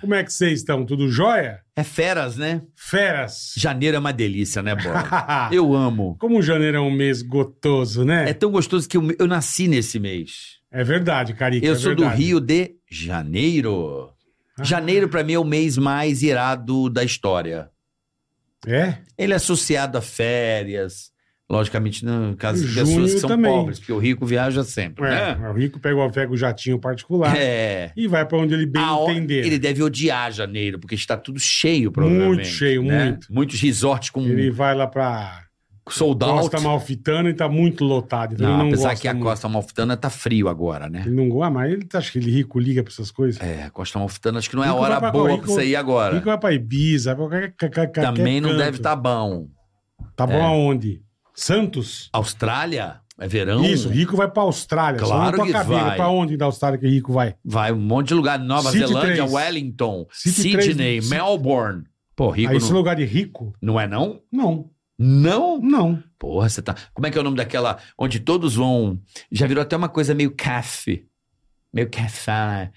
Como é que vocês estão? Tudo jóia? É feras, né? Feras. Janeiro é uma delícia, né, Bola? eu amo. Como janeiro é um mês gotoso, né? É É, tão gostoso que eu, eu nasci nesse mês. verdade, Carica. É- eu é sou do verdade. Rio de Janeiro. Ah. Janeiro, pra mim, é o mês mais irado da história. É? Ele é associado a férias. Logicamente, no caso de Junho pessoas que são também. pobres, porque o rico viaja sempre, É, né? O rico pega, o- pega o jatinho particular É. e vai pra onde ele bem A hora- entender. Ele deve odiar janeiro, porque está tudo cheio, provavelmente. Muito cheio, né? muito. Muitos resorts com Ele vai lá pra sold out. Costa Malfitana e tá muito lotado. Então Não, ele não apesar gosta que a muito. Costa Malfitana tá frio agora, né? Ele não gosta, mas ele acha que ele rico liga pra essas coisas. É, a Costa Malfitana acho que não é a Rico hora vai pra- boa Rico- pra você ir agora. Rico vai pra Ibiza, vai pra qualquer- qualquer- qualquer Também não canto. deve estar bom. Tá É. bom aonde? Santos? Austrália? É verão? Isso, rico vai pra Austrália. Só Claro na tua que cabeça, vai. Pra onde da Austrália que rico vai? Vai um monte de lugar. Nova City Zelândia, três. Wellington, City Sydney, três. Melbourne. Pô, rico Aí Ah, esse não... lugar de rico? não é não? Não, Não? não. Porra, você tá... Como é que é o nome daquela... Onde todos vão... Já virou até uma coisa meio café. Meio café.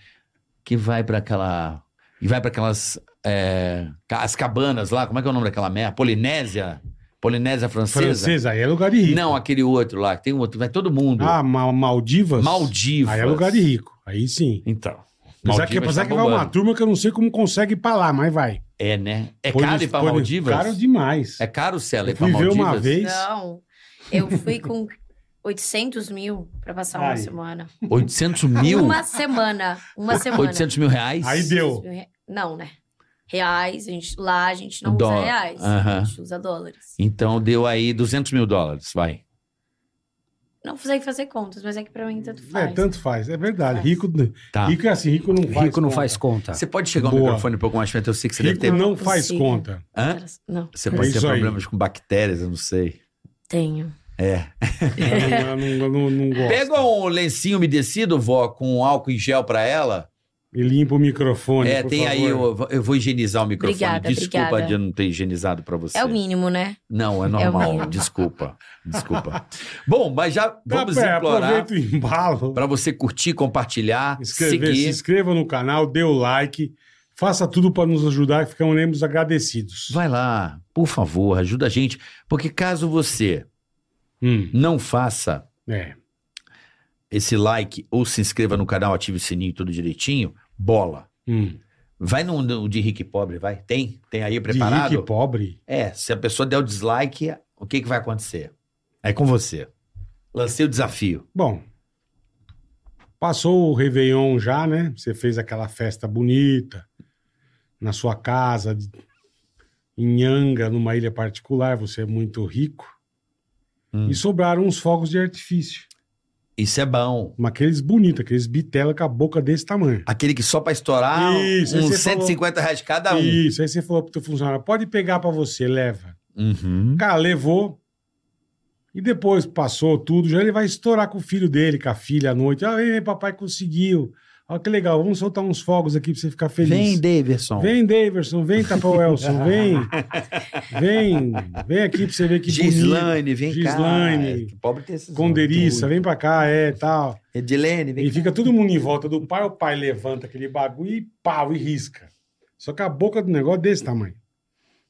Que vai pra aquela... E vai pra aquelas... é, ca- As cabanas lá. Como é que é o nome daquela merda? Polinésia? Polinésia francesa? Francesa, aí é lugar de rico. Não, aquele outro lá, que tem um outro, vai todo mundo. Ah, Ma- Maldivas? Maldivas. Aí é lugar de rico. Aí sim. Então. Apesar que, Maldivas apesar tá que vai uma bombando. turma que eu não sei como consegue ir pra lá, mas vai. É, né? É Põe caro nos- ir pra põe nos- Maldivas? Caro demais. É caro, Cela, Eu ir pra fui ver Maldivas? uma vez. Não, eu fui com 800 mil pra passar uma Ai. semana. 800 mil? Uma semana. Uma semana. 800 mil reais? Aí deu. é mil re- Não, né? Reais, a gente, lá a gente não Dó- usa reais. Aham. A gente usa dólares. Então deu aí 200 mil dólares, vai. Não sei fazer contas, mas é que pra mim tanto É, faz. tanto faz. É verdade. Faz. Rico, Tá. rico é assim, rico não faz Rico não conta. faz conta. Você pode chegar o Boa. microfone um pouco mais perto, eu sei que você Rico deve ter... não faz Sim. conta. Hã? Não, Você É pode ter isso aí. problemas com bactérias, eu não sei. tenho. É. Ela não, ela não, não gosta. Pega um lencinho umedecido, vó, com álcool em gel pra ela. E limpa o microfone, é, por tem aí, favor. eu, vou- eu vou higienizar o microfone. Obrigada, Desculpa obrigada. de eu não ter higienizado pra você. É o mínimo, né? Não, é É o normal. mínimo. desculpa. Desculpa. Bom, mas já Tá, vamos pé, implorar Aproveita o embalo. para você curtir, compartilhar, Inscrever, se seguir. inscreva no canal, dê o like, faça tudo para nos ajudar, que ficamos agradecidos. Vai lá, por favor, ajuda a gente. Porque caso você Hum, não faça é. esse like ou se inscreva no canal, ative o sininho tudo direitinho, bola. Hum. Vai no, no de rico e pobre, vai. Tem? Tem aí De rico e preparado? pobre. É, se a pessoa der o dislike, o que, que vai acontecer? É com você. Lancei o desafio. Bom, passou o Réveillon já, né? Você fez aquela festa bonita na sua casa, de- em Anga, numa ilha particular, você é muito rico. Hum. E sobraram uns fogos de artifício. Isso é bom. Mas aqueles bonitos, aqueles bitela com a boca desse tamanho. Aquele que só pra estourar um Isso, aí uns você 150 reais cada um. Isso, aí você falou pro teu funcionário, pode pegar para você, leva. Uhum. Cara, levou. E depois passou tudo. Já ele vai estourar com o filho dele, com a filha à noite. Ah, ei, papai conseguiu. Olha que legal. Vamos soltar uns fogos aqui pra você ficar feliz. Vem, Davidson. Vem, Daverson. Vem, Tapoelson. Vem. Vem. Vem aqui pra você ver que bonito. Gislane, vem cá. É, Gislane. Que pobre tem esses Conderiça, nomes. vem pra cá, é, tal. Edilene, vem E fica todo mundo em volta do pai, o pai levanta aquele bagulho e pau, e risca. Só que a boca do negócio é desse tamanho.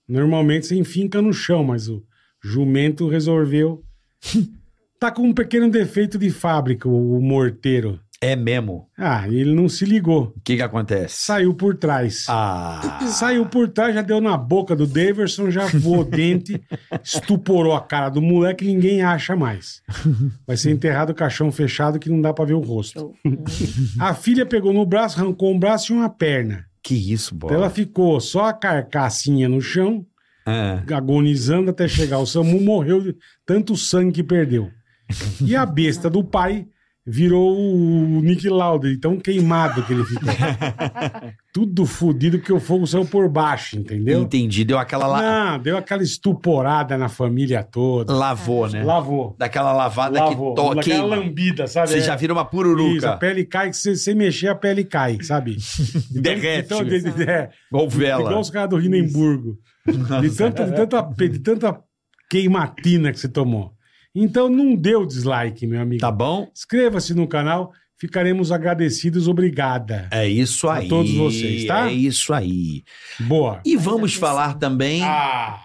Normalmente você enfinca no chão, mas o jumento resolveu. tá com um pequeno defeito de fábrica, o, o morteiro. É mesmo. Ah, e ele não se ligou. O que que acontece? Saiu por trás. Ah. Saiu por trás, já deu na boca do Daverson, já voou dente, estuporou a cara do moleque, ninguém acha mais. Vai ser enterrado o caixão fechado que não dá pra ver o rosto. Show. A filha pegou no braço, arrancou um braço e uma perna. Que isso, Então ela bola. ficou só a carcassinha no chão, Ah. agonizando até chegar. O Samu morreu de tanto sangue que perdeu. E a besta do pai virou o Nick Lauder, de tão queimado que ele ficou. Tudo fodido porque o fogo saiu por baixo, entendeu? Entendi. Deu aquela la- Não, deu aquela estuporada na família toda. lavou, né? Lavou. Daquela lavada Lavou. que toca. Aquela queima. lambida, sabe? Você É. já vira uma pururuca. Isso, a pele cai, que se você mexer, a pele cai, sabe? De tanto- Derrete. né? Então, de, de, é, Igual vela. igual os caras do Hindenburgo. De tanta, de, tanta, pe- de tanta queimatina que você tomou. Então não deu dislike, meu amigo. Tá bom? Inscreva-se no canal, ficaremos agradecidos. Obrigada. É isso A aí. todos vocês, tá? É isso aí. Boa. E vamos falar também Ah,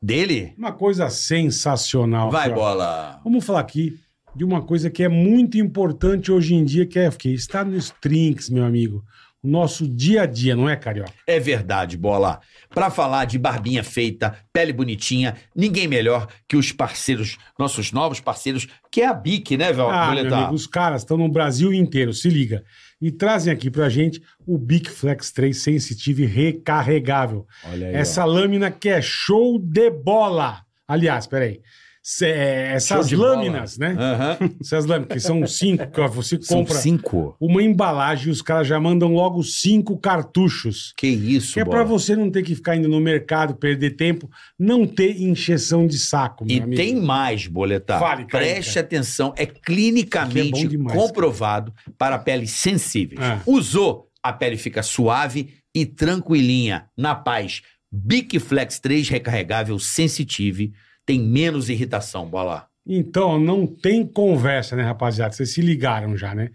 dele? uma coisa sensacional. Vai, Fiote. bola. Vamos falar aqui de uma coisa que é muito importante hoje em dia, que é que está nos trinks, meu amigo. O nosso dia a dia, não é, Carioca? É verdade, bola. Pra falar de barbinha feita, pele bonitinha, ninguém melhor que os parceiros, nossos novos parceiros, que é a BIC, né, Vel? Ah, meu Boletar? amigo, os caras estão no Brasil inteiro, se liga. E trazem aqui pra gente o Big Flex 3 Sensitive recarregável. Olha aí. Essa lâmina que é show de bola. Aliás, peraí. Cê- é, Show essas de bola. lâminas, né? Aham. Essas lâminas, que são cinco, que você São compra cinco. uma embalagem e os caras já mandam logo cinco cartuchos. Que isso, Que é bola. pra você não ter que ficar indo no mercado, perder tempo, não ter injeção de saco, meu E amigo. tem mais, Boletar. Fale, Carica. Preste atenção, é Aqui é clinicamente bom demais, comprovado para peles sensíveis. É. Usou, a pele fica suave e tranquilinha, na paz. Bic Flex 3 recarregável sensitive, tem menos irritação, bola. Então, não tem conversa, né, rapaziada? Vocês se ligaram já, né?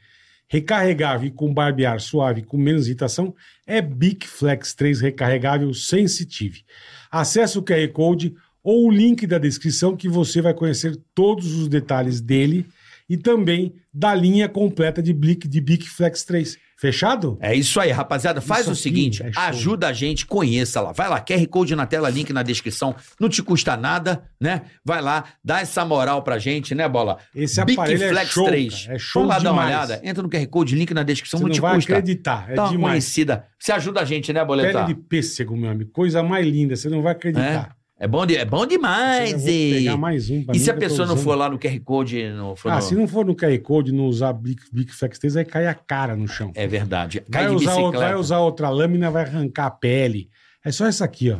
Recarregável e com barbear suave e com menos irritação é Bic Flex 3 recarregável sensitive. Acesse o QR Code ou o link da descrição que você vai conhecer todos os detalhes dele e também da linha completa de Bic, de Bic Flex 3. Fechado? É isso aí, rapaziada. Faz Isso o aqui seguinte, é show. ajuda a gente, conheça lá. Vai lá, QR Code na tela, link na descrição. Não te custa nada, né? Vai lá, dá essa moral pra gente, né, bola? Esse Bic aparelho é Flex show, 3. cara. É show Vamos lá demais. dar uma olhada. Entra no QR Code, link na descrição, Você não, não te vai custa. acreditar, é Dá uma demais. conhecida. Você ajuda a gente, né, Pele Boletar? de pêssego, meu amigo. Coisa mais linda, você não vai acreditar. É bom, de- é bom Mas, demais. E, pegar mais um pra e mim, se a que eu tô pessoa não usando. for lá no QR Code? No, for Ah, no- se não for no QR Code, não usar Big, Big Flex 3, aí cai a cara no chão. É verdade. Cai vai, de usar bicicleta. outra, vai usar outra lâmina, vai arrancar a pele. É só essa aqui, ó.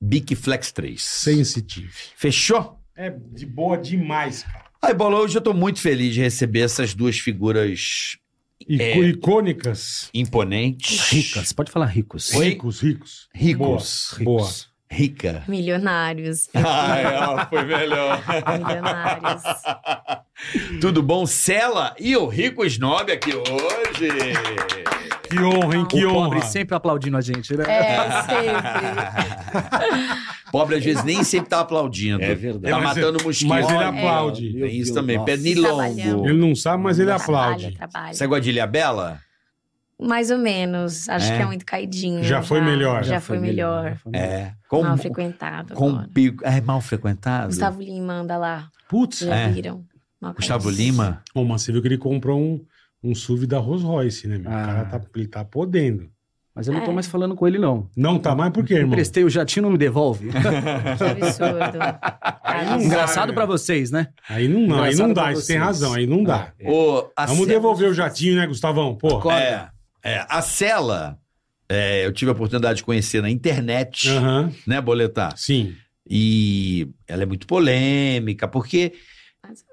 Bic Flex 3. Sensitive. Fechou? É de boa demais, cara. Aí, Bola, hoje eu tô muito feliz de receber essas duas figuras E É. co- icônicas. imponentes. Ricas, pode falar ricos. Oi? Ricos, ricos. Ricos. Boa. boa. Ricos. Rica. Milionários. Ah, foi melhor. Milionários. Tudo bom, Cela e o Rico Snob aqui hoje. Que honra, hein? Que o honra. pobre sempre aplaudindo a gente, né? É, sempre. Pobre às vezes nem sempre tá aplaudindo. É verdade. Tá Mas matando ele- mosquito. mas ele É. Olha, aplaude. Tem isso Meu Deus, também. nossa. Trabalhando. Pernilongo. Ele não sabe, mas ele aplaude. Trabalha, trabalha. Você gosta de Ilhabela? Mais ou menos. Acho É. que é muito caidinho. tá? Já foi melhor. Já, foi melhor. foi É. Com, Mal frequentado. com agora. pico. É mal frequentado? Gustavo Lima anda lá. Putz. Já É. viram? assim. Mal Gustavo caidinho. Lima? Ô, mas você viu que ele comprou um, um SUV da Rolls Royce, né, meu? O Ah. cara tá, ele tá podendo. Mas eu não tô É. mais falando com ele, não. Não tá mais por quê, irmão? Emprestei o jatinho, não me devolve. Que não absurdo. dá, né? Engraçado pra vocês, né? Aí não, não, aí não Engraçado dá, pra isso tem vocês. É. razão, aí não dá. Ô, a Vamos Cela- devolver o jatinho, né, Gustavão? Pô. Acorda. É, é, a Cela, é, eu tive a oportunidade de conhecer na internet, Aham, né, Boletar? sim. E ela é muito polêmica, porque.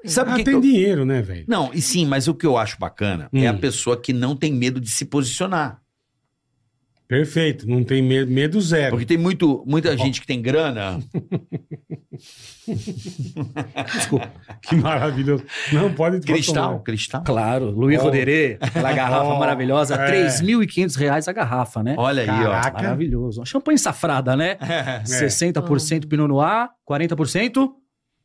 Sabe o Ah, que, tem que eu- dinheiro, né, velho? Não, e sim, mas o que eu acho bacana é Hum. a pessoa que não tem medo de se posicionar. Perfeito, não tem medo, medo É. zero. Porque tem muito, muita gente que tem grana. Desculpa. Que maravilhoso. Não, pode... pode Cristal, um- tomar. cristal. Claro, Luiz Oh. Roderê, aquela garrafa Oh, maravilhosa, é. R$ 3.500 reais a garrafa, né? Olha aí, Caraca. É. Maravilhoso. Uma champanhe safrada, né? ó. 60% Pinot Noir, 40%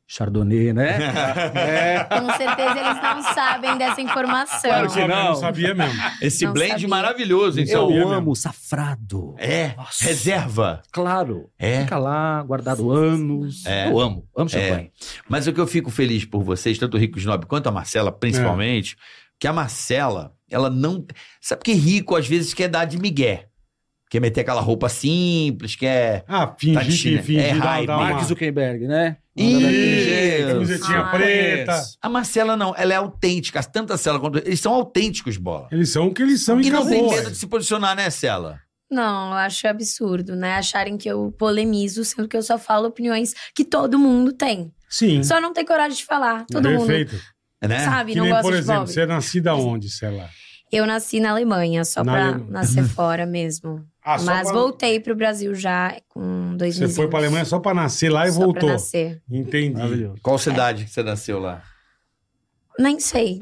Chardonnay, né? é. Com certeza eles não sabem dessa informação. Claro que Eu não. não sabia mesmo. Esse Não blend sabia. maravilhoso, Eu então. sabia amo safrado. É, Nossa. reserva. Claro. É. Fica lá, guardado anos. É. Eu amo. Amo champanhe. Mas o que eu fico feliz por vocês, tanto o Rico Snob quanto a Marcela, É. principalmente, que a Marcela, ela não. Sabe que rico às vezes quer dar de migué. Quer meter aquela roupa simples, quer. Ah, Tá de fingir que chinelo. É fingir dá, hype. dá uma... Mark Zuckerberg, né? Ih, Isso. camisetinha Ah, preta. A Marcela não, ela é autêntica. Tanto a Cela quanto. Eles são autênticos, bola. Eles são o que eles são e, E não tem Então acabou. medo de se posicionar, né, Cela? Não, eu acho absurdo, né? Acharem que eu polemizo, sendo que eu só falo opiniões que todo mundo tem. Sim. Só não tem coragem de falar. Todo mundo. Perfeito. Né? Sabe, Que não nem, gosta por de exemplo, pobre. você é nascida onde, sei lá? Eu nasci na Alemanha, só Na pra Alemanha. nascer fora mesmo. Ah, só Mas pra- voltei pro Brasil já com dois Você foi pra Alemanha só pra nascer lá e só voltou. Pra nascer. Entendi. Maravilhoso. é. Qual cidade que você nasceu lá? Nem sei.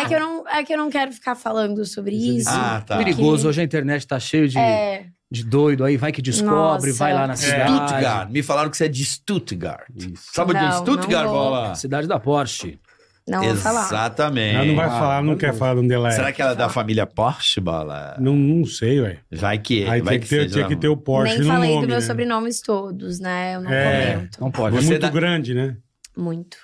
é, que eu não, é que eu não quero ficar falando sobre isso. Ah, tá. Perigoso. Hoje a internet tá cheio de, É. de doido aí. Vai que descobre, Nossa. vai lá na É. cidade. Stuttgart. Me falaram que você é de Stuttgart. Isso. Sabe onde é Não, Stuttgart, não vou. bola? Cidade da Porsche. Não vou falar. Exatamente. Ela não vai falar, não maravilhoso. quer falar de onde ela é. Será que ela é da família Porsche, Bala? Não, não sei, ué. Vai que. é, Aí vai tinha que, ter, seja um tinha lá. que ter um o Porsche Nem no falei nome, dos meus né? sobrenomes todos, né? Eu não É. comento. Não É pode. Você muito dá- grande, né? Muito.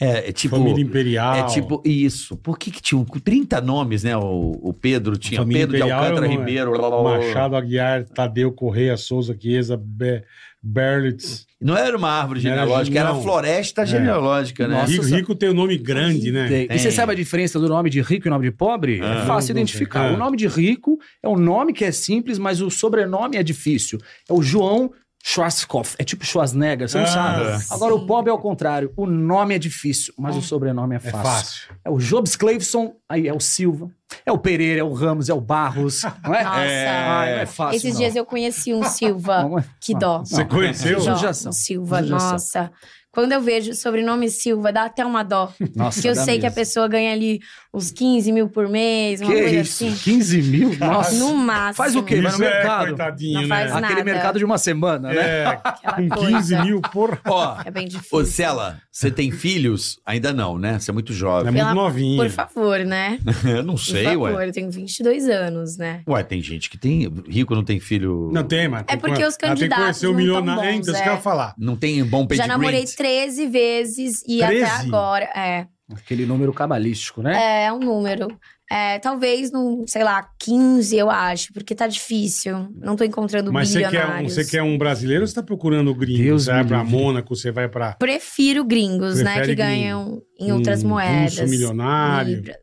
É, é tipo. Família Imperial. É tipo isso. Por que, que tinha um- 30 nomes, né? O, o Pedro tinha Família Pedro Imperial de Alcântara é o nome, Ribeiro. blá, blá, blá, blá. Machado, Aguiar, Tadeu, Correia, Souza, Chiesa, Be... Berlitz. Não era uma árvore Não era É. genealógica, era, não. floresta genealógica, né? Nossa, rico, essa- rico tem o um nome grande, né? E você sabe a diferença do nome de rico e nome de pobre? Ah. é fácil Não, não identificar. sei. O nome de rico é um nome que é simples, mas o sobrenome é difícil. É o João Schwarzkopf. É tipo Schwarzenegger, você não Ah, sabe. é. Agora, o Sim. pobre é o contrário. O nome é difícil, mas o sobrenome é É fácil. É, fácil. o Jobs Cleveson, aí é o Silva, é o Pereira, é o Ramos, é o Barros. Não é? Nossa. Ai, não é fácil. Esses não. dias eu conheci um Silva. Não é- que dó. Você Não. conheceu? Que dó. Judiação. Um Silva, Judiação. nossa. Quando eu vejo o sobrenome Silva, dá até uma dó. Nossa, Porque eu dá sei que a mesmo. pessoa ganha ali uns 15 mil por mês, uma Que coisa isso? assim. 15 mil? Nossa. No máximo. Faz o quê? Mas Isso no é, mercado. coitadinho, Não né? faz Aquele nada. mercado de uma semana, né? É, Aquela com coisa. 15 mil, porra. Ó, É bem difícil. ô Cela, você tem filhos? Ainda não, né? Você é muito É jovem. muito Pela- novinha. Por favor, né? Eu não Por sei, favor, ué. eu tenho 22 anos, né? Ué, tem gente que tem. Rico não tem filho. Não tem, mas É porque que- os ela Tem que candidatos conhecer o não tão milionário. bons, É, então, isso é. que eu ia falar. Não tem bom pedigree. Já namorei 13 vezes e 13? até agora. É, Aquele número cabalístico, né? é um número. É, talvez num, sei lá, 15, eu acho, porque tá difícil. Não tô encontrando Mas você quer, um, bilionários. você quer um brasileiro ou você tá procurando gringo? Deus você vai me pra livre. Mônaco, você vai pra Prefiro gringos, né? Prefere Que gringo. ganham em outras Hum, um moedas. russo milionário. Libra.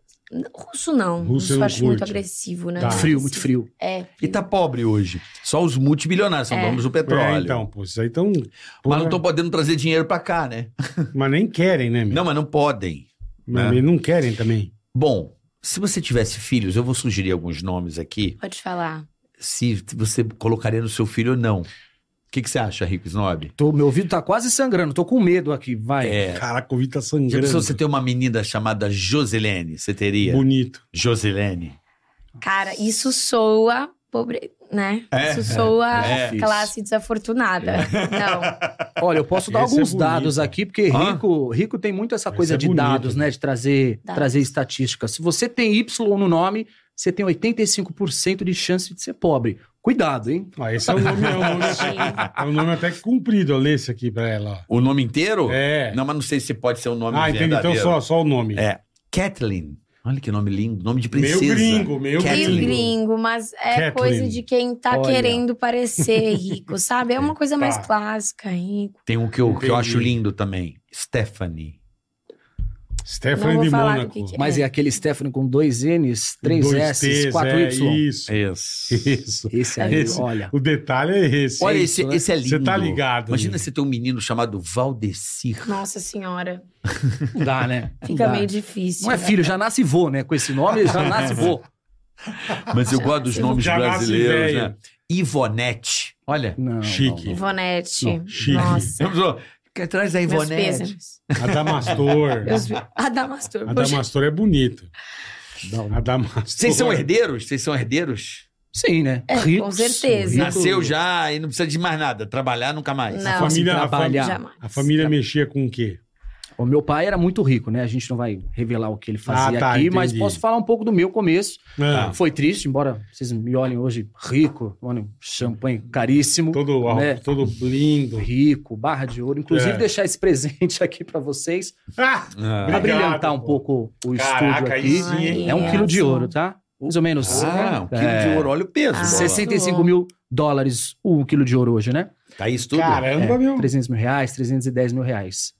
Russo não. Russo Russo eu eu não acho muito curto. agressivo, né? Tá. Não Frio, sei muito se- frio. É. E tá pobre hoje. Só os multimilionários são É. donos do É, petróleo. então, pô, isso aí tão... Mas porra, não estão podendo trazer dinheiro pra cá, né? mas nem querem, né, meu? Não, mas não podem. Mas né? eles não querem também. Bom, se você tivesse filhos, eu vou sugerir alguns nomes aqui, Pode falar. se você colocaria no seu filho ou não. O que, que você acha, Rico Snob? Tô, meu ouvido tá quase sangrando, tô com medo aqui, vai. É. Caraca, o Vitor tá Já sangrando. pensou você ter uma menina chamada Joselene? Você teria? Bonito. Joselene. Cara, isso soa pobre, né? É. Isso soa É. classe desafortunada. Não. Olha, eu posso dar Esse é alguns bonito. dados aqui, porque Hã? rico, rico tem muito essa Esse coisa é de bonito. dados, né? De trazer, Dados. trazer estatística. Se você tem Y no nome, você tem 85% de chance de ser pobre. Cuidado, hein? Ó, esse é o nome, é um nome, Sim. até, é um nome até que comprido. Eu leio esse aqui pra ela, O nome inteiro? ó. É. Não, mas não sei se pode ser o nome ah, entendi. verdadeiro. Então só, só o nome. É. Kathleen. Olha que nome lindo. Nome de Meio princesa. gringo, meio E Kathleen. o gringo. gringo, mas Kathleen. é coisa de quem tá Olha. querendo parecer rico, sabe? É uma coisa mais Tá. clássica, rico. Tem um que eu, que eu Entendi. acho lindo também. Stephanie. Stephanie Não vou de falar do Mônaco. que que é. Mas é aquele Stephanie com dois N's, três Dois S's, T's, quatro é, Y. Isso, É Isso. isso. Esse aí, Esse- olha. O detalhe é esse. Olha, hein? esse, né? esse é lindo. Você tá ligado, Imagina né? você ter um menino chamado Valdecir. Nossa senhora. Não dá, né? Não Fica dá. meio difícil. Não é filho, já nasce vô, né? Com esse nome, É. já nasce vô. Mas eu gosto dos nasce- nomes já nasce brasileiros, velho. né? Ivonete. Olha. Não, Chique. Ivonete. Não, chique. Nossa. Vamos, ó, Traz a Meus Ivonete. pêsames. Adamastor. Meus... Adamastor. Poxa, Adamastor é bonito. não, não. Adamastor. Vocês são herdeiros? Vocês são herdeiros? Sim, né? É, com Ricos, certeza. ricos. Nasceu já e não precisa de mais nada. Trabalhar nunca mais. Não. a família, a, fa- trabalhar. Jamais. a família mexia com o quê? O meu pai era muito rico, né? A gente não vai revelar o que ele fazia Ah, tá, aqui, mas entendi. posso falar um pouco do meu começo. Ah, Foi triste, embora vocês me olhem hoje rico, olhem, champanhe caríssimo. Todo, al- né? todo lindo. Rico, barra de ouro. Inclusive, É. deixar esse presente aqui pra vocês, Ah, Ah. pra Obrigado, brilhantar um pô. pouco o Caraca, aí estúdio sim, aqui. hein? É um quilo de Nossa. ouro, tá? Mais ou menos. Ah, um quilo É. de ouro, olha o peso. Ah. bola. 65 mil dólares o quilo de ouro hoje, né? Tá isso tudo? Caramba, meu. 300 mil reais, 310 mil reais.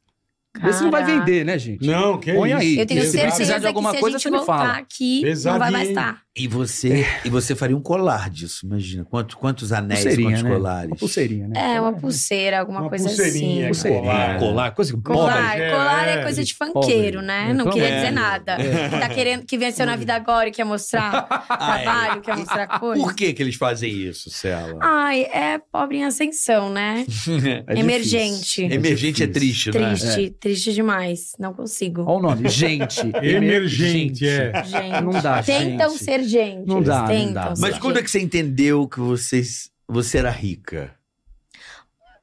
Esse não vai Caraca. vender, né, gente? Não, que Põe isso. aí. Eu tenho Se Pesado. precisar certeza de que alguma se coisa, a você gente me voltar fala. aqui, não Pesadinho. vai bastar. E você, e você faria um colar disso, imagina. Quanto, quantos é anéis, Pulseirinha, quantos né? colares? Uma pulseirinha, né? É, uma pulseira, alguma Uma coisa pulseirinha, assim. cara. Pulseirinha, Colar. colar. coisa que Colar, É, colar é, é coisa de pobre. funkeiro, né? Não É, queria é. dizer nada. Tá querendo que venceu na vida agora e quer mostrar Ah, é. trabalho, quer mostrar coisa. Por que, que eles fazem isso, Cela? Ai, é pobre em ascensão, né? É difícil. Emergente. Emergente é triste, né? Triste, triste demais. Não consigo. Olha o nome, gente. Emergente, é. Gente. Não dá, Tentam gente. ser gente. Não dá, não Tentam dá. ser Mas quando é gente. que você entendeu que vocês, você era rica?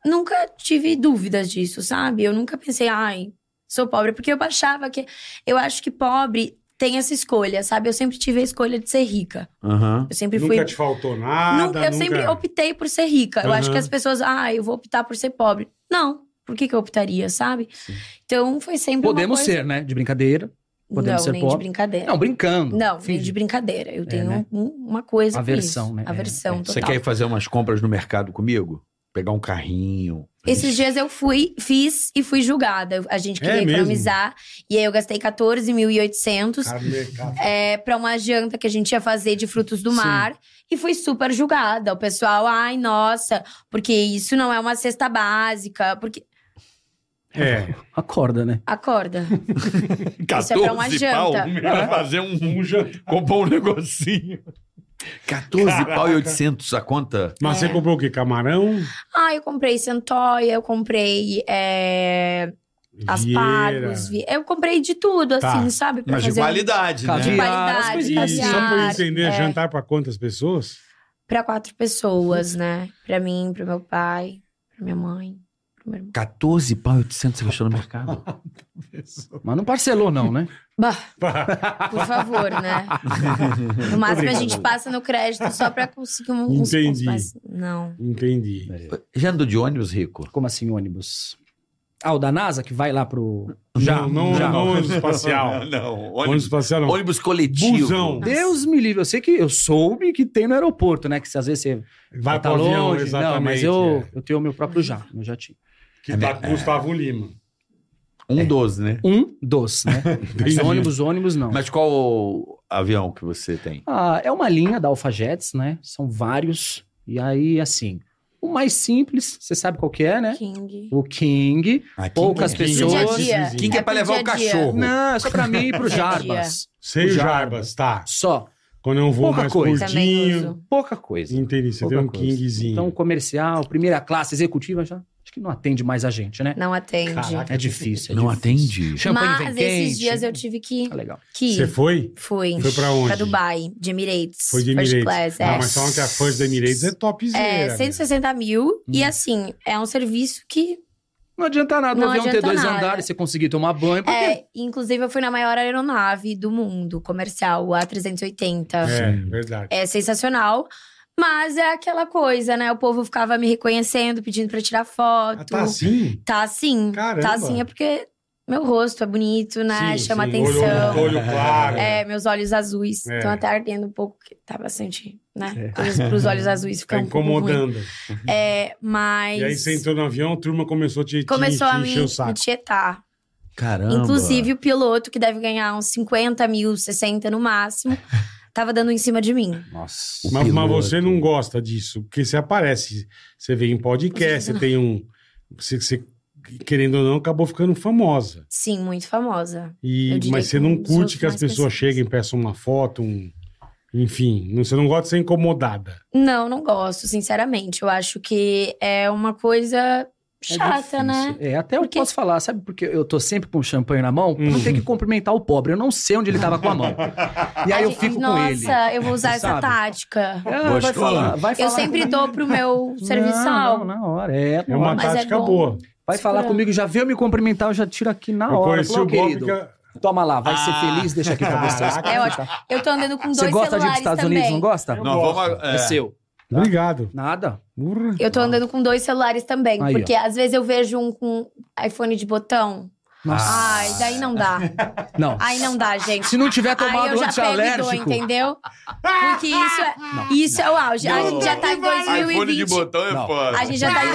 Nunca tive dúvidas disso, sabe? Eu nunca pensei, ai, sou pobre. Porque eu achava que. Eu acho que pobre tem essa escolha, sabe? Eu sempre tive a escolha de ser rica. Aham. Eu sempre fui Nunca te faltou nada. Nunca- eu sempre optei por ser rica. Eu acho Aham. que as pessoas, ah, eu vou optar por ser pobre. Não. Por que, que eu optaria, sabe? Então foi sempre. uma Podemos coisa- ser, né? De brincadeira. podemos não, ser nem de pobre. brincadeira. Não, brincando. Não, nem Finge. de brincadeira. Eu tenho né? um- uma coisa. Aversão, com né? isso. É, Aversão, é. total. Você quer ir fazer umas compras no mercado comigo? Pegar um carrinho? Esses dias eu fui, fiz e fui julgada. Eu- A gente É queria mesmo? economizar. E aí eu gastei 14.800 é, pra uma janta que a gente ia fazer de frutos do Sim. mar. E fui super julgada. O pessoal, ai, nossa, porque isso não é uma cesta básica. Porque. É. Acorda, né? Acorda. Isso é 14 pra uma janta. pra fazer um, um comprar um negocinho. 14 pau e 800 a conta? Mas É. você comprou o quê? Camarão? Ah, eu comprei centoia, eu comprei é, aspargos. vieira. vi- Eu comprei de tudo, Tá. assim, sabe? Pra Mas de fazer um- qualidade, né? De Caviar, as qualidade, coisinhas. E assim, só pra eu caviar, entender, tá é, jantar pra quantas pessoas? pra quatro pessoas, né? Pra mim, pro meu pai, pra minha mãe, pro meu irmão. 14 pau e 800 você gastou no mercado? Mas não parcelou, não, né? Bah, Pra- por favor, né? No máximo a gente passa no crédito só pra conseguir um- uns pontos, Entendi. mas não. Entendi. Já andou de ônibus, Rico? Como assim, ônibus? Ah, o da NASA que vai lá pro. Já, não, já. não ônibus espacial. não. ônibus espacial não. Ônibus coletivo. Busão. Deus me livre. Eu sei que eu soube que tem no aeroporto, né? Que se às vezes você tá Vai pro avião, exatamente. Não, mas eu, É é. eu tenho o meu próprio já, meu jatinho. Que tá com o Gustavo Lima. É. Um 12, né? Um dos, né? Mas Entendi. ônibus, ônibus, não. Mas qual avião que você tem? Ah, é uma linha da Alpha Jets, né? São vários. E aí, assim, o mais simples, você sabe qual que é, né? King. O King. Poucas King é pessoas. mais Dia a dia. vizinho. Quem que é, É pra pro levar o dia a dia. cachorro? Não, é só pra mim e pro Dia a dia. Jarbas. Sei o O Jarbas, tá. Só. Quando eu vou Pouca mais coisa. Também curtinho. uso. Pouca coisa. Entendi, você Pouca tem um coisa. kingzinho. Então, comercial, primeira classe, executiva, já acho que não atende mais a gente, né? Não atende. Caraca, É difícil. é Não difícil. atende. Champanhe mas vem esses quente. dias eu tive que, Tá legal. que ir. Você foi? Fui. Foi pra onde? Pra Dubai, de Emirates. Foi de Emirates. First class, Ah, é. mas falam que a First da Emirates é topzera. É, né? Hum. 160 mil. E assim, é um serviço que. Não adianta nada. O Não avião ter adianta dois nada. andares, você conseguir tomar banho. Porque... É, inclusive, eu fui na maior aeronave do mundo comercial, a 380. É, verdade. é sensacional. Mas é aquela coisa, né? O povo ficava me reconhecendo, pedindo pra tirar Ah, foto. tá assim? Tá assim. Caramba. Tá assim é porque meu rosto é bonito, né? Sim, Chama sim. atenção. Olho, olho claro. É, meus olhos azuis. É. Estão até ardendo um pouco, que tá bastante, né? Coisas pros olhos azuis Tá ficam um pouco ruim. incomodando. É, mas... E aí você entrou no avião, a turma começou a te, te- Começou te a me, encher o me saco. tietar. Caramba. Inclusive, o piloto, que deve ganhar uns 50 mil, 60 no máximo, tava dando em cima de mim. Nossa. Mas, O mas piloto. você não gosta disso, porque você aparece, você vem em podcast, você tem um. Você, você, querendo ou não, acabou ficando famosa. Sim, muito famosa. E, Eu diria mas que você um não dos curte outros que as mais pessoas conhecidos. cheguem, peçam uma foto, um. Enfim, não- você não gosta de ser incomodada. Não, não gosto, sinceramente. Eu acho que é uma coisa É chata, né? difícil. É, até eu Porque- posso falar, sabe? Porque eu tô sempre com o champanhe na mão, eu Uhum. não tenho que cumprimentar o pobre. Eu não sei onde ele tava com a mão. E aí A eu gente- fico com Nossa, ele. eu vou usar essa Sabe? tática. Ah, Vou vai te falar. falar, vai Eu falar sempre comigo. dou pro meu serviçal. Não, não, na hora. É, É na uma hora. Mas é tática bom. boa. Vai falar Segura. comigo, já veio me cumprimentar, eu já tiro aqui na eu hora. conheci o Fala, "Ô, Bob Tá querido, que é- a- toma lá, vai ser Ah. feliz, deixa aqui pra vocês. Caraca. É ótimo. Eu tô andando com dois Você gosta de ir celulares pros Estados também. Unidos, não gosta? Eu Não, gosto. vamos- É, é. seu. Obrigado. Nada. Urra. Eu tô andando com dois celulares também, Ah. Aí, ó. porque às vezes eu vejo um com iPhone de botão. Ah. Ah. Ai, daí não dá. Não. Aí não dá, gente. Se não tiver Tá Aí um tomado eu já pego e dou, antialérgico... entendeu? Porque isso é, isso é o auge. A Não. gente já tá em iPhone de 2020. botão é Não. foda. A gente já tá em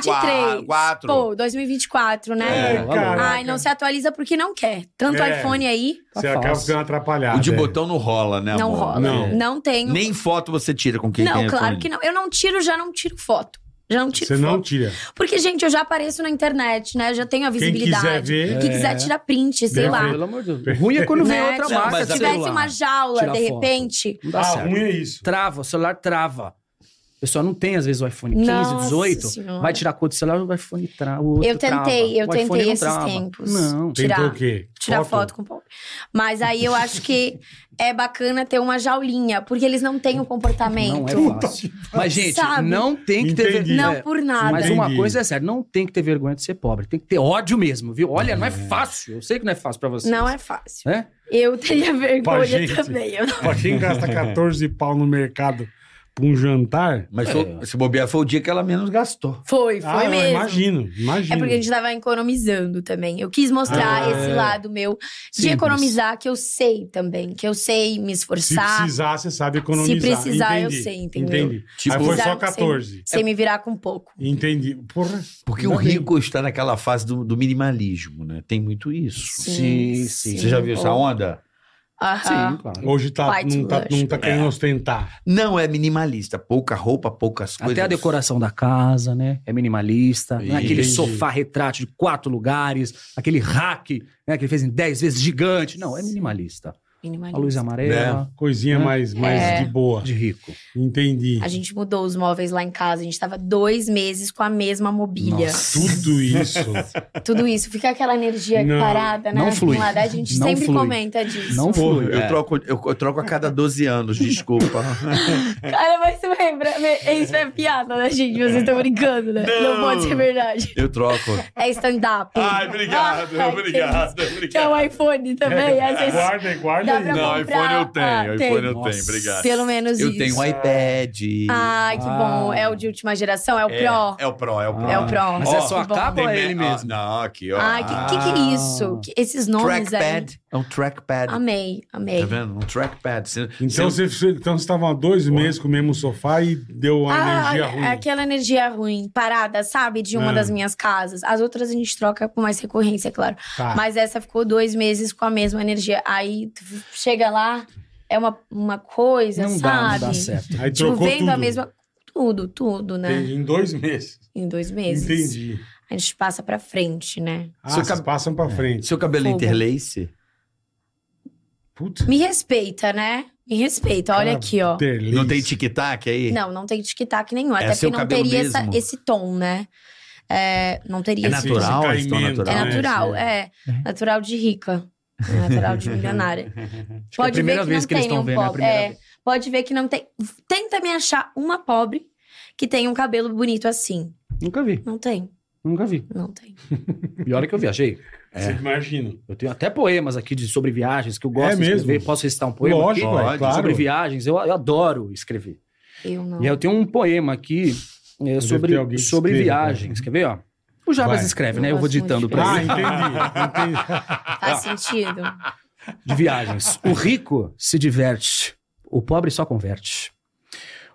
2023. Quatro. Pô, 2024, Ai, né? É, caraca. Ai, não se atualiza porque não quer. Tanto É. iPhone aí, Você Tá acaba fácil. ficando atrapalhado. O de é. botão não rola, né, não amor? rola. não. Não, tenho. Nem foto você tira com quem não, tem claro iPhone. que não. Eu não tiro, já não tiro foto. Já não tiro Você foto. não tira. Porque, gente, eu já apareço na internet, né? Eu já tenho a Quem quiser visibilidade. ver. Quem quiser tirar print, sei Deve lá. ver. Pelo amor de Deus. Ruim é quando vem Né? outra Tipo, marca mas se de tivesse celular. uma jaula, Tirar de foto. repente. Não dá Ah, certo. ruim é isso. Trava, o celular trava. O pessoal não tem, às vezes, o iPhone 15, Nossa 18. Senhora. Vai tirar a cor do celular, o iPhone trava. o outro Eu tentei, eu trava. O iPhone tentei não esses trava. tempos. Não. Tem- Tentou Tirar. o quê? Tirar foto, com pobre. Mas aí eu acho que é bacana ter uma jaulinha, porque eles não têm o comportamento. Não é fácil. Mas, gente, Sabe? não tem que ter Entendi. vergonha. Não É, por nada. Mas Entendi. uma coisa é séria, não tem que ter vergonha de ser pobre. Tem que ter ódio mesmo, viu? Olha, não é fácil. Eu sei que não é fácil pra vocês. Não é fácil. Né? Eu teria Pra vergonha gente. também. Eu não... Pra quem gasta 14 pau no mercado pra um jantar. Mas foi- se bobear, foi o dia que ela menos gastou. Foi, foi ah, eu mesmo. imagino, imagino. É porque a gente tava economizando também. Eu quis mostrar Ah, esse é. lado meu de Simples. economizar, que eu sei também, que eu sei me Se esforçar, precisar, você sabe economizar. Se precisar, eu Entendi, sei, entendeu? Entendi. Tipo- Aí foi só Precisar, 14. sem me virar com pouco. Entendi. Porra. Porque Não o tem. rico está naquela fase do, do minimalismo, né? Tem muito isso. Sim, sim. Você já viu essa onda? Aham. Sim, claro. Hoje tá, White não, tá, blush. não tá É. querendo ostentar. Não é minimalista. Pouca roupa, poucas coisas. Até é. a decoração da casa, né? É minimalista. Né? Aquele Entendi. sofá retrátil de quatro lugares, aquele rack, né? Que ele fez em dez vezes gigante. Não, é minimalista. A Minimalista. luz Né? amarela, Coisinha Hã? mais, mais É. de boa. de rico. Entendi. Uhum. A gente mudou os móveis lá em casa. A gente tava dois meses com a mesma mobília. Tudo isso. Tudo isso. Fica aquela energia Não, parada, né? não flui. acumulada. A gente Não sempre flui. comenta disso. Não Porra, flui. Eu, troco, eu, eu troco a cada 12 anos, desculpa. Cara, mas você lembra? Isso é piada, né, gente? Vocês estão brincando, né? Não, pode ser verdade. Eu troco. É stand-up. Ai, obrigado, Ah, obrigado, Que que é obrigado. o iPhone também. Às vezes guarda, guarda dá aí. pra Não, comprar. iPhone eu tenho, Ah, iPhone tem. eu Nossa. tenho, obrigado. Pelo menos Eu isso. tenho um iPad. Ai, que bom. Ah. É o de última geração? É o Pro? É o Pro, é o Pro. É o Pro. Mas é Ó, só a que bom. capa ou é me- ele ah, mesmo? não, aqui, ó. Ai, que, que que é Ah. isso? Que- esses nomes aí. Ah, trackpad. É um trackpad. Amei, amei. Tá vendo? Um trackpad. Você- Então você- você então estavam há dois meses com o mesmo sofá e deu uma energia é- ruim. é aquela energia ruim, parada, sabe? De uma Ah. das minhas casas. As outras a gente troca com mais recorrência, claro. Ah. Tá. Mas essa ficou dois meses com a mesma energia. Aí tu chega lá, é uma, uma coisa, Não dá, é sabe? não dá certo. Aí Tipo, trocou vendo tudo. a mesma. Tudo, tudo, né? Entendi, Em dois meses. Em dois meses. Entendi. A gente passa pra frente, né? Ah, Seu vocês cab- passam pra frente. Seu cabelo é Fogo. interlace? Puta. Me respeita, né? Me respeita. Olha cara, aqui, ó. interlace. Não tem tic-tac aí? Não, não tem tic-tac nenhum. Até seu porque não cabelo teria essa- mesmo? esse tom, né? É, não teria É esse tom. natural, esse então, caimento, né? É natural. natural, é. Natural de rica. É Natural de milionária. que é a primeira vez que eles tem estão nenhum vendo, é a pobre. primeira É, pode ver que não tem. Tenta me achar uma pobre que tenha um cabelo bonito assim. Nunca vi, Não tem, nunca vi. não tem. E olha que eu viajei. É. Você imagina. Eu tenho até poemas aqui de, sobre viagens que eu gosto É de escrever. mesmo? Posso recitar um poema Lógico, aqui? é, Pode. claro. Sobre viagens, eu, eu adoro escrever. Eu não. E aí eu tenho um poema aqui é, ter sobre, alguém que sobre escreva, né? viagens. Quer ver, ó? O Jabas Vai. escreve, Eu né? Eu vou gosto muito ditando de pra Ah, ele. entendi. entendi. Faz sentido. De viagens. O rico se diverte, o pobre só converte.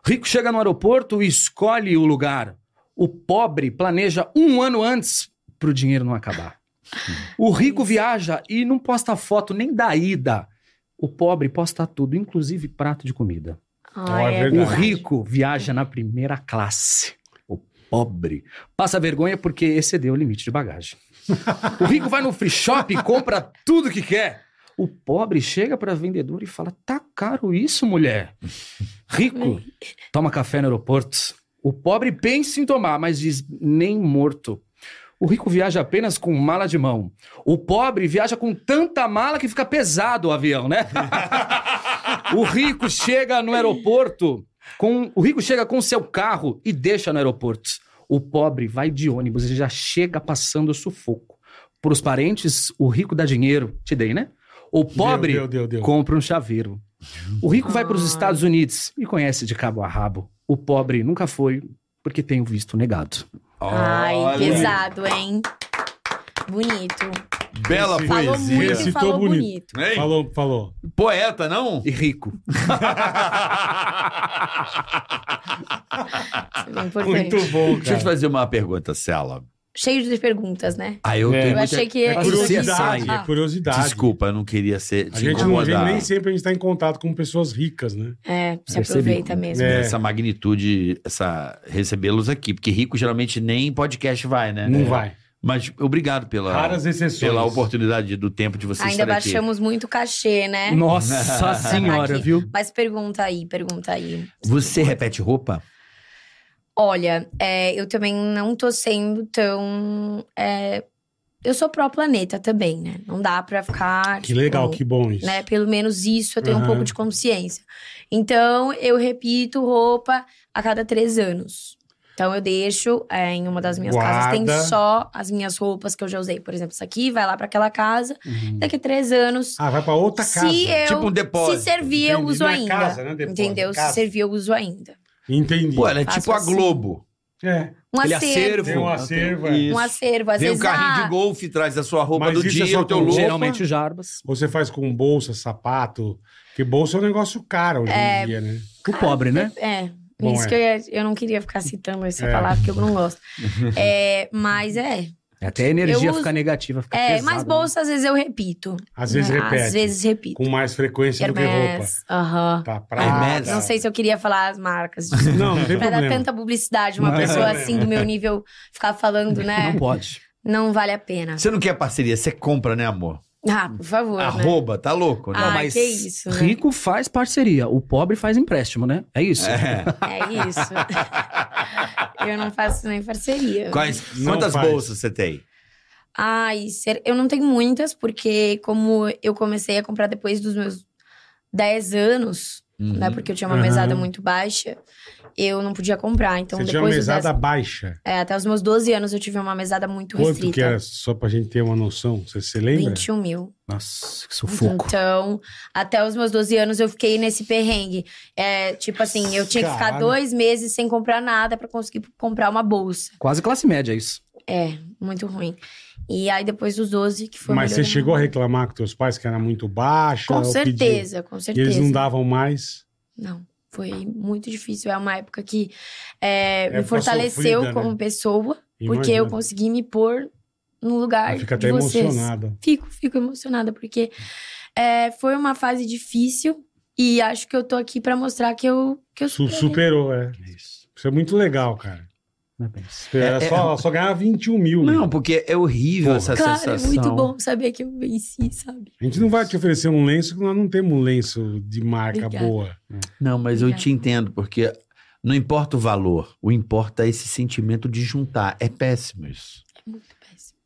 O rico chega no aeroporto e escolhe o lugar. O pobre planeja um ano antes pro dinheiro não acabar. O rico viaja e não posta foto nem da ida. O pobre posta tudo, inclusive prato de comida. Ai, é é O verdade. Um rico viaja na primeira classe. O pobre passa vergonha porque excedeu o limite de bagagem. O rico vai no free shop e compra tudo que quer. O pobre chega para vendedora e fala: "Tá caro isso, mulher". Rico toma café no aeroporto. O pobre pensa em tomar, mas diz: "Nem morto". O rico viaja apenas com mala de mão. O pobre viaja com tanta mala que fica pesado o avião, né? o rico chega no aeroporto com o rico chega com seu carro e deixa no aeroporto. O pobre vai de ônibus e já chega passando sufoco. Para os parentes, o rico dá dinheiro, te dei, né? O pobre Deu, deu, deu, deu. compra um chaveiro. O rico vai para os Ah. Estados Unidos e conhece de cabo a rabo. O pobre nunca foi porque tem o visto negado. Ai, Olha, pesado, hein? Bonito. Bela Esse- poesia. Falou muito Citou e falou bonito. bonito. Hein? Falou, falou. Poeta, não? E rico. Isso é bem importante. Muito bom, Deixa eu te cara. fazer uma pergunta, Cela. Cheio de perguntas, né? Ah, eu É. tenho Eu muita... achei que Ah, É Mas curiosidade, você é sabe. curiosidade. Desculpa, eu não queria ser. A te gente, não, a gente incomodar. nem sempre a gente tá em contato com pessoas ricas, né? É, se Percebi. aproveita mesmo. É. Essa magnitude, essa recebê-los aqui. Porque rico geralmente nem podcast vai, né? Não vai. Mas obrigado pela, Raras exceções. É. pela oportunidade do tempo de vocês Ainda estarem aqui. baixamos muito o cachê, né? Nossa senhora, Aqui. viu? Mas pergunta aí, pergunta aí. Você repete roupa? Olha, é, eu também não tô sendo tão. é, eu sou pró-planeta também, né? Não dá pra ficar. Que tipo, legal, que bom isso. Uhum. né? Pelo menos isso eu tenho Aham. um pouco de consciência. Então, eu repito roupa a cada três anos. Então, eu deixo é, em uma das minhas casas, tem Guarda. só as minhas roupas que eu já usei. Por exemplo, essa aqui vai lá pra aquela casa. Daqui a três anos, Ah, vai pra Hum. outra se é- casa. eu. Tipo um depósito, Se servir, eu entendi. uso Não é ainda. casa, né? Depósito, entendeu? casa. Se servir, eu uso ainda. Entendi. Pô, ela é Faço tipo a assim. Globo. É, Um Aquele acervo. tem um acervo. é. Isso. Um acervo, às Vem Ah, um vezes. carrinho ah, de golfe, traz a sua roupa Mas do isso é dia, só o teu com- look. Geralmente o Jarbas. Ou Você faz com bolsa, sapato. Porque bolsa é um negócio caro hoje em dia, né? O pobre, né? É. Bom, isso é. que eu, ia- eu não queria ficar citando essa É. palavra, porque eu não gosto. É, mas é. Até a energia Eu uso- fica negativa, fica É, pesada. mas bolsa às vezes eu repito. né? Às vezes né? repete. Às vezes repito. Com mais frequência do que roupa. Hermes. Aham. Tá, prata. Hermes. Não sei se eu queria falar as marcas. desculpa. Não, não tem Pra dar problema. tanta publicidade, uma Não tem pessoa problema. assim do meu nível ficar falando, né? Não pode. Não vale a pena. Você não quer parceria, você compra, né, amor? Ah, por favor. né? Arroba, tá louco, né? Ai, mas que isso, né? Rico faz parceria, o pobre faz empréstimo, né? É isso. É. É isso. eu não faço nem parceria. é? Quais, Não quantas faz. bolsas você tem? Ai, ser... eu não tenho muitas, porque como eu comecei a comprar depois dos meus 10 anos, né? Porque eu tinha uma Uhum. mesada muito baixa, eu não podia comprar. Então, Você tinha uma depois dos 10 mesada baixa. É, até os meus 12 anos eu tive uma mesada muito Quanto restrita. que era? Só pra gente ter uma noção. Você se lembra? 21 mil. Nossa, que sufoco. Então, até os meus 12 anos eu fiquei nesse perrengue. É, tipo assim, eu tinha que ficar Caralho. dois meses sem comprar nada pra conseguir comprar uma bolsa. Quase classe média isso. É, muito ruim. E aí depois dos 12 que foi Mas você melhorando. chegou a reclamar com teus pais que era muito baixa? Com ou pediu- certeza, com E certeza. eles não davam mais. Não, foi muito difícil. É uma época que é, É, me ficou fortaleceu sofrida, como né? pessoa, porque Imagina. eu consegui me pôr no lugar Fica de até vocês. emocionado. Fico, fico emocionada, porque é, foi uma fase difícil e acho que eu tô aqui pra mostrar que eu, que eu Su- superei. Superou, é. Isso. Isso é muito legal, cara. Parabéns. Era É, é- só, ela só ganhava 21 mil. né? Não, porque é horrível essa Claro, é sensação. muito bom saber que eu venci, sabe? A gente não vai te oferecer um lenço que nós não temos um lenço de marca Obrigada. boa. Não, mas eu Obrigada. te entendo, porque não importa o valor, o importa é esse sentimento de juntar. É péssimo isso. Muito péssimo.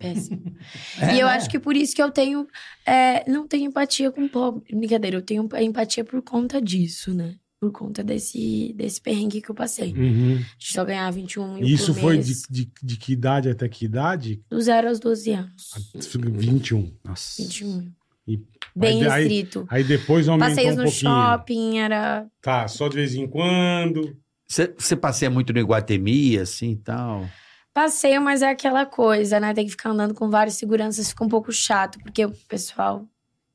É péssimo. É, e eu né? acho que por isso que eu tenho. é, não tenho empatia com o pobre. Brincadeira, eu tenho empatia por conta disso, né? Por conta desse, desse perrengue que eu passei. Uhum. De só ganhar 21 mil E isso por foi mês. de, de, de que idade até que idade? Do zero aos 12 anos. 21. Nossa. 21 mil. E- Bem aí- restrito. Aí depois aumentou Passeios um no pouquinho. shopping, era. Tá, só de vez em quando. Você você passeia muito no Iguatemi, assim e tal. Passeio, mas é aquela coisa, né? Tem que ficar andando com vários seguranças, fica um pouco chato, porque o pessoal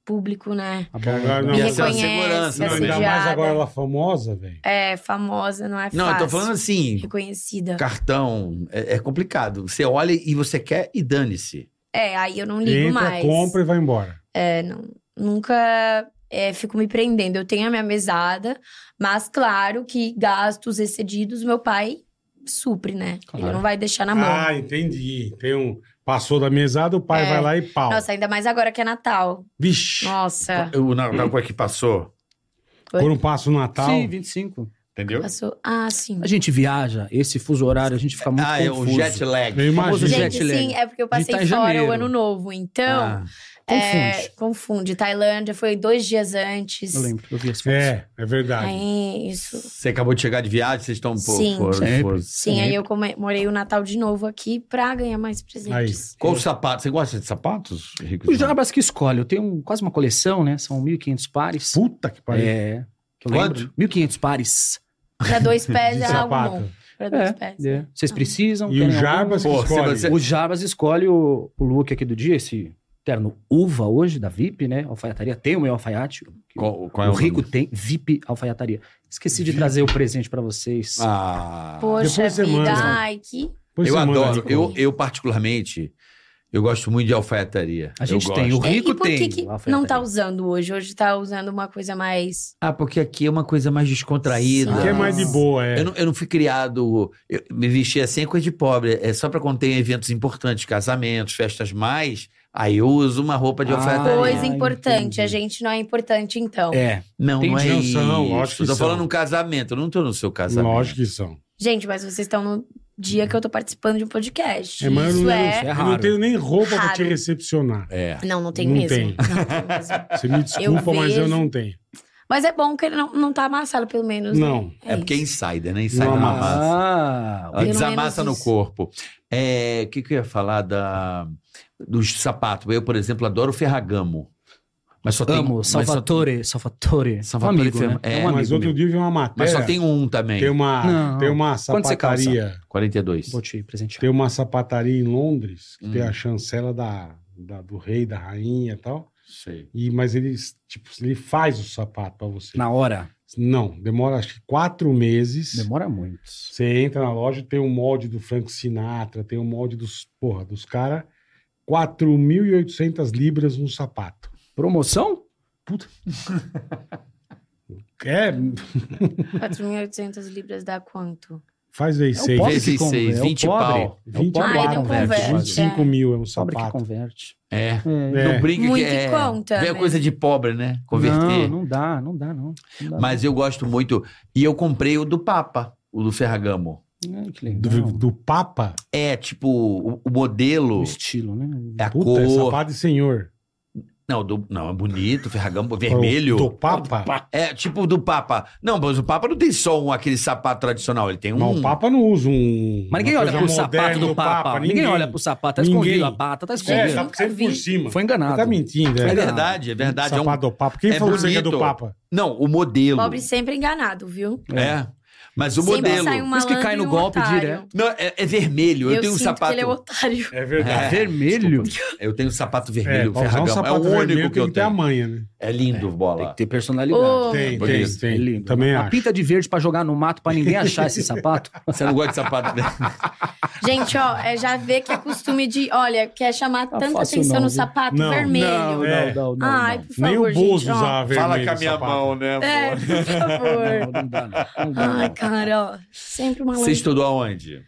público, né? A Cara, bola- não. Me Ia ser uma reconhece, segurança, né? é Não, ainda mais assediada. agora ela famosa, velho. É famosa, não é fácil. Não, eu tô falando assim, Reconhecida. cartão é, é complicado. Você olha e você quer e dane-se. É, aí eu não ligo Entra, mais. compra e vai embora. É, não, nunca é, fico me prendendo. Eu tenho a minha mesada, mas claro que gastos excedidos meu pai supre, né? Claro. Ele não vai deixar na mão. Ah, entendi. Tem um... Passou da mesada, o pai É. vai lá e pau. Nossa, ainda mais agora que é Natal. Vixe, Nossa. O Natal que passou. foi- quando passa o um Natal... Sim, 25. Entendeu? Passou. Ah, sim. A gente viaja, esse fuso horário, a gente fica muito ah, é o confuso. jet lag. Eu Famoso imagino. jet Gente, lag. sim, é porque eu De passei tá em fora janeiro. o ano novo. Então, Ah, é, confunde. confunde. Tailândia foi dois dias antes. Eu lembro, eu vi as fotos. É, é verdade. Aí, isso. Você acabou de chegar de viagem, vocês estão um pouco. Sim. foram- Sempre. foram- Sim, É. aí eu comemorei o Natal de novo aqui pra ganhar mais presentes. Qual o sapato? Você gosta de sapatos, Rico? O Jarbas que escolhe. Eu tenho um- quase uma coleção, né? São 1.500 pares. Puta que pariu. É. Que eu Quanto? lembro. 1.500 pares. Pra dois pés De é algo sapato. bom. Pra dois pés. É, é. Ah. Vocês precisam. E o querem algum? Jarbas que Pô, escolhe. você- O Jarbas escolhe o, o look aqui do dia, esse terno uva hoje, da VIP, né? Alfaiataria. Tem o meu alfaiate. que Qual, qual é o o Rico nome? tem VIP alfaiataria. Esqueci de trazer o presente pra vocês. Ah, Poxa Depois você vida, manda. ai, que... tá- Depois eu você manda, adoro. Rico. Eu, eu, particularmente, eu gosto muito de alfaiataria. A gente Eu tem. O gosto. É, Rico e por tem. que, que o alfaiataria. não tá usando hoje? Hoje tá usando uma coisa mais... Ah, porque aqui é uma coisa mais descontraída. Sim. Que é mais de boa, é. Eu não, eu não fui criado. eu- me vestir assim é coisa de pobre. É só pra quando tem eventos importantes, casamentos, festas mais. Aí eu uso uma roupa de Ah, alfaiataria. Coisa importante. entendi. A gente não é importante, então. É. Não, não é Entendi. isso. Não são, lógico eu que tô são. falando um casamento, eu não tô no seu casamento. Lógico que são. Gente, mas vocês estão no dia que eu tô participando de um podcast. É, mas eu Isso não, é... eu não tenho nem roupa pra raro. te recepcionar. É. Não, não tem Não mesmo. tem. Não tem mesmo. Você me desculpa, mas eu vejo. não tenho. Mas é bom que ele não, não tá amassado, pelo menos. né? Não. É porque é isso. insider, né? Insider Não não amassa. amassa. Ah, Ela Eu não desamassa lembro no disso. corpo. É, O que, que eu ia falar da, dos sapatos? Eu, por exemplo, adoro Ferragamo. Mas só tem um, Amo, mas só- Salvatore, Salvatore. Salvatore um amigo, Ferma- né? é, É, um mas amigo outro meu. dia eu vi uma matéria. Mas É. só tem um também. Tem uma, Não. tem uma Quanto você calça? sapataria. 42. Vou te presentear. Tem uma sapataria em Londres, que Hum. tem a chancela da, da- do rei, da rainha e tal. Sei. E, mas ele, tipo, ele faz o sapato pra você. Na hora. Não, demora acho que quatro meses. Demora muito. Você entra na loja, tem o molde do Frank Sinatra, tem o molde dos, porra, dos caras. 4.800 libras no sapato. Promoção? É, 4.800 libras dá quanto? faz aí É o seis. pobre Vezes que compra, seis, é o 20 pobre. pau. É o 20 pobre Ai, que não converte. converte. quase. 25 mil é um O pobre que sapato. converte. É. É. É. Não brinca Muito que é... em conta, É né? coisa de pobre, né? Converter. Não, não dá, não dá, não. Não dá, Mas eu gosto muito. E eu comprei o do Papa, o do Ferragamo. não. Ai, É, que legal. Do, do Papa? É, tipo, o, o modelo... O estilo, né? É a Puta, é cor... sapato de senhor. Não, do- não, é bonito, Ferragamo, vermelho. Do Papa? É, tipo do Papa. Não, mas o Papa não tem só um, aquele sapato tradicional, ele tem um. Mas o Papa não usa um. Mas ninguém uma olha coisa pro moderna sapato do Papa. Ninguém. olha pro sapato. Tá Ninguém. escondido a pata, tá É, escondido. tá sempre por cima. Foi Você enganado. tá mentindo, É é. verdade, é verdade. É um... Sapato do Papa. Quem É falou que é bonito. do Papa? Não, o modelo. Pobre sempre enganado, viu? É. Mas o Sempre modelo. sai um Por isso que malandro cai no e um golpe otário. direto. Não, é, é vermelho. Eu, Eu, tenho um sinto sapato. que ele é um otário. É É. Vermelho. Desculpa. Eu tenho um sapato É, vermelho, pra usar um Ferragamo. É o sapato único vermelho que eu tem que ter a tenho. manha, né? É lindo, Tem que bola. ter personalidade. Ô. Tem, tem, Bonito. tem. É lindo. Também a acho. pinta de verde pra jogar no mato pra ninguém achar esse sapato. Você não gosta de sapato né? Gente, ó, é, já vê que é costume de... Olha, quer chamar Tá tanta fácil atenção não, no viu? sapato Não, vermelho. não, É. não, Ai, por favor, Nem o gente, Bozo ó. usava vermelho. no sapato. né? É, amor? por favor. Não, não dá, não. Não dá, não. Ai, cara, ó. Sempre uma Você estudou aonde?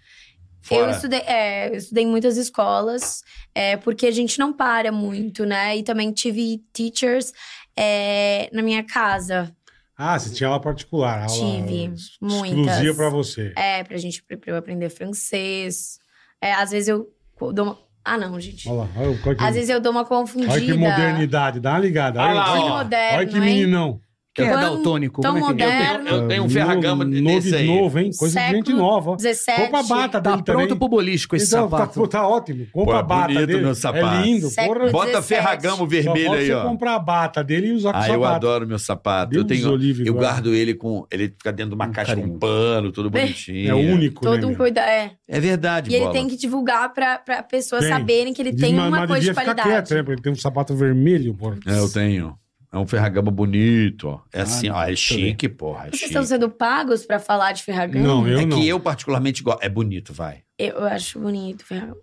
Eu estudei, é, eu estudei em muitas escolas, é, porque a gente não para muito, né? E também tive teachers é, na minha casa. Ah, você tinha aula particular. Aula Tive, Exclusiva muitas. pra você. É, pra gente pra eu aprender francês. É, às vezes eu dou uma... Ah, não, gente. Olha lá, olha, qual que- Às vezes eu dou uma confundida. olha que modernidade. Dá uma ligada. Olha, Olha lá, olha, ó. Que moderno, olha que hein? meninão. Quem é Quando- daltônico? tão Como é que é? moderno. Eu, eu tenho um Ferragamo novo, desse aí. novo, hein? Coisa de gente Século nova. ó. 17. Compra a bata Tá dele pronto também. pro bolisco esse Então, sapato. Tá, tá ótimo. Compra Pô, é a bata bonito dele. meu sapato. É lindo. Século Porra, Bota 17. Ferragamo Só vermelho falta aí, você ó. comprar a bata dele e usar Tá com Ah, eu sapato. adoro meu sapato. Deus eu tenho, nos livre, eu guarda. guardo ele com, ele fica dentro de uma Um caixa com carimbo. pano, tudo Bem, bonitinho. É único, né, Todo um meu? cuidado. É. É verdade, E ele bola. tem que divulgar pra, pra pessoas Tem. saberem que ele tem Mas- uma mas coisa de devia ficar qualidade. quieto, né? Porque ele tem um sapato vermelho, porra. É, eu tenho. É um ferragamo bonito, ó. Ah, É assim, não, ó, é deixa eu chique, porra, é Vocês chique. estão sendo pagos pra falar de Ferragamo? Não, eu é não. que eu particularmente gosto. É bonito, vai. Eu acho bonito, Ferragamo.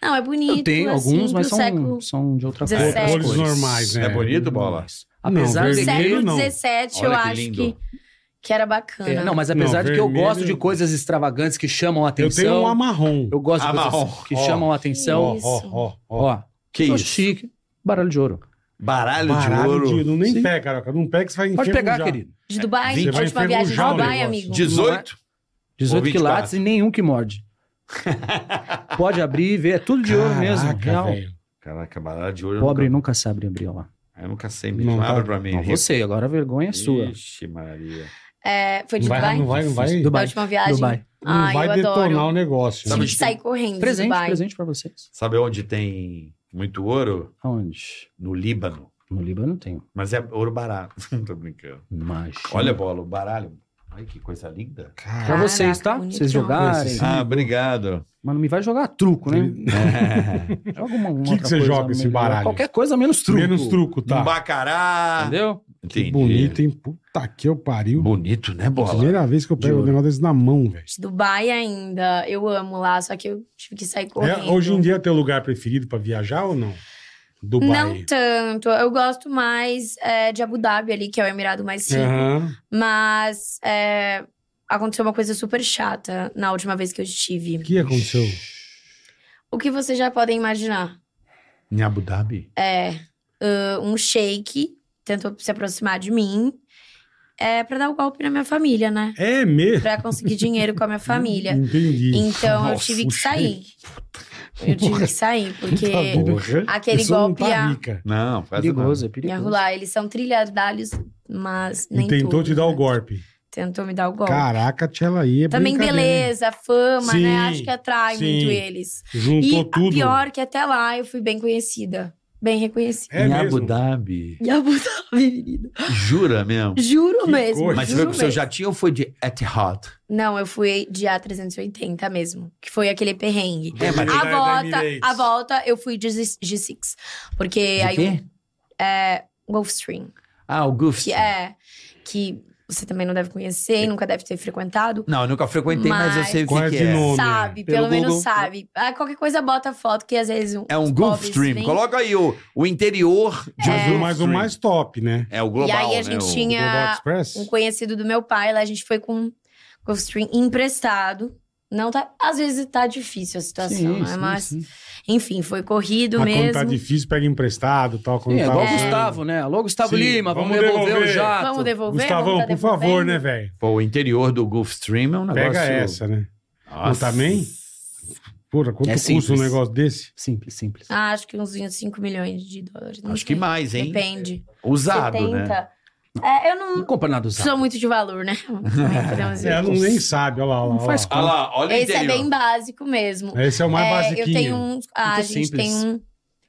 Não, é bonito. Eu tenho assim, alguns, mas pro são, século são de outra Cor- 17. cor. Cores normais, né? É bonito, bola? Apesar Não, de vermelho século que... não. XVII, eu Olha que acho lindo. que, que era bacana. É, não, mas apesar Não, de que eu vermelho- gosto de coisas extravagantes que chamam a Eu atenção... tenho um amarrom. Eu gosto de Amarrom. coisas que Ó. chamam a atenção. Ó, ó, ó, ó. Ó, Que sou isso? chique. Baralho de ouro. Baralho, de Baralho ouro. de- Não nem Sim. pega, Carioca. Não pega que você vai Pode enferrujar. pegar, querido. De Dubai, Você a vai última viagem de enferrujar o Dubai, negócio. amigo. 18? 18 Ou quilates e nenhum que morde. Pode abrir e ver. É tudo de ouro mesmo. Caraca, Real. velho. Caraca, baralho de ouro. eu Pobre nunca... nunca sabe abrir lá. Eu nunca sei mesmo. Não Abre dá. pra mim. Não, Rico. você, agora a vergonha é sua. Ixi, Maria. É, foi de Não vai, Dubai? não vai, não vai, Dubai. Da última viagem. Dubai. tipo, não Ai, vai eu detonar adoro. o negócio. Sabe Tive né? que de sair correndo de Presente, Dubai. presente pra vocês. Sabe onde tem muito ouro? Aonde? No Líbano. No Líbano não tem. Mas é ouro barato. Não tô brincando. Mas. Olha, bola, o baralho. Ai, que coisa linda. Pra Caraca. vocês, tá? Caraca, Vocês bonitão. jogarem. Esse- Ah, obrigado. Mas não me vai jogar truco, né? É. Joga uma, uma Que que outra você coisa joga esse melhor. baralho? Qualquer coisa menos truco. Menos truco, Um tá? Ah, bacará. Entendeu? Entendi. Que bonito, hein? Puta que eu pariu. Bonito, né, bola? Primeira vez que eu De pego um ouro. negócio desse na mão, velho. De Dubai ainda. Eu amo lá, só que eu tive que sair correndo. É, hoje em dia é teu lugar preferido pra viajar ou não? Dubai. Não tanto. Eu gosto mais é, de Abu Dhabi ali, que é o Emirado mais rico. Aham. Mas é, aconteceu uma coisa super chata na última vez que eu estive. O é que aconteceu? O que vocês já podem imaginar? Em Abu Dhabi? É ãh, um shake tentou se aproximar de mim é, para dar o golpe na minha família, né? É mesmo? Pra conseguir dinheiro com a minha família. Entendi. Então Nossa, eu um tive que o sair. Eu tive que sair, porque Tá porra. aquele Isso não golpe ah, tá ia, rica. Não, faz Perigoso, é ia perigoso. rolar. Eles são trilhardários, mas nem E tentou tudo, te dar o né? golpe. Tentou me dar o golpe. Caraca, Tchela aí é Também brincadeira. beleza, fama, Sim, né? Acho que atrai sim. muito eles. Juntou e a tudo. pior é que até lá eu fui bem conhecida. Bem reconhecida. É em mesmo? Abu Dhabi. E a Abu Dhabi, menina. Jura mesmo? Juro Que mesmo. coisa. Mas juro foi com o seu mesmo. jatinho ou foi de Etihad? Não, eu fui de A380 mesmo. Que foi aquele perrengue. É, mas- a Da- da volta, Emirates. a volta eu fui de G- G6. Porque De aí quê? o é, Gulfstream, Ah, o Goof. que é que você também não deve conhecer, e nunca deve ter frequentado. Não, eu nunca frequentei, mas, eu Mas- sei o que, Qual é que de é. nome? Sabe, Pelo pelo, menos Google. sabe. Ah, qualquer coisa bota foto, que às vezes um. É um os Gulf pobres Stream. vêm. Coloca aí o, o interior de Mas, um o, Gulf mas o Stream. mais top, né? É o global, e aí a né, gente o- O Global é, tinha Express? um conhecido do meu pai, lá a gente foi com o Stream emprestado. Não tá, às vezes tá difícil a situação, Sim, né? sim, mas sim. enfim, foi corrido Ah, quando mesmo. tá difícil, pega emprestado tal. Quando Sim, é tá igual o usando. Gustavo, né? Alô, Gustavo Sim, Lima, vamos, vamos devolver, devolver. o jato. Vamos devolver, Gustavão, vamos tá por favor, né, devolvendo? velho? Pô, o interior do Gulf Stream é um negócio... Pega essa, né? Nossa. Ou também? Porra, quanto É custa um simples. negócio desse? Simples, simples. Ah, acho que uns 5 milhões de dólares. não Acho que sei. mais, hein? Depende. Usado, 70. né? É, eu não Não compra nada usado. sou muito de valor, né? Também podemos É, dizer. Ela É, não nem sabe, olha lá, olha Ah lá. Não faz olha Olha lá, olha o Esse é interior. bem básico mesmo. lá. Esse é o mais É, basiquinho. eu tenho um. Ah, a Muito gente simples. tem um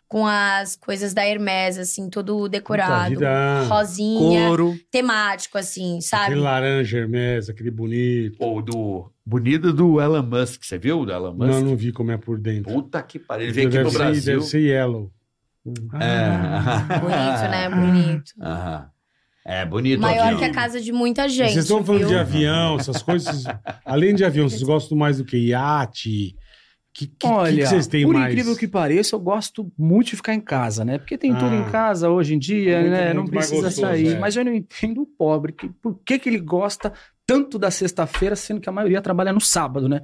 com as coisas da Hermes, assim, todo Puta decorado. vida. Rosinha, Couro. temático, assim, sabe? Aquele laranja Hermes, aquele bonito. Ou do... Bonito do Elon Musk. Você viu o do Elon Musk? Não, não vi como é por dentro. Puta que pariu. Ele veio aqui deve pro ser, Brasil. Deve ser yellow. É. Bonito, Ah. né? Bonito. Aham. É bonito. Maior avião. que a casa de muita gente. Vocês estão falando viu? de avião, essas coisas. vocês- Além de avião, vocês gostam mais do que iate? Que, que, Olha, que que vocês têm por mais? incrível que pareça, eu gosto muito de ficar em casa, né? Porque tem tudo Ah. em casa hoje em dia, Muito, né? muito não mais precisa gostoso, sair. é. Mas eu não entendo o pobre. Que, por que, que ele gosta tanto da sexta-feira, sendo que a maioria trabalha no sábado, né?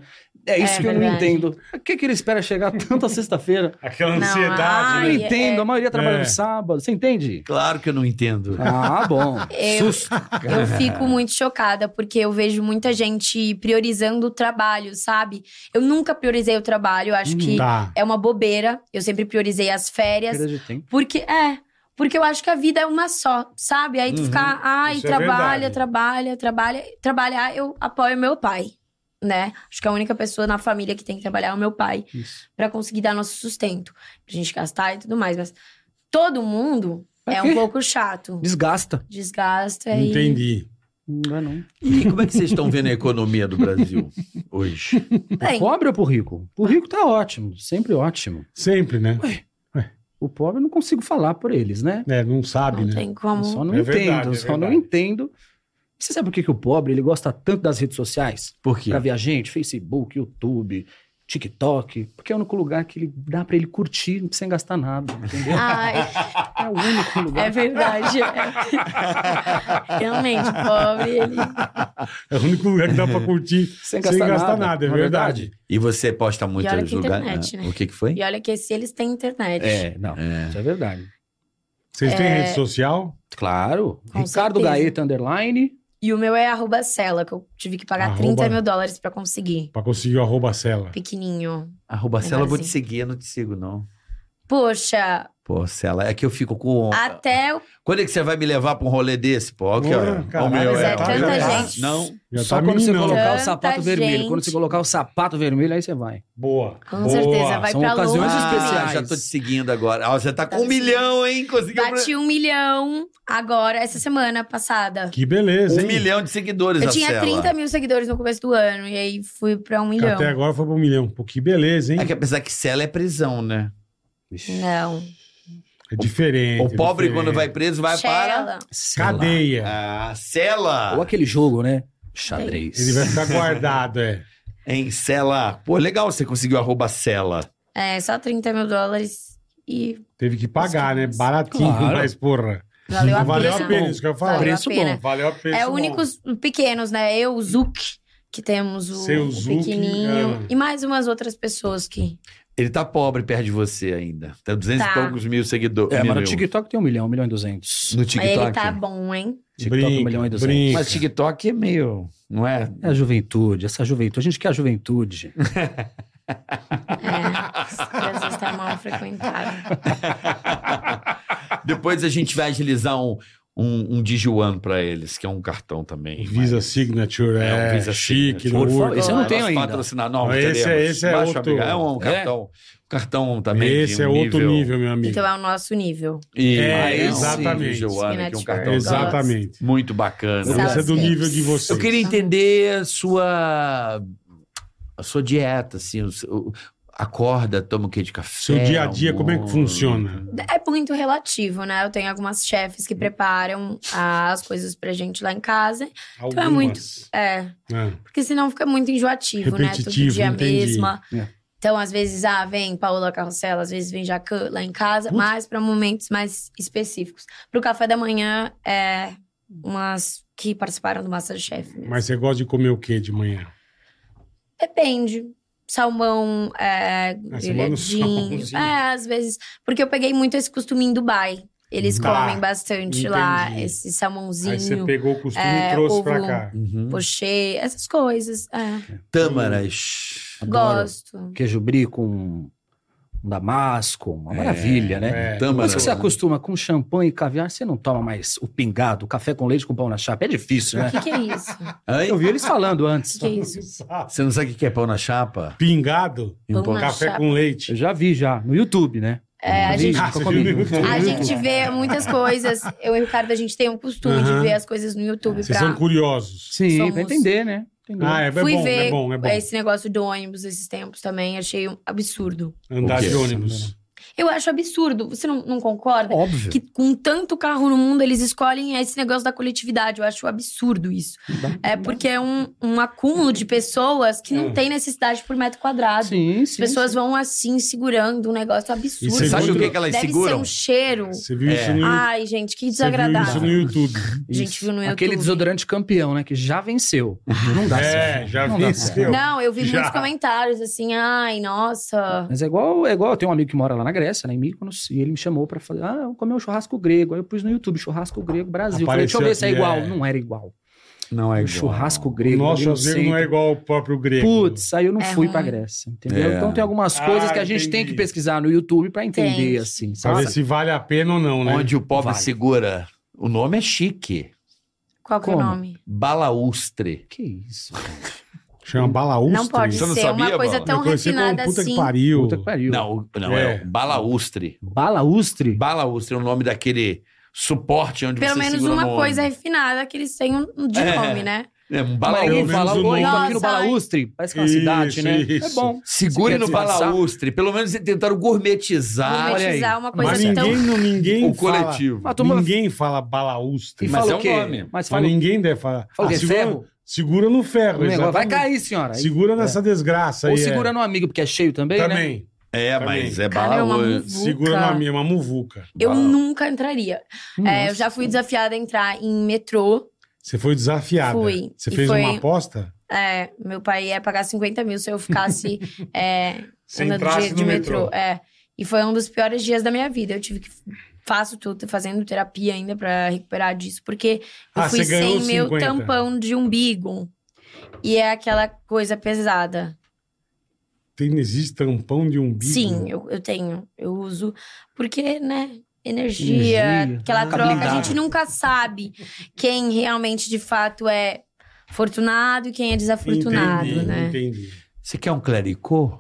É isso É que eu não verdade. entendo. Por que, que ele espera chegar tanto à sexta-feira? Aquela Não, ansiedade, Eu ai, não né? é- entendo, a maioria trabalha É. no sábado. Você entende? Claro que eu não entendo. Ah, bom. Eu- Susto. Eu fico muito chocada, porque eu vejo muita gente priorizando o trabalho, sabe? Eu nunca priorizei o trabalho, eu acho que Tá. é uma bobeira. Eu sempre priorizei as férias. Perda de tempo. Porque é, porque eu acho que a vida é uma só, sabe? Aí tu Uhum. ficar, ai, Isso é trabalha, verdade. trabalha, trabalha, trabalhar, eu apoio meu pai, né? Acho que a única pessoa na família que tem que trabalhar é o meu pai Isso. Pra conseguir dar nosso sustento, pra gente gastar e tudo mais, mas todo mundo Pra é quê? um pouco chato. Desgasta. Desgasta e Entendi. Não dá, não. E como é que vocês estão vendo a economia do Brasil hoje? Bem, Pobre ou pro rico? Pro rico tá ótimo, sempre ótimo. Sempre, né? O pobre eu não consigo falar por eles, né? É, não sabe, não né? tem Eu como. só não É entendo, verdade, é eu só não verdade. entendo. Você sabe por que, que o pobre ele gosta tanto das redes sociais? Por quê? Pra ver a gente, Facebook, YouTube, TikTok, porque é o único lugar que ele dá pra ele curtir sem gastar nada, entendeu? Ai, É o único lugar. é verdade. Realmente, pobre, ele É o único lugar que dá pra curtir sem Sem gastar gastar, nada, nada, é na verdade. verdade. E você posta muito E olha nos que lugares. internet, Ah, né? O que, que foi? E olha que se eles têm internet. É, não, isso é verdade. Vocês têm rede social? Claro. Com Ricardo certeza. Gaeta Underline. E o meu é arroba cela, que eu tive que pagar Arroba- 30 mil dólares pra conseguir. Pra conseguir o arroba cela. Pequenininho. Arroba Cela, eu vou te sim. seguir, eu não te sigo, não. Poxa, Pô, Cela, é que eu fico com. até o Quando é que você vai me levar pra um rolê desse, pô? Olha que Porra, hora. Olha o caralho, meu, mas é é. tanta Olha o meu. gente. Não. Já Só tá quando você meninão. colocar o Tanta sapato vermelho. gente. Quando você colocar o sapato vermelho, aí você vai. Boa. Com boa. certeza, vai São pra longe. ocasiões também. especiais. Ah, já tô te seguindo agora. Ah, você tá com Tá um sim. milhão, hein? Conseguiu. Bati um milhão agora, essa semana passada. Que beleza, Um hein? milhão de seguidores, Eu a tinha Cela. 30 mil seguidores no começo do ano, e aí fui pra um Que milhão. até agora foi pro milhão. Pô, que beleza, hein? É que apesar que Cela é prisão, né? Não. É diferente. o pobre, é quando vai diferente. preso, vai para. Shella. Cadeia. Ah, Ou Cela! aquele jogo, né? Xadrez. Ele vai ficar guardado, é. Em Cela. Pô, legal você conseguiu arroba Cela. É, só 30 mil dólares e Teve que pagar, né? Baratinho, Claro. mas porra. valeu a Não valeu pena. a pena, isso que eu ia falar. Valeu a Preço pena. bom. Valeu a pena. É o único os pequenos, né? Eu, o Zuc, que temos o, Seu o Zuc, pequenininho. é. E mais umas outras pessoas que... Ele tá pobre perto de você ainda. Tem 200 e Tá. poucos mil seguidores. É, mas no Mil. TikTok tem um milhão, um milhão e duzentos. No Mas TikTok. ele tá bom, hein? TikTok, um Brinca, milhão e brinca. duzentos. Mas TikTok é meio. Não é? É a juventude, essa juventude. A gente quer a juventude. É, as crianças estão mal frequentadas. Depois a gente vai agilizar um, um, um Digione pra eles, que é um cartão também. Visa Signature, é, É, um Visa chique, Signature. no Por favor, urso. esse eu não Nosso tenho ainda. patrocinador. Não, Não, esse é- teremos. esse é Baixa, outro- amiga. É um É? cartão. Cartão também. de Esse é um outro nível, meu amigo. Então é o nosso nível. E É, aí, um exatamente. Digione, que é um cartão Exata- Exatamente. muito bacana. Exato. Esse é do Salsicha. nível de vocês. Eu queria entender a sua, a sua dieta, assim, o, seu- acorda, toma o que de café? Seu dia a dia, como é que almoço? funciona? É muito relativo, né? Eu tenho algumas chefes que preparam as coisas pra gente lá em casa. Então é muito. Algumas. É, É. porque senão fica muito enjoativo, né? Todo Repetitivo, dia a entendi. mesma. É. Então, às vezes, ah, vem Paola Carrossela, às vezes vem Jacan lá em casa, mas pra momentos mais específicos. Pro café da manhã, é umas que participaram do Masterchef mesmo. Mas você gosta de comer o que de manhã? Depende. Salmão, é, Ah, você manda um grelhadinho. salmãozinho. É, às vezes. Porque eu peguei muito esse costume em Dubai. Eles Tá, comem bastante lá, entendi. esse Aí você salmãozinho, pegou o costume e é, trouxe ovo pra longo. cá. Uhum. pochê, essas coisas. É, Tâmaras. Adoro. Gosto. Queijo brie com um damasco, uma É, maravilha, né? É. Mas Tâmaras. que você acostuma com champanhe e caviar, você não toma mais o pingado, o café com leite com pão na chapa. É difícil, né? O que, que é isso? Hein? Eu vi eles falando O antes. que é isso? Você não sabe o que que é pão na chapa? Pingado, Pão Pão- na café chapa. com Eu leite. já vi já, no YouTube, né? É, a Vi, gente, Ah, nunca você comi. viu no YouTube? a gente vê muitas coisas. Eu e o Ricardo, a gente tem um costume Aham. de ver as coisas no YouTube Vocês pra. são curiosos. Sim, Somos- pra entender, né? Entender. Ah, é, é Fui bom, ver é bom, é bom. esse negócio do ônibus esses tempos também, achei um absurdo. Andar O quê? de ônibus. Eu acho absurdo. Você não, não concorda? Óbvio. que com tanto carro no mundo eles escolhem esse negócio da coletividade. Eu acho absurdo isso. É porque é um, um acúmulo de pessoas que É. não tem necessidade por metro quadrado. Sim, As sim. pessoas vão assim segurando um negócio absurdo. Você Sabe viu- o que, que elas Deve ser seguram? um cheiro. Você viu isso É. no YouTube? Ai, gente, Você que viu isso Ah, desagradável. no YouTube. sim. A gente viu no YouTube. Ah. Aquele desodorante campeão, né? Que já venceu. Não dá É, certo. já Não vi dá isso. certo. Não, eu vi Já. muitos comentários assim, ai, nossa. Mas é igual, é igual, eu tenho um amigo que mora lá na Grécia, né, em Mykonos, e ele me chamou pra fazer, ah, eu comi um churrasco grego. Aí eu pus no YouTube, churrasco grego Brasil. Eu Falei, deixa eu ver Apareceu se é aqui, igual. é. Não era igual. Não O é um churrasco O grego. ali nosso no às vezes não é centro. igual o próprio grego. Putz, aí eu não É fui pra ruim. Grécia, entendeu? É. Então tem algumas coisas Ah, que a gente tem entendi. que pesquisar no YouTube pra entender, Tem. assim, Pra sabe? ver se vale a pena ou não, né? Onde o pobre Vale. segura. O nome é chique. Qual que é o Como? nome? Balaustre. Que isso? Chama balaústre. Não pode Você ser não sabia, uma coisa Bola? tão Eu conheci como refinada um puta assim. que pariu. Puta que pariu. Não, o- não É. é. o Balaustre. Balaustre? Balaustre é o nome daquele suporte onde Pelo você menos segura uma no homem. coisa refinada que eles têm um, de É. nome, né? É um Mas ninguém menos balaustre. fala, tá o oi, nome. tô aqui no Nossa, ai. Balaustre. Parece que é uma Isso, cidade, né? É isso. bom. Segure Você quer no disfarçar? balaustre. Pelo menos eles tentaram gourmetizar, olha aí. Gourmetizar uma coisa assim Mas tão ninguém, não, ninguém o fala... coletivo. Mas a turma- Ninguém fala E balaústre. Mas fala é o um quê? nome. Mas Mas fala, ninguém deve falar. Ah, fala o quê? segura, Ferro? segura no ferro, O negócio vai exatamente. cair, senhora. Aí- Segura nessa desgraça aí. Ou é. segura no amigo, porque é cheio também, né? Também. É, Também. mas é Cara, é uma balaustre. muvuca. Segura na minha, uma muvuca. Eu Bala- nunca entraria. Hum. É, eu já fui desafiada a entrar em metrô. Você foi desafiada. Fui. Você E fez foi- uma aposta? É, meu pai ia pagar 50 mil se eu ficasse é, Você andando entrasse de, de no metrô. metrô. É. E foi um dos piores dias da minha vida. Eu tive que faço, tô fazendo terapia ainda pra recuperar disso, porque eu Ah, fui você ganhou sem meu 50. tampão de umbigo. E é aquela coisa pesada. Tem, existe tampão de umbigo? Sim, eu, eu tenho. Eu uso. Porque, né? Energia, Energia, ah, aquela troca. A habilidade. gente nunca sabe quem realmente, de fato, é fortunado e quem é desafortunado, entendi, né? Entendi. Você quer um clericô?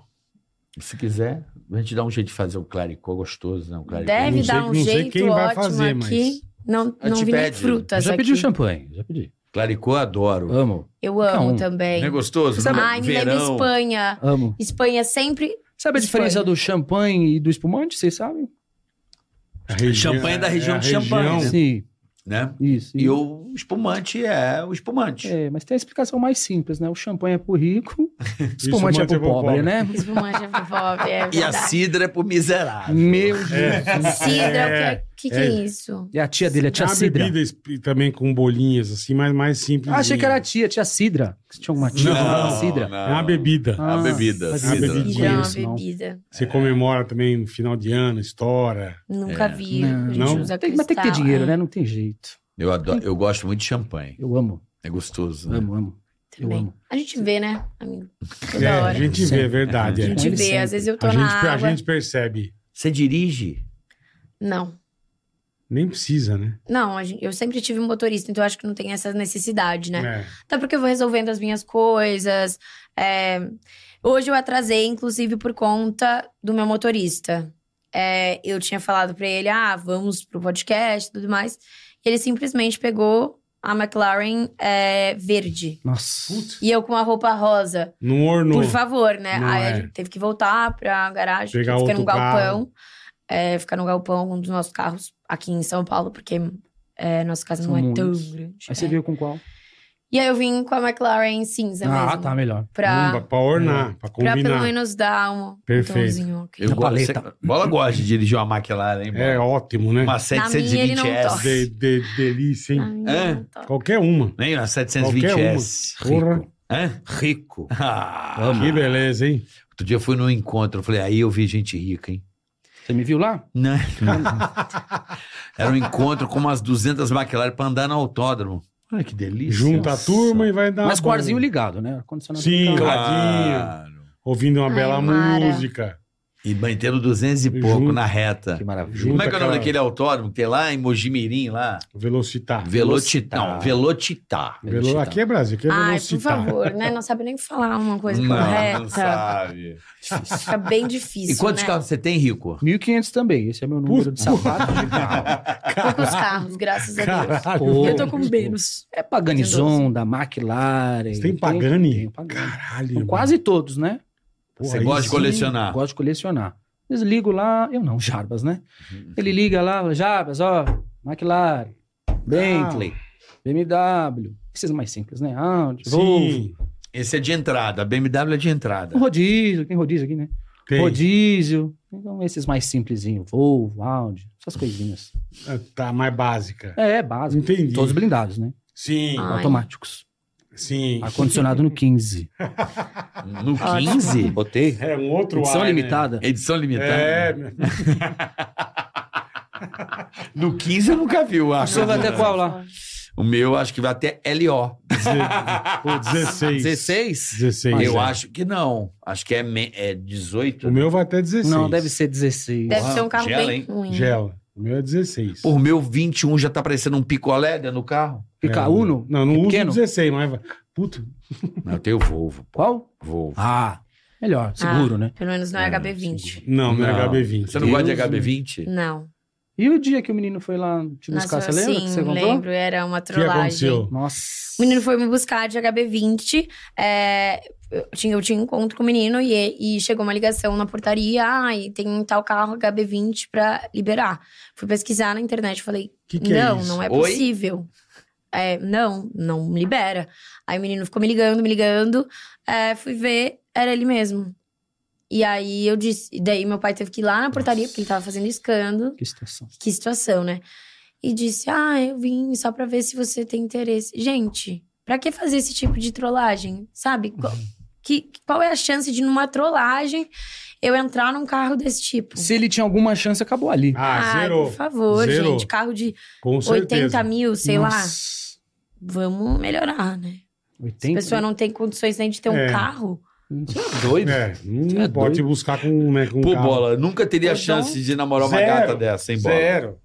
Se quiser, a gente dá um jeito de fazer um clericô gostoso, né? Um clericô. Deve Não sei- dar não um sei jeito quem vai ótimo fazer, mas- aqui. Não, Eu não te vi nem pede. Eu frutas já aqui. pedi o champanhe, já pedi. Clericô eu adoro. Amo, Eu amo Não. também. Não é gostoso? Sabe- Não? Ai, me lembra Verão. Espanha. amo. Espanha sempre. Sabe a Isso diferença foi. do champanhe e do espumante, vocês sabem? A regi- Champanhe da é região a de champanhe, região- né? Sim, né? isso. E o espumante é o espumante. É, mas tem a explicação mais simples, né? O champanhe é pro rico, o espumante é pro pobre, né? Espumante é pobre, é E a verdade. cidra é pro miserável. Meu Deus. Cidra, É, o que, que é, isso? É a tia dele, a Tinha tia uma Cidra. bebida esp- também com bolinhas, assim, mas mais simples. Ah, achei que era a tia, tia Cidra. Que Tinha uma tia chamada Cidra. É uma bebida. Ah, é. A bebida, mas Cidra. não Cidra é uma conheço, não. bebida. Você comemora também no final de ano, estoura. Nunca vi. Não. A gente Não? usa Tem- mas tem que ter cristal, dinheiro, é. né? Não tem jeito. Eu, adoro- eu gosto muito de champanhe. Eu amo, É gostoso, né? amo, amo. Eu Também. amo. A gente vê, né, amigo? Toda É, a hora. gente vê, é verdade. A é. A gente gente vê, sempre. às vezes eu tô A na gente, a água. gente percebe. Você dirige? Não. Nem precisa, né? Não, a gente- eu sempre tive um motorista, então eu acho que não tem essa necessidade, né? É. Até porque eu vou resolvendo as minhas coisas. é. Hoje eu atrasei, inclusive, por conta do meu motorista. É, eu tinha falado pra ele, ah, vamos pro podcast e tudo mais. E ele simplesmente pegou a McLaren é, verde. Nossa. Putz, E eu com a roupa rosa. não ornou. Por favor, né? Não Aí é. a gente teve que voltar pra garagem, Pegar ficar outro num galpão. É, ficar num galpão, um dos nossos carros aqui em São Paulo, porque é, nossa casa São não é muitos. tão grande. Aí você é. veio com qual? E aí eu vim com a McLaren cinza ah, é mesmo. tá, melhor. Pra, Pra, pra ornar, pra pra pelo combinar. menos dar um Perfeito. tomzinho, ok. Eu Na go- paleta. Você- Bola gosta de dirigir uma McLaren, hein? É Bola? ótimo, né? Uma ele não 720 S. torce. De, de- delícia, Ah, É? hein? não, tá. Qualquer uma. Nem uma 720 Qualquer S. Porra. Hã? Rico. Ah, Que beleza, hein? outro dia eu fui num encontro, eu falei, aí eu vi gente rica, hein? Você me viu lá? Né? Tá Era um encontro com umas 200 McLaren pra andar no autódromo. Olha que delícia. Junta Nossa. a turma e vai dar. Mas uma com o arzinho boa. ligado, né? Ar-condicionado Sim, ligado. claro. Claro. Ouvindo uma Ai, bela Mara. música. E mantendo 200 e pouco Junta. na reta. Ah, Que maravilha. Junta Como é que é o nome aquela- daquele autódromo que tem lá em Mojimirim, lá? Velocitar. Velocitar. Não, Velocitar. Velo- Aqui é Brasil, aqui é Ai, por velocitar. favor, né? Não sabe nem falar uma coisa Não, não correta. sabe. Fica bem difícil, E quantos né? carros você tem, Rico? 1.500 também. Esse é meu número de sapato. Poucos carros, graças a Deus. Caralho, Pô. Eu tô com menos. É Paganizonda, McLaren. Você tem Pagani? Tem Pagani. Caralho. São mano. quase todos, né? Porra, você aí gosta de sim. colecionar? Gosto de colecionar. Eles ligam lá, eu não, Jarbas, né? Uhum. Ele liga lá, Jarbas, ó, McLaren, Bentley, BMW, esses mais simples, né? Audi, Volvo, Ah. Um Sim, Esse é de entrada, a BMW é de entrada. rodízio, tem rodízio aqui, né? tem. Rodízio, então esses mais simplesinho, Volvo, Audi, essas coisinhas. Tá mais básica. É, é básico, Entendi. todos blindados, né? Sim, Ah. Ai. Automáticos, sim. ar-condicionado no 15. No 15? Botei? É um outro Edição ar, né? limitada. Edição limitada. É, No 15 eu nunca vi, eu O acho. senhor vai até qual lá? O meu acho que vai até LO. ou 16. 16? Ah, 16. eu é. acho que não. Acho que é, me- é 18. O meu vai até 16. Não, deve ser 16. Deve Uau, ser um carro gela, bem hein? ruim. Gela. O meu é 16. O meu 21 já tá parecendo um picolé dentro do carro. Fica É, Uno? Não, não É uso pequeno? 16, mas... vai- Puta, Não, eu tenho Volvo. Qual? Volvo. Ah, melhor, seguro, né? Pelo menos não é Ah, HB20. não, não, é Não. HB20. Você não gosta de Deus HB20? Não. E o dia que o menino foi lá te buscar, Nossa, você lembra sim, que você contou? assim, lembro. Era uma O que trollagem. aconteceu? Nossa. O menino foi me buscar de HB20. é, eu, tinha, eu tinha encontro com o menino e, e chegou uma ligação na portaria. Ah, e tem um tal carro HB20 pra liberar. Fui pesquisar na internet. Falei, O que, que não, é isso? não é Oi? possível. É, não, não me libera. Aí o menino ficou me ligando, me ligando. É, fui ver, era ele mesmo. E aí eu disse. e Daí meu pai teve que ir lá na portaria, porque ele tava fazendo escândalo Que situação. que situação, né? E disse: Ah, eu vim só pra Uhum. ver se você tem interesse. Gente, pra que fazer esse tipo de trollagem? Sabe? Co- que, qual é a chance de, numa trollagem, eu entrar num carro desse tipo? Se ele tinha alguma chance, acabou ali. Ah, Ai, zerou. por favor, Zerou. gente. Carro de Com 80 certeza. mil, sei lá. Nossa, Vamos melhorar, né? Se 80? a pessoa não tem condições nem de ter um É. carro. Você é doido. É, Você não é pode doido. buscar com, né, com Pô, carro. bola, nunca teria a Então, chance de namorar uma zero, gata dessa, hein, bola? Zero.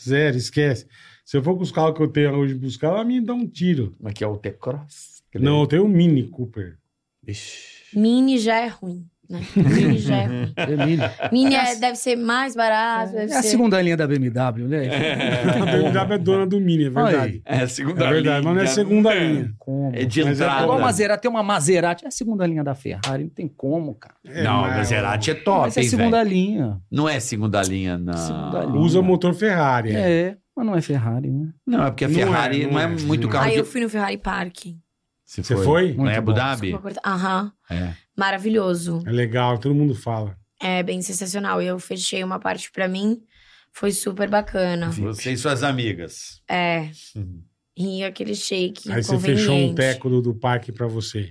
Zero, esquece. Se eu for com os carros que eu tenho hoje buscar, ela me dá um tiro. Como é que é o T-Cross? Não, eu tenho um Mini Cooper. Mini já é ruim, né? Mini já é ruim. Termina. Mini é- deve ser mais barato, deve né? É a ser- segunda linha da BMW, né? A BMW é dona do Mini, é verdade. É, segunda É verdade, linha. mas não é segunda linha. Como? É de Mas é Igual a bom, entrada. mas Maserati, tem uma Maserati. É a segunda linha da Ferrari, não tem como, cara. É, não, mas- Maserati é Mas top, é hein, segunda velho? linha. Não é segunda linha, não. Segunda linha. Usa motor Ferrari. é. É. mas não é Ferrari, né? Não, é porque a Não é, Ferrari não não é, é, muito não é. carro Aí de... eu fui no Ferrari Parking. Você foi? Não é Muito Abu bom. Dhabi? Aham. É. Maravilhoso. É legal, todo mundo fala. É bem sensacional. Eu fechei uma parte pra mim. Foi super bacana. Você e suas amigas. É. Uhum. E aquele shake Aí você conveniente. fechou um teco do, do parque pra você.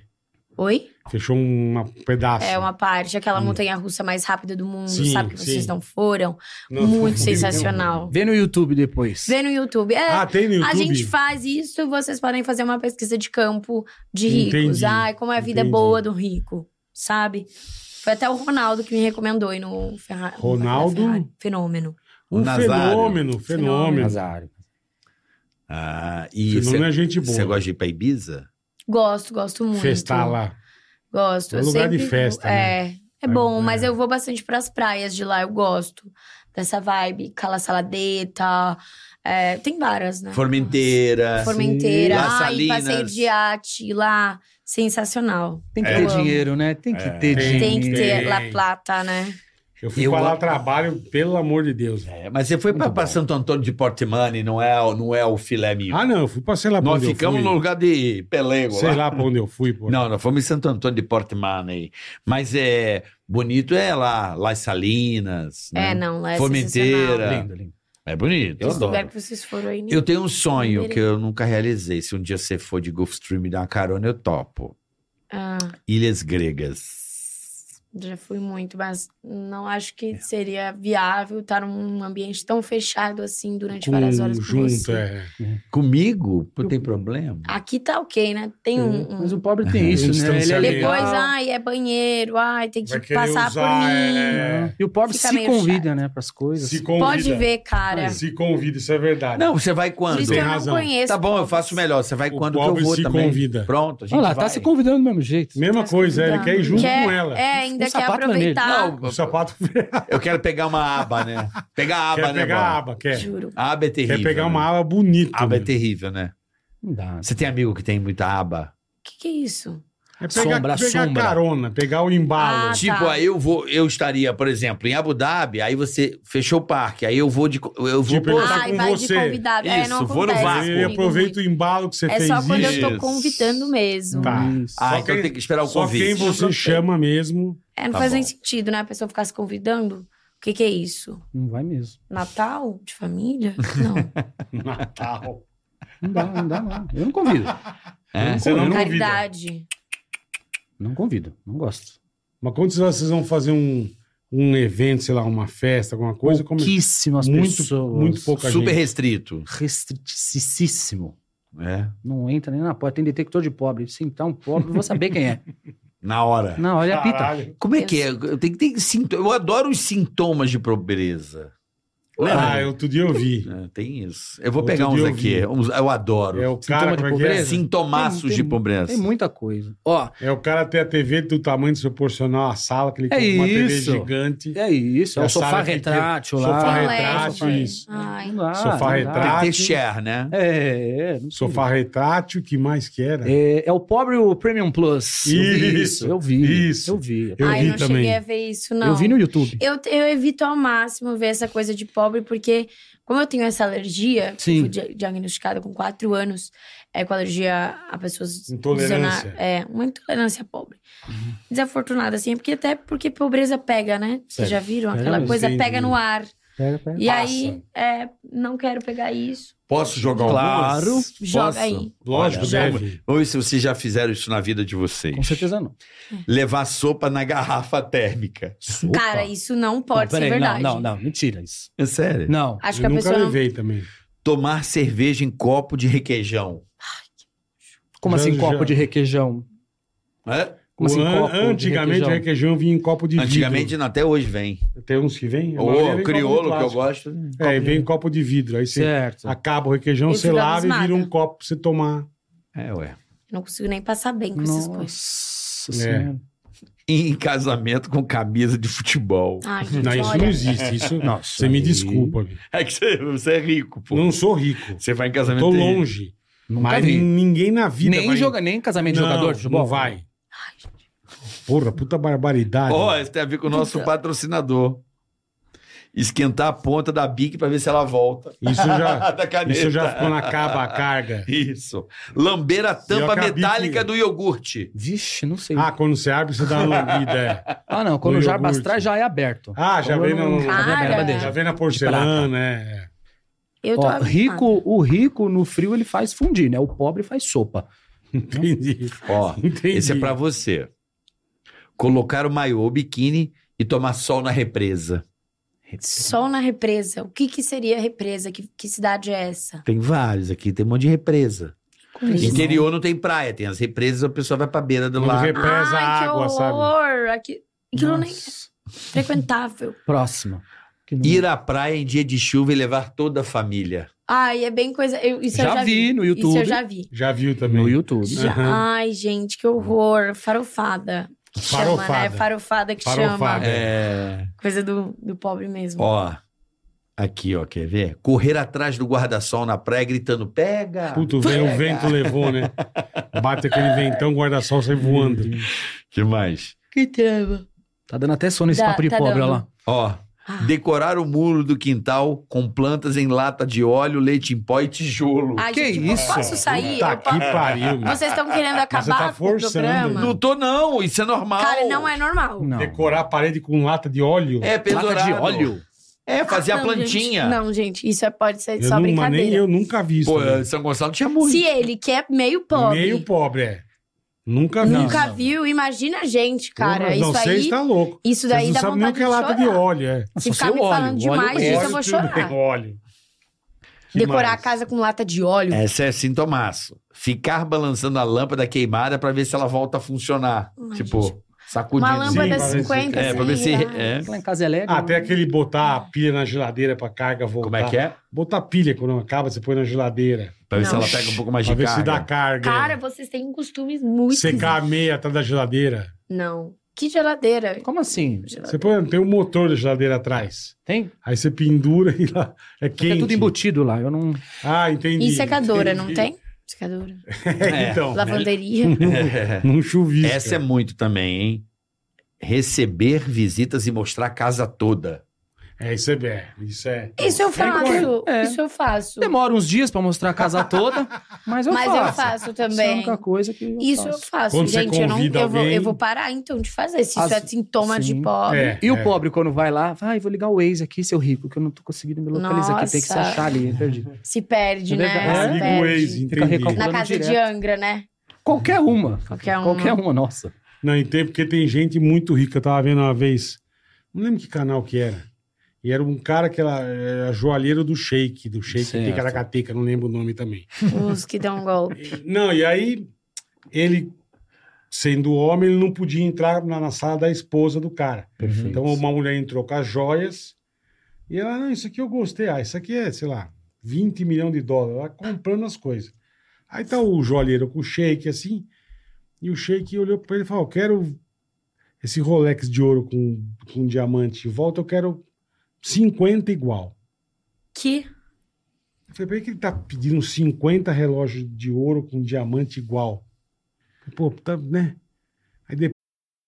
Oi? Fechou um pedaço. É uma parte, aquela Hum. montanha russa mais rápida do mundo, Sim, sabe? Que vocês sim. não foram. Não, Muito não. sensacional. Vê no YouTube depois. Vê no YouTube. É, Ah, tem no YouTube? A gente faz isso, vocês podem fazer uma pesquisa de campo de ricos. Entendi, Ai, como é a vida entendi. boa do rico, sabe? Foi até o Ronaldo que me recomendou ir no Ferrari. Ronaldo? Fenômeno. Um Nazário. fenômeno, fenômeno. Nazário. Ah, Fenômeno e é você, gente boa. você gosta de ir pra Ibiza? Gosto, gosto muito. Festar lá. Gosto. É eu lugar de sempre- festa, né? É. É bom, É. mas eu vou bastante pras praias de lá, eu gosto dessa vibe. Cala Saladeta, é, tem várias, né? Formenteira. Formenteira, Sim. Las ai, Salinas. passeio de arte lá, sensacional. Tem que É. ter Eu amo. dinheiro, né? Tem que ter Tem. dinheiro. Tem que ter Tem. La Plata, né? Eu fui Eu pra lá amo. trabalho, pelo amor de Deus. velho. É, mas você foi pra, pra Santo Antônio de Portimani, não é, o- não é o filé mignon. Ah, não, eu fui pra sei lá pra Nós onde eu ficamos fui. no lugar de pelego Sei lá. lá pra onde eu fui, pô. Não, nós fomos em Santo Antônio de Portimani. Mas é bonito é lá, Las Salinas. né? É, não, lá é Formenteira. Lindo, lindo. É bonito. Eu lugar que vocês foram aí. né? Eu tenho um sonho que eu nunca realizei. Se um dia você for de Gulfstream e dar uma carona, eu topo. Ah, Ilhas Gregas. já fui muito, mas não acho que seria viável estar num ambiente tão fechado assim durante Com- várias horas com junto, você. é. Comigo? Pô, tem problema? Aqui tá ok, né? Tem um... um- Mas o pobre tem isso, né? Ele é distanciamento. legal. Depois, ai, é banheiro, ai, tem que Vai querer passar usar, por mim. é. E o pobre Fica se meio convida, né? Pras coisas. Se convida. Pode ver, cara. Se convida, isso é verdade. assim. Não, você vai Ah, Por quando? isso que eu não razão. conheço. Tá bom, eu faço melhor. Você vai O quando que eu pobre vou se também. convida. Pronto, a gente Olha lá, vai. tá se convidando do mesmo jeito. Mesma coisa, é, ele quer ir junto Quer- com ela. É, ainda Um quer sapato vermelho. aproveitar. Não, O sapato eu quero pegar uma aba, né? Pegar a aba, quer né, pegar Bola? a aba, quer. Juro. A aba é terrível. quer pegar né? uma aba bonita. Aba é meu. terrível, né? Não dá. Você tem amigo que tem muita aba? Que que é isso? É pegar, Sombra, pegar sombra. carona, pegar o embalo. assim. Ah, tipo, tá. aí eu vou, eu estaria, por exemplo, em Abu Dhabi, aí você fechou o parque, aí eu vou de co- eu vou Tipo, pô, ele tá Ai, com vai de você. convidado. é, não Isso, vou no acontece vácuo. comigo Ele aproveita muito. o embalo que você É fez. só quando isso. eu tô isso. convidando mesmo. Tá. é Ah, Só então quem- tem que esperar o Só convite. quem você chama mesmo. É, não Tá faz bom. nem sentido, né? A pessoa ficar se convidando. O que que é isso? Não vai mesmo. Natal? De família? Não. Natal. Não dá, não dá, não. Eu não convido. É? Você não convida. Caridade. Não convido. Não gosto. Mas quando vocês vão fazer um, um evento, sei lá, uma festa, alguma coisa, como é Pouquíssimas muito, pessoas. muito pouca Super gente. restrito. Restriticíssimo. É. Não entra nem na porta. Tem detector de pobre. Se entrar um pobre, eu vou saber quem é. Na hora. Não, olha a pita. Caralho. Como é que é? Eu, tenho, tem sinto- eu adoro os sintomas de pobreza. Ah, Lembra? outro dia eu vi. É, tem isso. Eu vou Outro pegar uns dia eu aqui. vi. uns- eu adoro. É o Sintoma cara, de como é que é? pobreza? Sintomaços Tem- tem- de pobreza. Tem muita coisa. Ó, É o cara ter a TV do tamanho desproporcional à sala, que ele É compra uma TV isso. gigante. é isso. É o Essa sofá área que- retrátil lá. É sofá Tem retrátil, leve. Ah, é isso. Ai. Não dá, Sofá não dá. Tem que retrátil. ter share, né? É, é. não Sofá retrátil, que mais que era? É, é o pobre o Premium Plus. Eu vi Isso, eu vi. isso. Eu vi. Eu Ai, vi não também. cheguei a ver isso, não. Eu vi no YouTube. Eu, eu evito ao máximo ver essa coisa de pobre, porque como eu tenho essa alergia, que Sim. eu fui dia- diagnosticada com quatro anos, é com alergia a pessoas... Intolerância. desana- É, uma intolerância pobre. é Desafortunada, assim, porque até porque pobreza pega, né? Vocês já viram? Pega Aquela mesmo. coisa Entendi. pega no ar. Pega, pega. E Passa. aí, é, não quero pegar isso. Posso jogar Claro. algumas? Joga Posso? aí. Lógico, Olha, deve. Vamos ver se vocês já fizeram isso na vida de vocês. Com certeza não. Levar sopa na garrafa térmica. Cara, isso não pode Não, ser peraí, verdade. Não, não, não, mentira isso. É sério. Não. Acho que eu a nunca pessoa não. levei também. Tomar cerveja em copo de requeijão. Como Já- assim já- copo de requeijão? Hã? Como assim O an- copo antigamente, de requeijão. requeijão? requeijão vinha em copo de vidro. Antigamente não, até hoje vem. Tem uns que vem. a maioria Ou vem em copo de crioulo, que eu plástico. gosto. É, vem em copo de vidro. Aí você Certo. acaba o requeijão, E você fica lava e abismada. vira um copo pra você tomar. É, ué. Não consigo nem passar bem com essas coisas. É. Nossa senhora. Em casamento com camisa de futebol. Ai, gente, Não, isso olha. não existe. Isso, Nossa, você me aí- desculpa. bicho. É que você, você é rico, pô. Não sou rico. Você vai em casamento. Tô de- longe. Nunca mas vi. ninguém na vida Nem, vai... joga, nem casamento de Não, jogador de futebol? Não vai. Porra, puta barbaridade. Ó, isso tem a ver com o nosso patrocinador. Esquentar a ponta da bique pra ver se ela volta. Isso já, da caneta. isso já ficou na caba a carga. Isso. Lamber a E tampa a Bic- metálica do iogurte. Vixe, não sei. Ah, Ah, quando você abre, você dá uma lambida. é. não, quando do o jar iogurte. bastrar já é aberto. Ah, já Então, vem eu não- no... já vem aberto, Cara. bandeja. Já vem na porcelana, né? Eu tô Ó, abismada. rico, o rico no frio ele faz fundir, né? O pobre faz sopa. Entendi. Ó, Entendi. esse é pra você. Colocar o maiô ou biquíni e tomar sol na represa. Sol na represa. O que que seria represa? Que, que cidade é essa? Tem vários aqui, tem um monte de represa. Como isso? Interior não tem praia, tem as represas, a pessoa vai pra beira do Quando lago. represa a Ai, água, que sabe? horror! Aqui, aquilo nem é Nossa. frequentável. Próximo. Que Hum. não- Ir à praia em dia de chuva e levar toda a família. Ai, é bem coisa... Eu, isso Já eu já vi vi. no Isso YouTube. eu já vi. Já viu é também. No YouTube. Já- Aham. Ai, gente, que horror. Farofada. Que Chama, Farofada. né? Farofada que Farofada. chama. É. Coisa do, do pobre mesmo. Ó. Aqui, ó, quer ver? Correr atrás do guarda-sol na praia gritando: pega! Puto, o vento- o vento levou, né? Bate aquele ventão, o guarda-sol sai voando. Que mais? Que tema. Tá dando até sono esse Dá- papo de tá pobre, olha dando. lá. Ó. Ah. Decorar o muro do quintal com plantas em lata de óleo, leite em pó e tijolo. Ai, Que gente, eu isso? Posso sair? Tá Eu po- que pariu, meu. Vocês estão querendo acabar Você tá com o forçando. programa? Não tô, não. Isso é normal. Cara, não é normal. Não. Decorar a parede com lata de óleo. É Lata pendurado. de óleo. É, fazer a Ah, Não, plantinha. gente, não, gente, isso é- pode ser eu só não, mas nem brincadeira. eu nunca vi isso. Pô, é né? São Gonçalo tinha muito. Se ele, que é meio pobre, Meio pobre, é. Nunca vi. nunca não. viu, imagina a gente, cara. Porra, isso não, vocês daí, tá louco. isso Vocês daí não dá sabem nem o vontade que de é lata de chorar. óleo, é. Nossa, Se ficar seu me óleo, falando óleo demais mesmo. Óleo, disso, é eu vou tudo chorar. bem, óleo. Que Decorar mais? a casa com lata de óleo. Essa é sintomaço. Ficar balançando a lâmpada queimada pra ver se ela volta a funcionar. Ai, tipo, gente. sacudindo. Uma Sim, lâmpada assim, né? pra ver se- 50, É, pra ver se. sei lá. é. Lá em casa é elétrica. Ah, tem aquele botar a pilha na geladeira pra carga voltar. Como é que é? Botar pilha quando acaba, você põe na geladeira. Pra ver se Não. ela pega um pouco mais Pra de ver se dá carga. carga. né? Cara, vocês têm costumes muito... Secar a meia atrás da geladeira. Não. Que geladeira? Como assim? Você põe, tem um motor da geladeira atrás. Tem? Aí você pendura e lá é quente. É tudo embutido lá. Eu não. Ah, entendi. E secadora, não Entendi. tem? Secadora. É, então, Lavanderia. É. num chuvisco. Essa é muito também, hein? Receber visitas e mostrar a casa toda. é... isso é... é, Isso é... Isso eu faço. É. Isso eu faço. Demora uns dias pra mostrar a casa toda, mas eu Mas faço. eu faço Essa é a também. única coisa que eu Isso eu faço. faço, Quando você gente. Eu, não, convida eu, vou, alguém- eu vou parar então de fazer. Se isso Ah, é sintoma sim. de pobre. É, E é. o pobre, quando vai lá, vai, vou ligar o ex aqui, seu rico, que eu não tô conseguindo me localizar aqui, tem que se Nossa. achar ali, é perdi. Se perde, É né? verdade. Ah, Se liga o ex, perde. entendi. recalcado. Na Falando casa de direto. Angra, né? Qualquer uma. Qualquer uma. Qualquer uma, nossa. Não, e tem porque tem gente muito rica. Eu tava vendo uma vez... Não lembro que canal que era. E era um cara que era, era joalheiro do Sheik, do Sheik Certo. Ticaracateca, não lembro o nome também. Os que dão golpe. Não, e aí ele, sendo homem, ele não podia entrar na, na sala da esposa do cara. Perfeito. Uhum. Então uma mulher entrou com as joias e ela, não, isso aqui eu gostei. Ah, isso aqui é, sei lá, 20 milhões de dólares. Ela comprando as coisas. Aí tá o joalheiro com o shake assim, e o shake olhou pra ele e falou: "Ó, eu quero esse Rolex de ouro com, com diamante em volta, eu quero 50 igual. Que? Eu falei, por que que ele tá pedindo 50 relógios de ouro com diamante igual? Pô, tá, né? Aí depois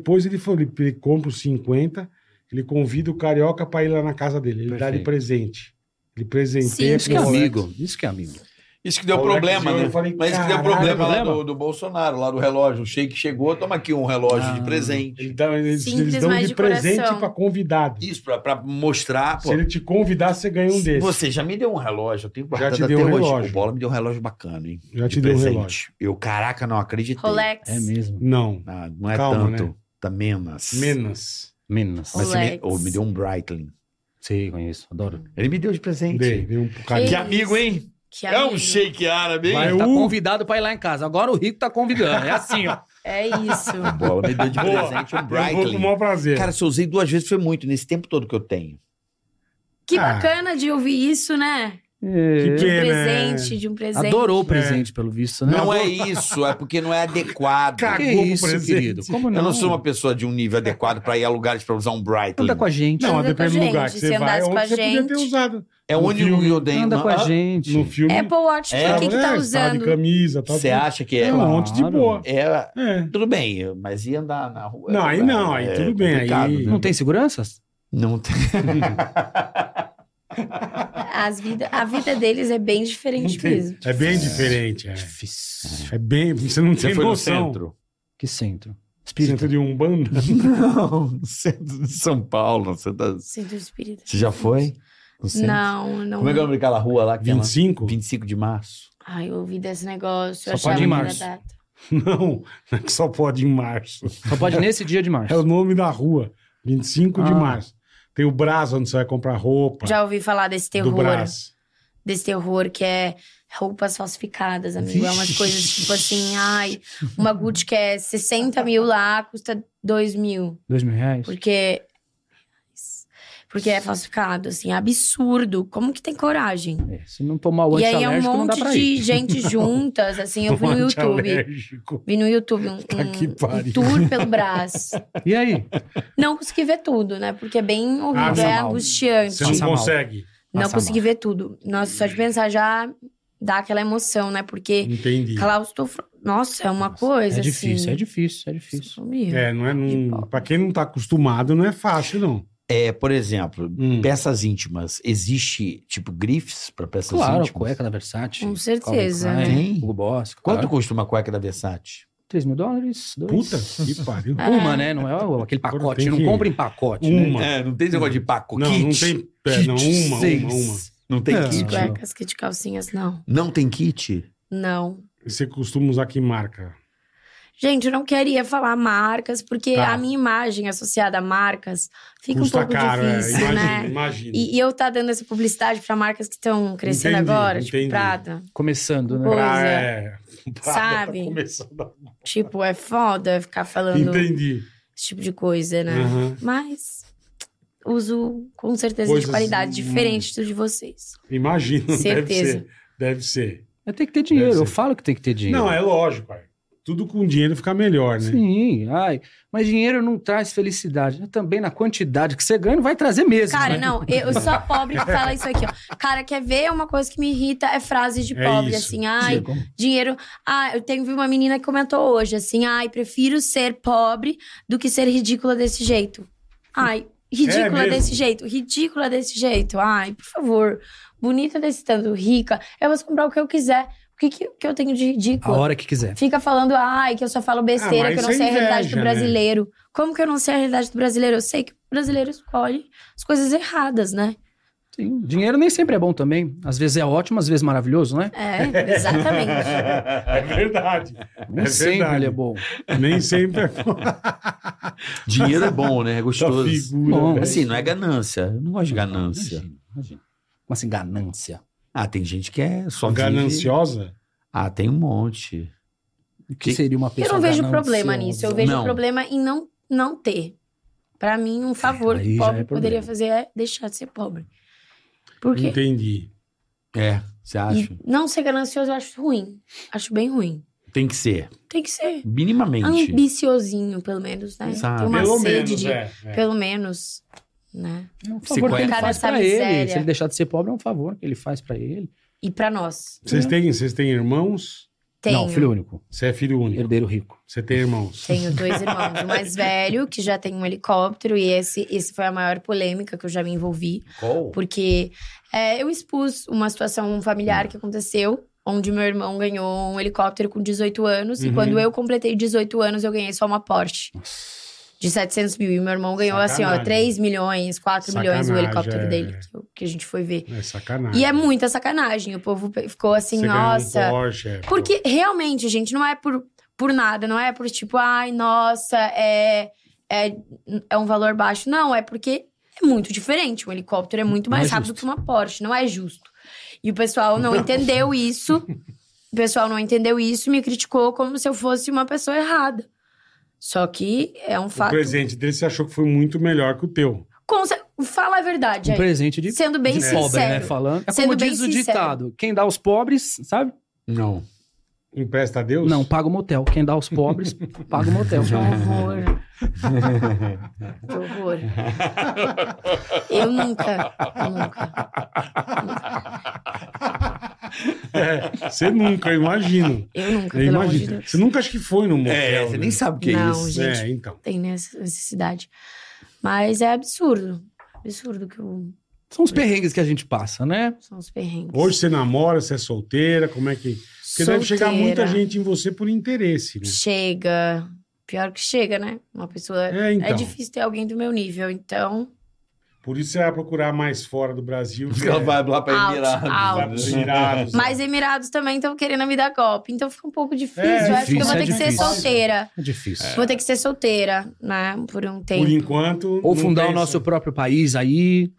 Depois ele, falou, ele, ele compra os 50, ele convida o carioca pra ir lá na casa dele. Ele dá de Perfeito. presente. Ele Sim, presenteia Isso que é um pro Rolex. amigo. Isso que é amigo. Isso que deu Pô, Alex, problema, eu né? falei, Mas isso que deu caralho, problema lá problema? do, do Bolsonaro, lá do relógio. O shake chegou, toma aqui um relógio Ah. de presente. Ele dá- eles, Simples, eles dão mas de, de presente coração. pra convidado. Isso, pra, pra mostrar, pô. Se ele te convidar, você ganha um desses. Você já me deu um relógio, eu tenho guardado te até deu um hoje. relógio. O Bola me deu um relógio bacana, hein? Já te De deu um presente. relógio. Eu, caraca, não acreditei. Rolex. É mesmo. Não. Ah, não é Calma, tanto, né? tá menos. Menos. Minas. Mas você me, Rolex. ou me deu um Breitling. Sei, conheço. Adoro. Ele me deu de presente. Dei, dei um Que carinho. Isso. amigo, hein? Que É um amigo. shake árabe, hein? Vai, Tá Uh! convidado pra ir lá em casa. Agora o Rico tá convidando. É assim, ó. É isso. Bola me deu de Boa. presente um Eu vou com o Breitling. maior prazer. Cara, se eu usei duas vezes foi muito, nesse tempo todo que eu tenho. Que Ah. É, bacana de ouvir isso, né? É. que De um pena. né? presente, de um presente. Adorou o presente, pelo visto, né? Não, é isso, é porque não é adequado. Cara, Que Cagou pro isso, presente. querido. Como não? Eu não sou uma pessoa de um nível adequado pra ir a lugares pra usar um Breitling. Anda com a gente. Não, mas Anda com a depende do gente, lugar que se você vai, andasse com onde a você podia gente. ter usado. É o No único filme. que eu tenho. Anda com a Ah, gente. No filme... Apple Watch, pra É, que, que né, tá tava usando? de camisa, tal. Você acha que é? É um monte de Claro. boa. É, É. tudo bem, mas ia andar na rua. Não, aí não, aí É tudo bem, aí- complicado, né? Não tem seguranças? Não tem. As vida, a vida deles é bem Não diferente tem- mesmo. É bem diferente, é. Difícil. É bem... Você não Você tem foi no noção. centro? Que centro? Centro Espírito. de Umbanda? Não, no centro de São Paulo. Você, tá- Centro espírita. você já foi? No centro? Não, não. Como é que é o nome daquela rua lá? Que tem lá? 25? 25 de março. Ai, eu ouvi desse negócio. eu Só achava pode ir em que era março. data. Não, não é que só pode em março. Só pode nesse dia de É o março. nome da rua. 25 de Ah. março. Tem o Brás, onde você vai comprar roupa. Já né? ouvi falar desse do terror. Brás. Desse terror que é roupas falsificadas, amigo. É umas coisas tipo assim, ai, uma Gucci que é 60 mil lá, custa 2 mil. Dois mil reais? Porque. Porque é falsificado, assim, é absurdo. Como que tem coragem? É, se não tomar o E aí é um antialérgico, não dá monte pra de ir. gente juntas, assim, eu vi no YouTube. Antialérgico. Vi no YouTube um, Puta que um- um pariu. tour pelo Brás. E aí? Não consegui ver tudo, né? Porque é bem Ah, horrível, passa é mal. angustiante. Você não Passa mal. consegue. Não Passa consegui ver tudo. Nossa, só de pensar já dá aquela emoção, né? Porque Entendi. claustrofo... Nossa, é uma coisa É difícil, assim. é difícil, é difícil. difícil. É, não é. Não, pra quem não tá acostumado, não é fácil, não. É, por exemplo, Hum. peças íntimas. Existe, tipo, grifes pra peças Claro, íntimas? cueca da Versace. Com certeza, Calvin Klein, né? Hugo Boss. Quanto claro. custa uma cueca da Versace? 3 mil dólares? Dois. Puta que pariu. Uma, né? Não é aquele Agora pacote. tem Não que- compra em pacote, né? Uma. É, não tem esse negócio de paco, Não, kit. não tem. É, não, uma, uma, uma. Não tem É. kit. De cuecas que de calcinhas, não. Não tem kit? Não. E Você costuma usar que marca? Gente, eu não queria falar marcas, porque Tá. a minha imagem associada a marcas fica Custa um pouco caro, difícil, é. Imagina, né? imagina. E, e eu tá dando essa publicidade pra marcas que estão crescendo Entendi, agora, entendi. tipo Prada. um. Começando, né? Pô. Pra- coisa. é, pra- Sabe? Tá começando a- Tipo, é foda ficar falando Entendi. esse tipo de coisa, né? Aham. Mas uso com certeza Coisas- hum. de qualidade diferente do de vocês. Imagino. Certeza. Deve ser. É, Tem que ter dinheiro. Deve Eu ser. falo que tem que ter Deve ser. dinheiro. Não, é lógico, cara. Tudo com dinheiro fica melhor, né? Sim, ai. Mas dinheiro não traz felicidade. Também na quantidade que você ganha, não vai trazer mesmo. Cara, né? não, eu sou a pobre que fala isso aqui, ó. Cara, quer ver uma coisa que me irrita? É frase de É pobre, isso. assim, ai, Chegou. dinheiro. Ah, eu tenho vi uma menina que comentou hoje, assim, ai, prefiro ser pobre do que ser ridícula desse jeito. Ai, ridícula É mesmo? desse jeito, ridícula desse jeito. Ai, por favor, bonita desse tanto, rica, eu vou comprar o que eu quiser. O que, que, que eu tenho de A ridícula? hora que quiser. Fica falando, ai, que eu só falo Ah, besteira, mas que eu não isso é sei a realidade inveja, do brasileiro. Como que eu não sei a realidade do brasileiro? Eu sei que o brasileiro escolhe as coisas erradas, né? Sim. Dinheiro nem sempre é bom também. Às vezes é ótimo, às vezes maravilhoso, né? É, exatamente. É verdade. Nem É sempre verdade. ele é bom. Nem sempre é bom. Dinheiro é bom, né? É Essa gostoso. figura. né? Bom, velho. Assim, não é ganância. Eu não gosto de ganância. Imagina, imagina. Como assim, ganância? Ah, tem gente que é só vive- Gananciosa? Ah, tem um monte. O que seria uma Eu pessoa não vejo gananciosa? É um problema nisso. Eu vejo Não. problema em não não ter. Pra mim, um favor que Aí o já pobre é problema. poderia fazer é deixar de ser pobre. Porque Entendi. É, você acha? e não ser ganancioso eu acho ruim. Acho bem ruim. Tem que ser. Tem que ser Minimamente. ambiciosinho, pelo menos, né? Exato. Tem uma Pelo sede menos, de... é, é. Pelo menos, né? É um Se favor que ele conhece- faz Cara, pra essa ele. miséria. Se ele deixar de ser pobre, é um favor que ele faz pra ele. E pra nós. Vocês têm, vocês têm irmãos? Tenho. Não, filho único. Você é filho único. Herdeiro rico. Você tem irmãos. Tenho dois irmãos, o mais velho, que já tem um helicóptero, e esse, esse foi a maior polêmica que eu já me envolvi. Qual? Porque é, eu expus uma situação familiar que aconteceu, onde meu irmão ganhou um helicóptero com 18 anos, e Uhum. quando eu completei 18 anos, eu ganhei só uma Porsche. De 700 mil. E meu irmão ganhou, assim, Sacanagem. ó, 3 milhões, 4 milhões o Sacanagem, helicóptero é. dele, que, eu- que a gente foi ver. É sacanagem. E é muita sacanagem. O povo pe- ficou assim, Você ganhou um nossa. Porsche, é, Porque realmente, gente, não é por, por nada, não é por tipo, ai, nossa, é, é, é um valor baixo. Não, é porque é muito diferente. Um helicóptero é muito mais Não é rápido justo. que uma Porsche, não é justo. E o pessoal não entendeu isso. O pessoal não entendeu isso e me criticou como se eu fosse uma pessoa errada. Só que é um O fato. presente dele você achou que foi muito melhor que o teu. Com cer- Fala a verdade Um aí. presente de, Sendo bem de sincero. pobre, né? Falando. É Sendo como bem diz o sincero. ditado: quem dá aos pobres, sabe? Não. Empresta a Deus? Não, paga o motel. Quem dá aos pobres, paga o motel. Que horror. que horror. Eu nunca, nunca. É, você nunca, eu imagino. Eu nunca, Eu pelo amor de imagino. Deus. Você nunca acho que foi no motel. É, você né? nem sabe o que é Não, isso. gente. É, então. Tem nessa necessidade. Mas é absurdo. Absurdo que eu... São os perrengues que a gente passa, né? são os perrengues. Hoje você namora, você é solteira, como é que. Porque deve chegar Solteira. muita gente em você por interesse, né? Chega. Pior que chega, né? Uma pessoa. É, então. difícil ter alguém do meu nível, então. Por isso você vai procurar mais fora do Brasil. é Porque ela vai Ah. lá pra Out, Ah, Emirados. out. vai pros Emirados. Mas Emirados também estão querendo me dar golpe, então fica um pouco difícil. É, eu acho que eu difícil, vou é ter que ser difícil. solteira. É difícil. Vou ter que ser solteira, né? Por um tempo. Por enquanto. Ou não fundar o pensa nosso próprio país aí.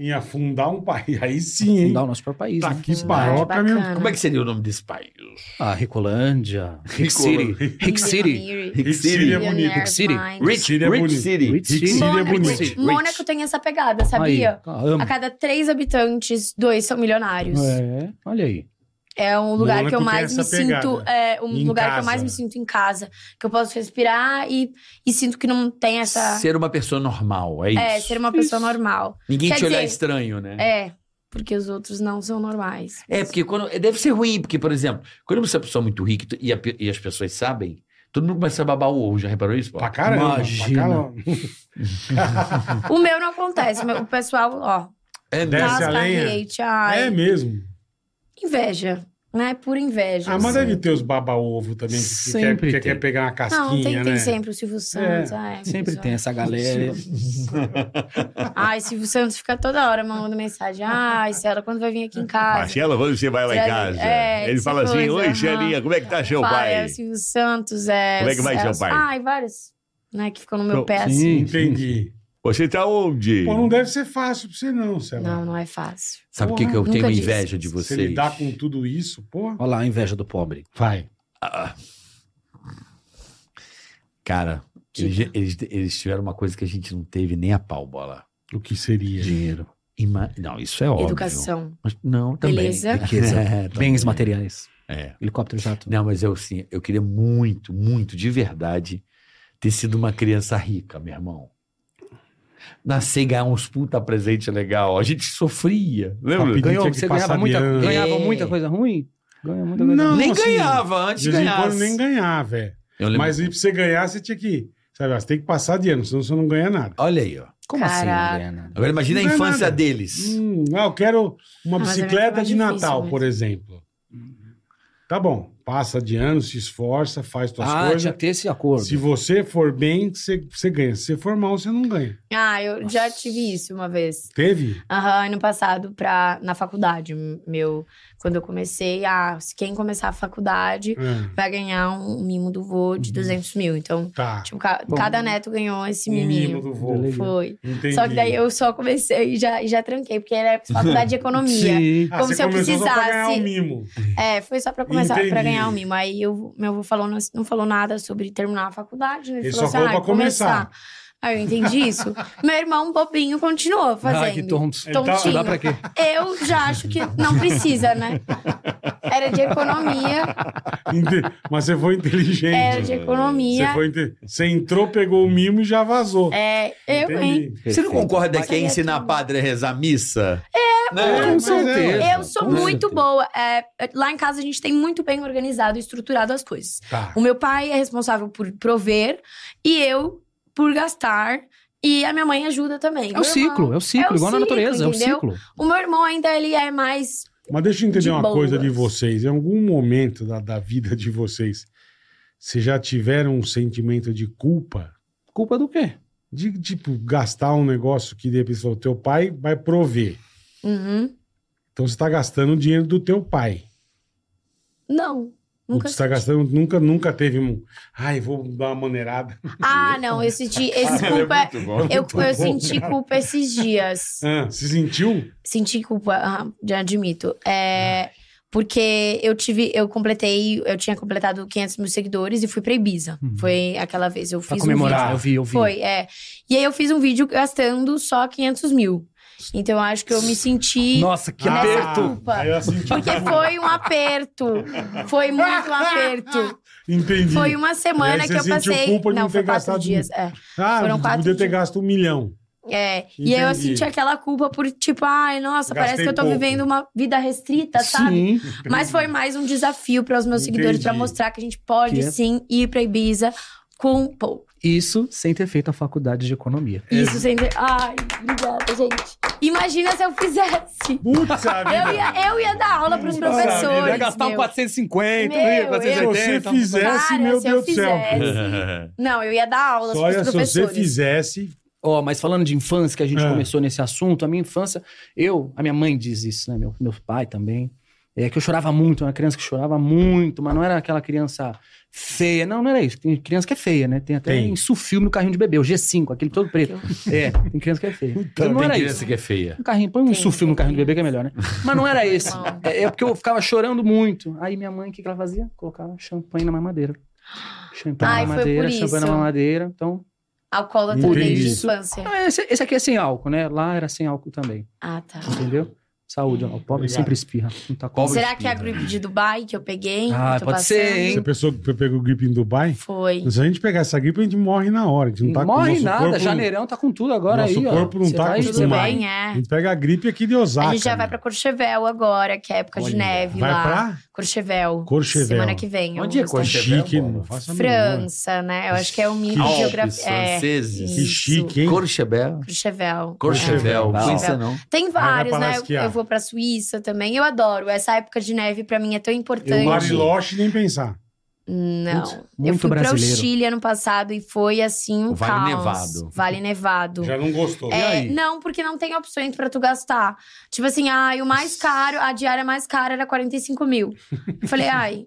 Em afundar um país. Aí sim, hein? Fundar o nosso próprio país. Tá né? que Verdade, paroca, meu. bacana. Como é que seria o nome desse país? Ah, Ricolândia. Rick City. Rick City. City. Rick City é City. bonito. Rick City. Rich, City é Rich bonito. City. Rick City. City é Rick bonito. City. Mônaco tem essa pegada, sabia? Aí, ah, amo. A cada três habitantes, dois são milionários. É, É, olha aí. um lugar Mônaco que eu tem mais me essa pegada. sinto. É um Em lugar que eu casa. mais me sinto em casa. Que eu posso respirar e, e sinto que não tem essa. Ser uma pessoa normal, é isso. é, ser uma pessoa normal. Ninguém Quer te olhar dizer- estranho, né? É, porque os outros não são normais. É, porque quando. é, Deve ser ruim, porque, por exemplo, quando você é uma pessoa muito rica e tu- e, a pe- e as pessoas sabem, todo mundo começa a babar o ovo. Já reparou isso? Paulo? Pra caramba. Imagina. Pra caramba. O meu não acontece. o meu- O pessoal, ó, É, Desce mesmo. a casca lenha. hate, ai. É mesmo. Inveja, né? Pura inveja. Ah, mas deve ter os baba-ovo também, que- que, quer, Sempre que tem. quer pegar uma casquinha, Não, tem, né? tem sempre o Silvio Santos. ai, Sempre pessoal. tem essa galera. Ai, Silvio Santos fica toda hora mandando mensagem. Ai, Cela, quando vai vir aqui em casa? Marcela, quando você vai lá em Traz- casa, é, ele essa fala assim: coisa, Oi, aham. Celinha, como é que tá seu Fala, pai? É o Silvio Santos, é. Como é que vai é seu os- pai? Ai, vários, né, que ficam no meu Não, pé assim. sim. Entendi. Você tá onde? Pô, não deve ser fácil pra você não, sei lá. Não, não é fácil. Sabe o que, que eu Nunca tenho disse. inveja de você vocês? lidar com tudo isso, pô... Olha lá a inveja do pobre. Vai. Ah, Cara, é eles, eles, eles tiveram uma coisa que a gente não teve nem a pau, bola. O que seria? Dinheiro. Ima- Não, isso é óbvio. Educação. Mas não, também. Beleza. Riqueza. É, também. Bens materiais. É. Helicóptero jato. Não, mas eu sim, eu queria muito, muito, de verdade, ter sido uma criança rica, meu irmão. Nascer e ganhar uns puta presente legal. A gente sofria, lembra? Papi- Ganhou, Tinha é que você passar ganhava muita, de ano. ganhava É. muita coisa ruim? Ganha muita coisa Não, ruim. nem assim, ganhava antes De de vez em ganhar. quando nem ganhar, velho. Eu lembro. Mas e pra você ganhar, você tinha que... Sabe, ó, você tem que passar de ano, senão você não ganha nada. Olha aí, ó. Como Caraca. assim não ganha nada? Agora imagina a Não é infância nada. deles. Hum, ah, eu quero uma Ah, mas é bicicleta mais de difícil né? Natal, mesmo. por exemplo. Tá bom. Passa de ano, se esforça, faz tuas Ah, tinha coisas. que ter esse acordo. Se você for bem, você, você ganha. Se você for mal, você não ganha. Ah, eu já tive isso uma vez. Teve? Aham, ano passado, pra, na faculdade. Meu Quando eu comecei, ah, se quem começar a faculdade Hum, vai ganhar um mimo do voo Uhum. de 200 mil. Então, tá. tipo, ca- Bom. cada neto ganhou esse um Mimo miminho. do voo. Foi. Entendi. Só que daí eu só comecei e já, já tranquei, porque era faculdade de economia. Sim. Ah, como você se eu começou só pra precisasse. ganhar um mimo. É, foi só pra começar, Entendi. pra ganhar o mimo. Aí eu, meu avô falou, não, não falou nada sobre terminar a faculdade, né? Ele falou só falou ah, pra começar. Aí eu entendi isso. meu irmão bobinho continuou fazendo. Ah, que tonto. Ele tá- Estudar pra quê? É Eu já acho que não precisa, né? Era de economia, Ente- Mas você foi era inteligente. de Você, economia. foi inte- você entrou, pegou o mimo e já vazou. É, eu, hein? Entendi. Você não concorda que é Mas- ensinar padre a rezar missa? É, É, né? mas certeza. Eu sou Com muito certeza. boa. É, lá em casa a gente tem muito bem organizado e estruturado as coisas. Tá. O meu pai é responsável por prover e eu por gastar. E a minha mãe ajuda também. É Meu o irmão- ciclo, é o ciclo, É o igual na ciclo, natureza, é o entendeu? ciclo. O meu irmão ainda ele é mais. Mas deixa eu entender De uma coisa de boas. vocês. Em algum momento da, da vida de vocês, vocês já tiveram um sentimento de culpa? Culpa do quê? De, tipo, gastar um negócio que depois falou, teu pai vai prover. Uhum. Então você tá gastando o dinheiro do teu pai. Não. Nunca Você tá gastando, nunca, nunca teve um. Ai, vou dar uma maneirada. Ah, não. Esse, di- esse culpa. é é, eu, eu senti culpa esses dias. Ah, se sentiu? Senti culpa, aham, já admito. É, porque eu tive, eu completei, eu tinha completado 500 mil seguidores e fui pra Ibiza. Foi aquela vez, eu Uhum. Pra fiz um comemorar, vídeo. eu vi, eu vi. Foi, é. E aí eu fiz um vídeo gastando só 500 mil. Então eu acho que eu me senti. Nossa, que Ah, aperto! Aí ela sentiu. Porque foi um aperto. Foi muito um aperto. Entendi. Foi uma E semana aí que você eu sentiu passei. culpa de não, não foi ter quatro gastado dias. É. ah, foram quatro podia ter dias. gasto um milhão. É, e aí eu Entendi. senti aquela culpa por tipo, ai, nossa, Gastei parece que eu tô pouco. vivendo uma vida restrita, sabe? Sim. Mas foi mais um desafio para os meus Entendi. seguidores para mostrar que a gente pode Que é- sim ir para Ibiza com pouco. Isso sem ter feito a faculdade de economia. É. Isso sem ter... Ai, obrigada, gente. Imagina se eu fizesse. Putz, a vida. Eu ia, eu ia dar aula para os Nossa, professores. Ele ia tá um um meu. 450, Meu, né? eu- Se você 480. fizesse, Cara, meu se eu Deus do céu. fizesse. Não, eu ia dar aulas Só para olha, os se você professores. fizesse. Ó, mas falando de infância, que a É. gente Ah. começou nesse assunto, a minha infância, eu, a minha mãe diz isso, né? Meu, meu pai também. É que eu chorava muito, eu era uma criança que chorava muito, mas não era aquela criança feia. Não, não era isso. Tem criança que é feia, né? Tem até Tem. em sufilme no carrinho de bebê, o G5, aquele todo preto. é, tem criança que é feia. Tem eu não era criança isso. que é feia. Um carrinho, põe um Tem, sufilme no carrinho de bebê que é melhor, né? Mas não era esse. Não. É, é porque eu ficava chorando muito. Aí minha mãe, o que, que ela fazia? Colocava champanhe na mamadeira. Champanhe Ai, na foi madeira, por champanhe na isso. mamadeira. Então, Alcoólatra Por desde a isso. infância. ah, esse, esse aqui é sem álcool, né? Lá era sem álcool também, Ah, tá. entendeu? Saúde, ó. o pobre Obrigado. sempre espirra. Não tá com... Será que é a gripe de Dubai que eu peguei? Ah, Eu tô pode ser, passando? Se a hein? pessoa que pegou gripe em Dubai. Foi. Se a gente pegar essa gripe, a gente morre na hora. A gente não tá com- Morre nosso nada, corpo não- janeirão tá com tudo agora Nosso aí, ó. corpo não Você tá vai- acostumado. Tudo você vai- bem, é. A gente pega a gripe aqui de Osaka. A gente já vai pra Courchevel agora, que é época de Olha, neve né? Vai lá. pra? Courchevel. Courchevel. Semana que vem. Onde é Augusto. Courchevel? Chique, Bola? não faça a menor. França, né? Eu acho que é o mínimo chique. Alpes, de geografia. É, franceses. Que Isso. chique, hein? Courchevel. Courchevel. Courchevel. Courchevel. Conhecia não. É. Tem vários, pra lá né? Eu- esquiar. Eu vou pra Suíça também. Eu adoro. Essa época de neve pra mim é tão importante. Bariloche, nem pensar. Não. Putz, eu muito fui para o brasileiro. Chile ano passado e foi assim um O Vale caos. Nevado. Vale Nevado. Já não gostou. É, aí? não, porque não tem opções pra tu gastar. Tipo assim, ai, o mais caro, a diária mais cara era 45 mil. Eu falei, ai,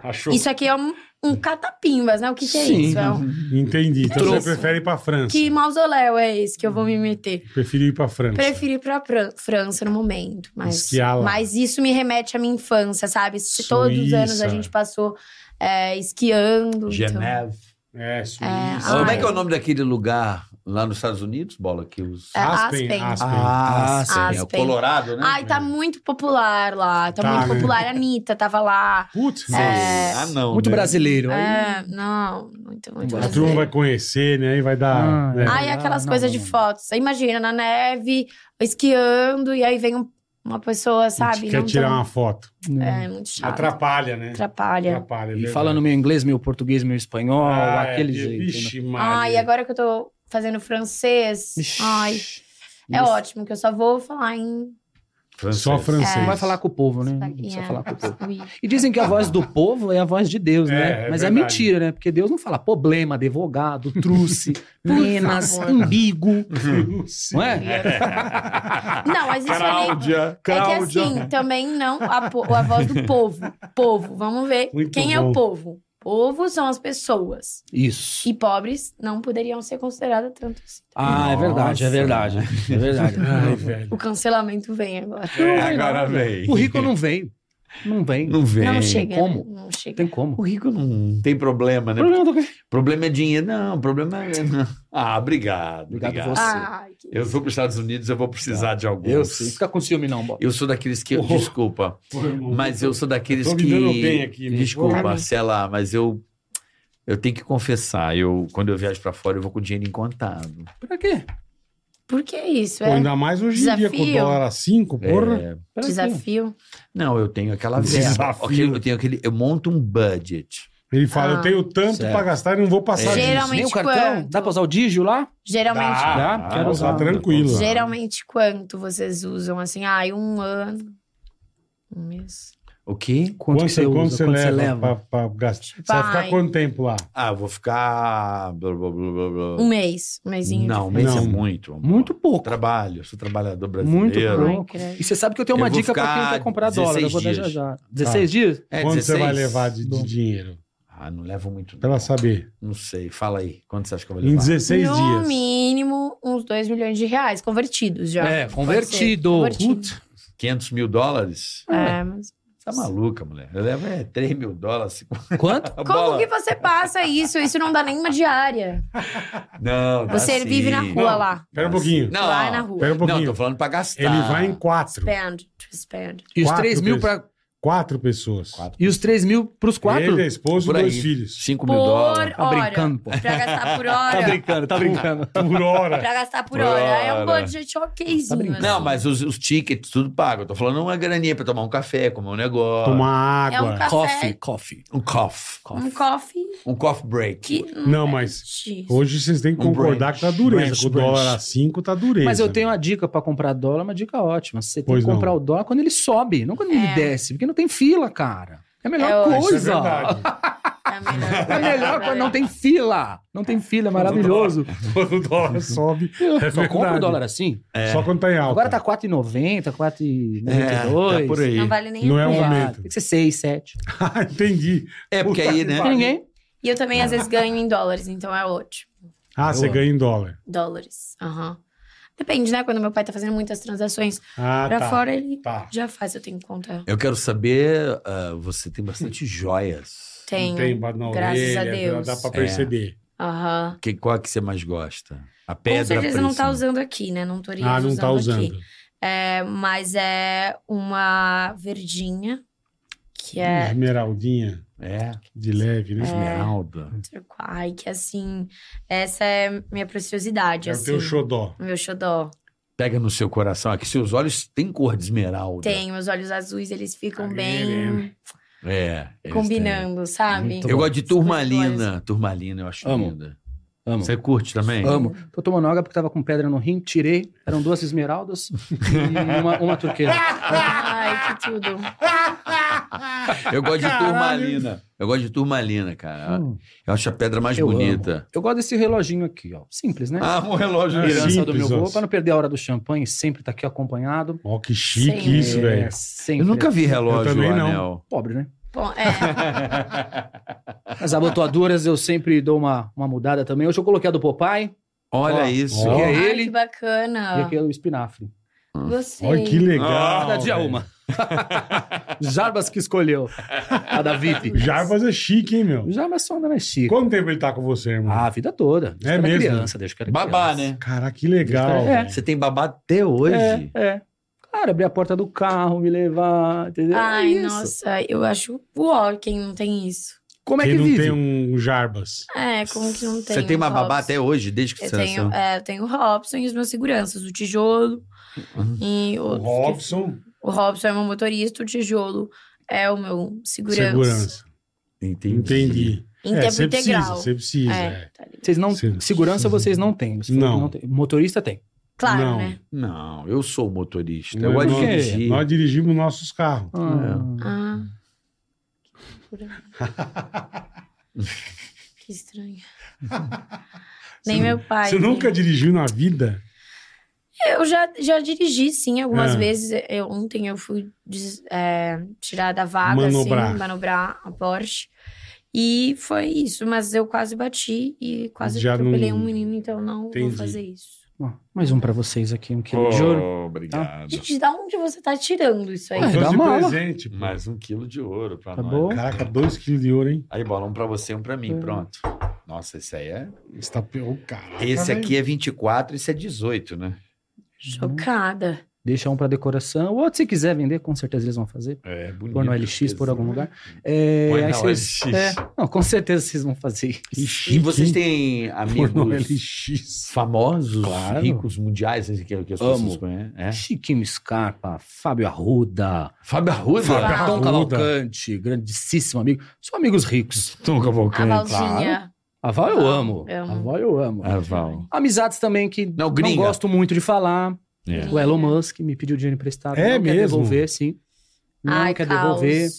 Achou. isso aqui é um, um catapimbas, né? O que, que é Sim. isso? É um- Entendi. Então Trouxe. você prefere ir pra França. que mausoléu é esse que eu vou me meter? Prefiro ir pra França. Prefiro ir pra Fran- França no momento, mas, Esquiar lá. mas isso me remete à minha infância, sabe? Se Todos os Suíça. anos a gente passou é, esquiando. Então. Geneve. É, Suíça. Ah, Como é é. que é o nome daquele lugar lá nos Estados Unidos, Bola? Que os... É, Aspen, Aspen. Aspen. Ah, Aspen. sim, é o Aspen. Colorado, né? Ai, tá muito popular lá, tá, Tá, muito né? popular. A Anitta tava lá. Putz, Sim. Ah, não. Muito né? brasileiro. aí- É, não, muito, muito. a turma brasileiro. vai conhecer, né? Aí vai dar. Ah, né? é. Aí aquelas Não, coisas não, de não. fotos. Aí Imagina, na neve, esquiando, e aí vem um- uma pessoa, A gente sabe? quer não tirar tão- uma foto. É, muito chato. Atrapalha. Atrapalha, né? Atrapalha. é E verdade. falando meu inglês, meu português, meu espanhol, Ah, é, aquele e- jeito. né? Vixe, Maria. Ai, agora que eu tô fazendo francês, Ixi. ai, é Isso. ótimo, que eu só vou falar em Só francês. É. Não vai falar com o povo, né? Não precisa Yeah. falar com o povo. Oui. E dizem que a voz do povo é a voz de Deus, né? É, é Mas é verdade. mentira, né? Porque Deus não fala problema, advogado, truce, penas, umbigo. não é? Ah, Não, mas isso também... Cláudia. É que Cláudia. assim, também não a, po- a voz do povo. Povo, vamos ver Muito quem é o bom. povo. Povo são as pessoas. Isso. E pobres não poderiam ser consideradas tanto assim. Ah, é verdade, é verdade. É verdade. Ai, velho. O cancelamento vem agora. É, agora vem. o rico não vem. Não vem. Não Não vem. Não chega. né? como? Não chega. tem como. O rico não tem problema, né? Problema do quê? Problema é dinheiro. Não, problema é. Ah, obrigado. Obrigado Obrigado. você. Ai, que... Eu vou para os Estados Unidos, eu vou precisar de alguns. Eu sei. Fica com ciúme, não, Bob. Eu sou daqueles que. Oh. Desculpa. Pô, irmão, Mas eu sou daqueles Tô me que. dando bem aqui, né? Desculpa, Amém. Marcela, mas eu. Eu tenho que confessar, eu, quando eu viajo pra fora, eu vou com dinheiro encontado. Pra quê? Por que Pô, isso? É ainda mais hoje em dia, com o Desafio. dólar a 5, porra. É, Pra quê? desafio. não, eu tenho aquela verba. Desafio. ok? Eu tenho aquele. Eu monto um budget. Ele fala, Ah. eu tenho tanto Certo. pra gastar e não vou passar É. disso. Geralmente Nem o cartão? quanto? Dá pra usar o dígio lá? Geralmente, Dá, Ah, Dá? dá, Quero dá, usar. Ah, um tranquilo. geralmente quanto vocês usam? Assim, ai, um ano. Um mês. O quê? Quanto, que você usa? Quanto você leva? pra, pra gastar? Você vai ficar Vai. quanto tempo lá? Ah, eu vou ficar. Blá, blá, blá, blá, blá. Um mês. Um mêsinho Não, um de mês é Não. muito. amor. Muito pouco. Trabalho, eu sou trabalhador Muito brasileiro. pouco. credo. E você sabe que eu tenho Eu uma vou dica pra quem ficar quer comprar dólar. Eu 16 vou dar já dias. já. 16 dias? É, quanto você 16? vai levar de, de Bom. dinheiro? Ah, não levo muito. Pra não. ela saber. Não sei. Fala aí. Quanto você acha que eu vou Em levar? 16 no dias. mínimo, uns 2 milhões de reais, convertidos já. É, Pode convertido. ser, convertido. 500 mil dólares? É, mas Tá maluca, mulher. Eu levo é 3 mil dólares. cinco- Quanto? A como bola- que você passa isso? Isso não dá nenhuma diária. Não, dá Você sim. vive na rua Não. lá. Pera um pouquinho. Não, Lá na rua. Pera um não, pouquinho. tô falando tá. pra gastar. Ele vai em 4. Spend, to spend. E os Quatro 3 mil, pra, Quatro pessoas. Quatro. e os 3 mil pros quatro? Ele, é a esposa e Por aí. dois filhos. 5 mil Por dólares. Tá hora. brincando, pô. Pra gastar por hora. Tá brincando, tá brincando. Por hora. Pra gastar por, Por hora. É um hora. budget okzinho. assim. Não, mas os, os tickets, tudo pago. Eu tô falando uma graninha pra tomar um café, comer um negócio. Tomar É um água. café. Coffee, coffee. Um cough. Um coffee Um cough break. que Não, é mas X. Hoje vocês têm que Um concordar que brunch. tá dureza. Brunch, Com o brunch. dólar a 5 tá dureza. Mas eu tenho uma dica pra comprar dólar, uma dica ótima. Você tem Pois que comprar não. o dólar quando ele sobe, não quando ele É. desce, porque não tem fila, cara. É a melhor É, ó, Isso é coisa. verdade. É melhor. É melhor quando não tem fila. Não tem fila, é maravilhoso. Quando o dólar sobe. É Só compra o verdade. dólar assim. Só quando tá em alta. Agora tá 4,90, 4,92. É, tá por aí. Não vale nem Não a é um Não pena. vale. momento. Tem que ser 6, 7. Ah, entendi. É, porque aí, Puta que né? Tem pariu. ninguém? E eu também às vezes ganho em dólares, então é ótimo. Ah, você ganha em dólar. Dólares. Aham. Depende, né? Quando meu pai tá fazendo muitas transações Ah, pra tá. fora, ele Tá. já faz, eu tenho conta. Eu quero saber, ah, você tem bastante joias. Tenho. Tem bate na graças orelha, a Deus. é, Dá pra perceber. Aham. Que, qual é que você mais gosta? A Com pedra certeza não tá preta. usando aqui, né? Não tô Ah, não usando tá aqui. usando. É, mas é uma verdinha, que é Esmeraldinha É, de leve, né? esmeralda. Ai, que assim, essa é minha preciosidade, É o assim. teu xodó. Meu xodó. Pega no seu coração aqui, seus olhos têm cor de esmeralda. Tem, meus olhos azuis, eles ficam Tá bem querendo. É. eles têm. combinando, sabe? Muito Eu bom. gosto de turmalina. Turmalina eu acho Amo. linda. Amo. Você curte É. também? Amo. Tô tomando água porque tava com pedra no rim, tirei. Eram duas esmeraldas e uma, uma turquesa. Ai, que tudo. Eu gosto de Caralho. turmalina. Eu gosto de turmalina, Ah. cara. Hum, Eu acho a pedra mais eu amo. bonita. Eu gosto desse reloginho aqui, ó. Simples, né? Ah, um relógio É, grande. Herança do meu simples, avô, ó. pra não perder a hora do champanhe, sempre tá aqui acompanhado. Ó, que chique Sim. isso, É, velho. sempre. Eu nunca vi relógio, Eu também não. anel. Pobre, né? Bom, é, As abotoaduras eu sempre dou uma, uma mudada também. Hoje eu coloquei a do Popeye, Olha Ó, isso. ó. Ó. que é Ai, ele que e Ah. bacana. aqui é o espinafre. Gostei. Olha que legal. Cada Ah, dia velho. uma. Jarbas que escolheu. A da VIP. Jarbas é chique, hein, meu? Jarbas só anda na chica. Quanto tempo ele tá com você, irmão? Ah, a vida toda. Desde É que era mesmo? criança, desde que era Babá, criança. né? Cara, que legal. É. velho. Você tem babá até hoje. É, é. Claro, abrir a porta do carro, me levar, entendeu? É Ai, isso. nossa, eu acho uó quem não tem isso. Como é Quem que não vive? tem um Jarbas? É, como que não tem? Você tem uma um babá Robson? até hoje, desde que Eu você tenho, nasceu? é, eu tenho o Robson e os meus seguranças, o tijolo e Uhum. O outros que- Robson, O Robson é meu motorista, o tijolo é o meu segurança. segurança. é. Entendi. Entendi. É, Em tempo você precisa, integral. você precisa. É, é. tá ligado. Vocês não, Sim. segurança vocês não têm. Você falou Não. que tem. Motorista tem. Claro, Não. né? Não, eu sou o motorista. Nós- eu gosto de é? nós- dirigir. Nós dirigimos nossos carros. Ah. Que loucura. que estranho. Nem meu pai. Você nem- nunca dirigiu na vida? Eu já, já dirigi, sim, algumas Ah. vezes. Eu, ontem eu fui des- é, tirar da vaga, Manobrar. assim, manobrar a Porsche. E foi isso, mas eu quase bati e quase Já não- atropelei um menino, então não Entendi. vou fazer isso. Ó, mais um pra vocês aqui, um quilo Oh, de ouro. Obrigado. Gente, da onde você tá tirando isso aí? Ah, Trouxe dá Então, de uma aula. presente. pô. Mais um quilo de ouro pra Tá nós. bom. Hum. Caraca, dois quilos de ouro, hein? Aí, bola, um pra você e um pra mim. Pronto. Nossa, esse aí é. Esse, tá... ô, caraca, Esse velho. aqui é 24, esse é 18, né? Chocada. Deixa um pra decoração. O outro, se quiser vender, com certeza eles vão fazer. É bonito. Pôr no LX por pesado. algum lugar. É, Põe aí na vocês- OLX. é, não, com certeza vocês vão fazer isso. E vocês têm Pôr no amigos LX. famosos, Claro. ricos, mundiais, que, que as Amo. pessoas conhecem? É. Chiquinho Scarpa, Fábio Arruda, Fábio Arruda. Fábio Tom Arruda. Cavalcante, grandíssimo amigo. São amigos ricos. Tom A Cavalcante. Valzinha. A Val eu amo. Eu amo. A Val eu amo. Ah, Val. Amizades também que Não, não, gringa. gosto muito de falar. É. O Elon Musk me pediu dinheiro emprestado. É não quer mesmo? devolver, sim. Não Ai, quer caos. devolver,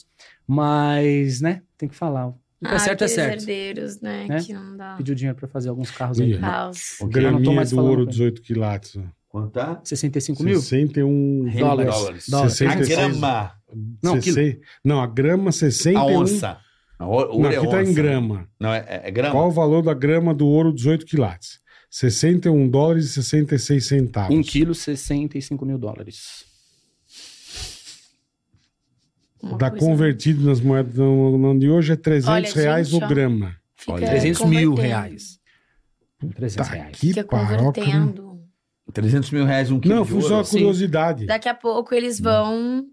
mas, né, tem que falar. O que é Ai, certo é aqueles certo. herdeiros, né? Né? Que não dá. Pediu dinheiro pra fazer alguns carros Ih, aí. rapaz. Caos. Ok. Eu não tô Graminha mais do falando ouro, com ele. 18 quilates. um ó. Quanto tá? 65 mil? 61 Real Dólares. dólares. Dólares. 66. A grama. Não, Sesse- Não, a grama 61. A onça. A o- ouro Não, é aqui tá onça. em grama. Não, é, é grama? Qual o valor da grama do ouro 18 quilates? 61 dólares e 66 centavos. 1 quilo, 65 mil dólares. Uma Dá coisa- convertido nas moedas não- não de hoje é 300 Olha, reais gente, o ó. grama. Fica Olha, 300 mil convertendo. reais. 300 Tá reais. aqui, Fica paroca. né? convertendo. 300 mil reais um quilo Não, de foi só ouro? uma curiosidade. Daqui a pouco eles vão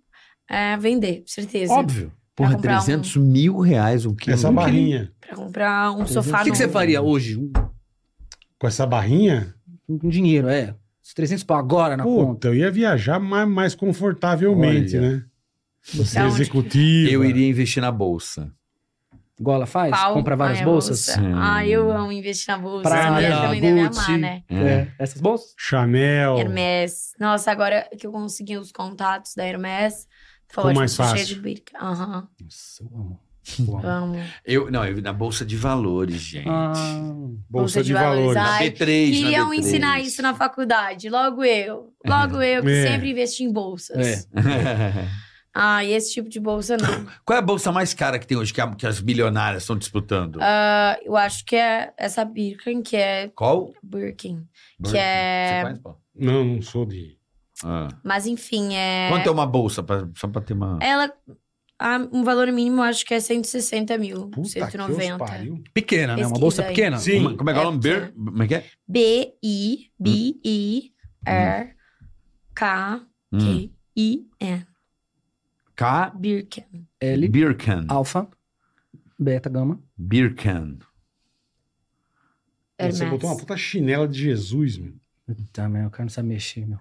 é, vender, certeza. Óbvio. Porra, comprar um. 300 mil reais um quilo. Essa Um barrinha. Pra comprar um O sofá que, que você novo. faria hoje? Um, Com essa barrinha, um dinheiro, é. Os 300 pau agora Tá na conta. puta, eu ia viajar mais, mais confortavelmente, Olha. né? Você Ser executivo. Eu iria investir na bolsa. Gola faz? Pau. Compra várias Ai, a bolsas? bolsa. Ah, eu amo investir na bolsa. Prada, Minha mulher também deve amar, Gucci. Oh. né? É. Essas bolsas? Chanel. Hermes. Nossa, agora que eu consegui os contatos da Hermes, Ficou foi mais fácil. cheio de birca. Aham, Nossa, eu amo. Eu amo. vamos. Eu, não, eu, na bolsa de valores, gente. Ah, Bolsa de valores. Na Ai, B3, na Queriam B3. ensinar isso na faculdade, logo eu. Logo eu, que É. sempre investi em bolsas. é. Ah, e esse tipo de bolsa não. Qual é a bolsa mais cara que tem hoje que, a- que as bilionárias estão disputando? Ah, eu acho que é essa Birkin, que é Qual? Birkin. Birkin. Que é- Você conhece, Paulo? Não, não sou de. Ah. Mas enfim, é. Quanto é uma bolsa? pra- só pra ter uma. Ela. a- um valor mínimo, eu acho que é 160 mil. Puta que os 190. pariu. Pequena, né? Uma Pesquisa bolsa aí. pequena. Sim. Como- Como é que é o nome? É, Beer? Como é que é? B-I-B-I-R-K-I-N. Hum. K. Birken. L, Birkin. alfa, beta, gama. Birkin. Você botou uma Hermes. puta chinela de Jesus, meu. Puta, meu, o cara não sabe mexer, meu.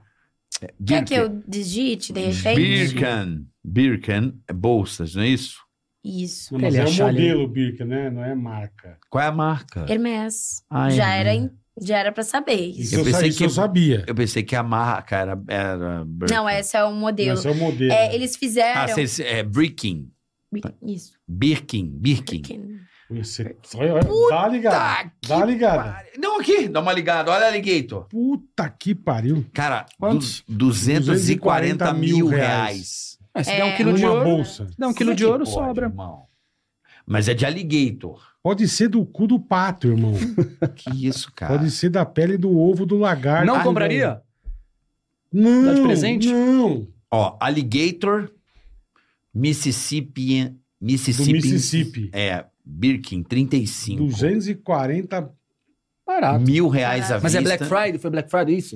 Quer É, que eu digite de repente? Birkin. Birkin é bolsas, não é isso? Isso. Não, mas Ele é achar o ali. modelo Birka, né? Não é marca. Qual é a marca? Hermes. Ah, já, é. era, em- já era pra saber isso. Isso é eu, pensei sabia, isso que- eu sabia. Eu pensei que a marca era. era Birkin. Não, esse é o modelo. Mas é o modelo. É, eles fizeram. Ah, vocês- é Birkin. Isso. Birkin. Birkin. Birken. Você- Olha, olha, Dá ligado. Tá, Dá ligado. pare- Não, aqui. Dá uma ligada. Olha, Alligator. Puta que pariu. Cara, Quantos? du- 240 mil mil reais. Ah, se É, der um quilo de Uma ouro, bolsa. se der um quilo Isso de é que ouro pode, sobra. irmão. Mas é de alligator. Pode ser do cu do pato, irmão. Que isso, cara. Pode ser da pele do ovo do lagarto. Tá. Não compraria? Não. Dá de presente? Não. Ó, alligator, Mississippi, Do Mississippi. Mississippi. É, Birkin, 35. 240. Barato. Ah, Mil reais a Caraca. Mas vista. é Black Friday? Foi Black Friday isso?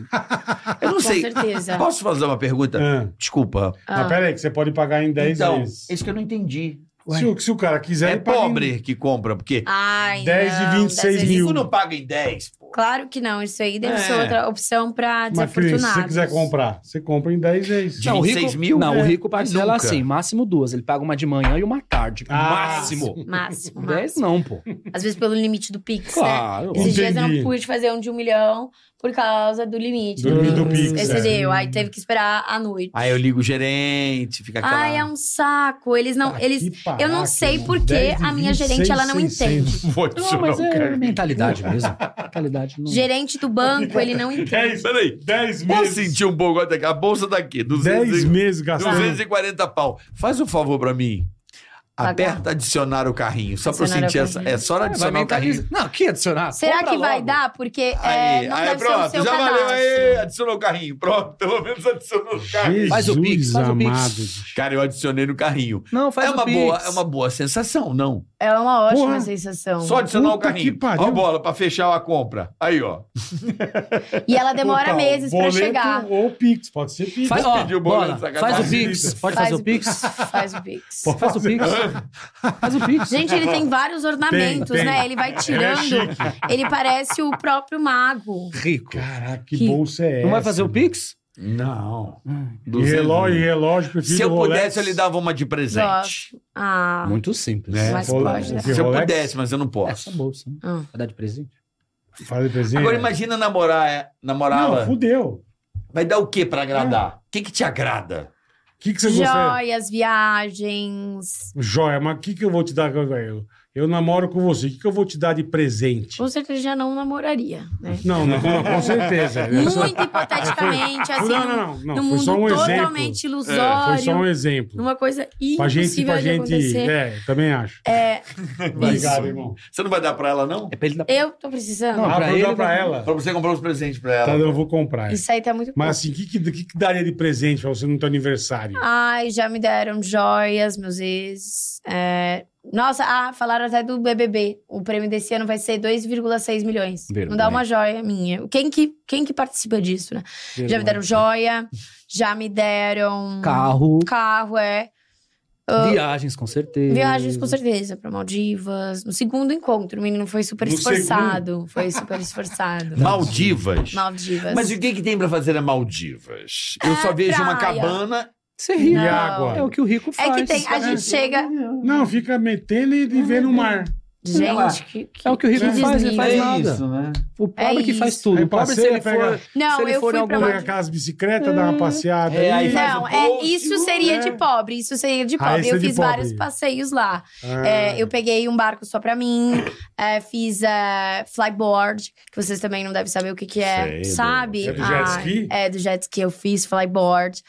Eu não Com sei. certeza. Tá. Posso fazer uma pergunta? Ah. Desculpa. Mas Ah. pera aí, que você pode pagar em 10 então, vezes. isso que eu não entendi. Ué. Se, o- se o cara quiser. É ele paga em pobre que compra, porque Ah, Ai, 10 e não, 26 dez e- mil. cinco não paga em 10, pô. Claro que não, isso aí deve ser É. outra opção pra Mas, Cris, se desafortunados. você quiser comprar, você compra em 10 vezes. Não, 26 mil? Não, É. o rico parcela Nunca. assim, máximo duas. Ele paga uma de manhã e uma à tarde. Ah, máximo. Máximo, Dez máximo. não, pô. Às vezes pelo limite do Pix, né? Claro. Esses dias eu Entendi. não pude fazer um de um milhão por causa do limite. Do limite do Pix, é. Excedeu, aí teve que esperar a noite. Aí eu ligo o gerente, fica aquela... Ai, é um saco. Eles não. Tá eles, que eu não paraca, sei irmão. por que 10 e a minha gerente ela não 26, entende. 600. Vou Não, mas é mentalidade mesmo. Mentalidade não. Gerente do banco, ele É não entende. 10, Peraí. 10 Posso assim, meses. sentir um pouco? Olha, A bolsa daqui, 200 10 e- meses gastando. 240 pau. Faz um favor pra mim. Pagar. Aperta adicionar o carrinho, só pra eu Adicionar sentir o essa. carrinho. É só Vai adicionar o mentalizar. carrinho. Não, que adicionar? Será Compra que vai logo. dar? Porque é, Aí, não aí, deve pronto, ser o seu já cadastro. valeu. Aí, adicionou o carrinho. Pronto, pelo menos adicionou o carrinho. Faz o Pix, faz o Pix. Cara, eu adicionei no carrinho. Não, faz é, o uma Pix. boa, é uma boa sensação, não. É uma ótima Porra. sensação. Só adicionar Puta o carrinho. que pariu. Ó, a bola pra fechar a compra. Aí, ó. E ela demora meses pra chegar. Ou Pix, pode ser Pix. Faz, ó, pedir o boleto, bola, sacanagem. faz o Faz Pix. isso. Pode fazer Faz o Pix? Faz o Pix. Faz o Pix. Faz o Pix. Gente, ele tem vários ornamentos, tem. né? Ele vai tirando. Ele é ele parece o próprio mago. rico. Caraca, que, Que- bolsa é essa? Não vai fazer o Pix? Não. E relógio, e relógio, prefiro Hum. Se eu Rolex. pudesse, eu lhe dava uma de presente. Gosto. Ah. Muito simples. É, Mas rola- pode, né? porque Se eu Rolex pudesse, mas eu não posso. Essa bolsa, né? Ah. Vai dar de presente? Fazer presente. Agora imagina namorar, é, namorá-la. Não, fudeu. Vai dar o que pra agradar? O que que te agrada? O que, que você gostaria? Joias, viagens. Joia, mas o que, que eu vou te dar? Eu, eu namoro com você. O que, que eu vou te dar de presente? Com certeza já não namoraria, né? Não, não, não, com certeza. Muito hipoteticamente, assim, Não, não, não, não, é Ah, num foi mundo só um exemplo. totalmente Foi só um ilusório, exemplo. numa coisa Pra gente, é impossível pra de gente. acontecer. É, também acho. É, Obrigado, irmão. Você não vai dar pra ela, não? É pra ele dar. eu tô precisando. Não, Ah, pra vou dar ele, pra né? ela. Pra você comprar os presentes pra Tá, ela. eu vou comprar. Isso aí tá muito pouco. Mas assim, o que, que, que, que daria de presente pra você no teu Ah. aniversário? Ai, já me deram joias, meus ex. É, Nossa, ah, falaram até do BBB. O prêmio desse ano vai ser 2,6 milhões. Não dá uma joia minha. Quem que, quem que participa disso, né? Já me deram joia, já me deram Carro, carro, é. viagens, com certeza. Viagens Hum. com certeza pra Maldivas. No segundo encontro, o menino foi super No esforçado. Foi super esforçado. Maldivas. Maldivas. Mas o que que tem pra fazer a Maldivas? Eu só É vejo uma praia. cabana. Você ri. E Não. água? É o que o rico É faz. que tem, a gente chega. né? Não, é. fica metendo e e Ah, vendo o mar. Gente, que, É o que o rico Que faz, ele faz desnível. nada. né? O pobre É que faz isso. tudo. É Aí O pobre, se passeia, ele pega- for. Não, se ele eu for em fui algum Pega pra lugar. Maldivas. aquelas bicicletas, dá uma passeada. É, ali. aí faz é. Hum. Não, o é, post, isso né? seria de pobre, isso seria de Ah, pobre. isso é eu de fiz pobre. vários passeios lá. Ah. É, eu peguei um barco só pra mim, é, fiz é, flyboard, que vocês também não devem saber o que, que é, Sei, sabe? É do jet Ah, ski? É, do jet ski eu fiz flyboard.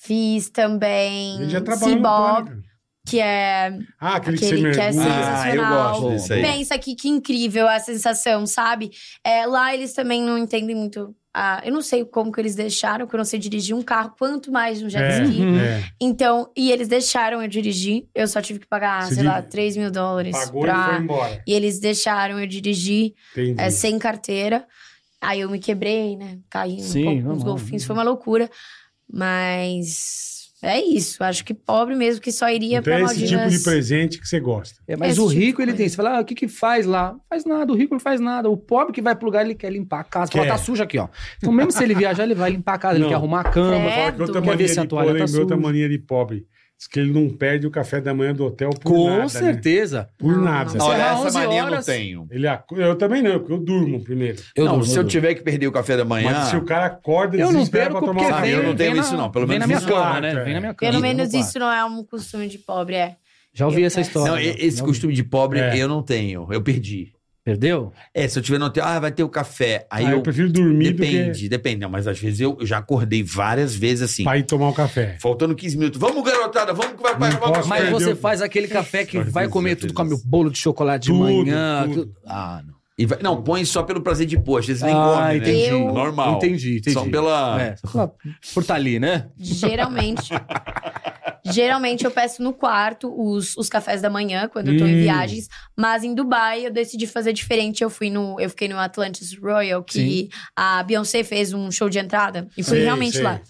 Fiz também Ele já trabalhou no Seabob, Pânico. que é. Ah, aquele, que aquele que você é mergulha. assim. Ah, eu gosto Sensacional. disso aí. Pensa aqui que incrível a sensação, sabe? É, lá eles também não entendem muito. a- eu não sei como que eles deixaram, porque eu não sei dirigir um carro, quanto mais um jet É, ski. é. Então, e eles deixaram eu dirigir. Eu só tive que pagar, Você sei di- lá, 3 mil dólares. Pagou pra- e foi embora. E eles deixaram eu dirigir Entendi. é, sem carteira. Aí eu me quebrei, né? Caí um Sim, pouco nos normal. golfinhos, foi uma loucura. Mas é isso. Acho que pobre mesmo que só iria então pra é esse Maldivas. tipo de presente que você gosta. É, mas Esse o tipo de rico, ele coisa. tem. Você fala, ah, o que que faz lá? Não Faz nada, o rico não faz nada. O pobre que vai pro lugar, ele quer limpar a casa. Fala, Quer. tá suja aqui, ó. Então, mesmo se ele viajar, ele vai limpar a casa, Não. ele quer arrumar a cama. É. Fala que outra Quer mania, ver se a de toalha pobre, tá lembrou outra suja. mania de pobre. Diz que ele não perde o café da manhã do hotel por Com nada. né? certeza. Por Não, nada. não. Olha, Encerrar essa 11 mania eu não horas. tenho. Ele ac- Eu também não, porque eu durmo primeiro. não, durmo, se eu durmo. tiver que perder o café da manhã. Mas se o cara acorda, Eu não desespera perco pra porque tomar um Ah, café. vem, eu não tenho vem isso, na- não. Pelo vem menos na minha isso cama, não, cara. né? Vem na minha cama. Pelo Vem menos no isso não é um costume de pobre, é. quarto. Já ouvi Eu essa peço. história. Não, e- esse Já ouvi. costume de pobre É. eu não tenho. Eu perdi. Perdeu? É, se eu tiver no hotel, ah, vai ter o café. Aí Ah, eu eu. prefiro dormir do Depende, depende. Não, mas às vezes eu eu já acordei várias vezes que assim. pra ir tomar o café. Faltando 15 minutos. Vamos, garotada, vamos que vai Não vai- vai- posso vai- Mas Perdeu. você faz aquele café que Já vai fiz, comer já fiz tudo, come o isso. bolo de chocolate de Tudo, manhã. tudo. tudo. Ah, não. E vai- Não, põe só pelo prazer de pôr. Às vezes nem Ah, engorda, entendi. né? Eu- Normal. Entendi, entendi. Só pela. É, só pra- por tá ali, né? Geralmente. geralmente eu peço no quarto os, os cafés da manhã, quando eu tô em Hum. viagens. Mas em Dubai eu decidi fazer diferente. Eu fui no. Eu fiquei no Atlantis Royal, que a Beyoncé fez um show de entrada. E fui Sei, realmente sei. lá.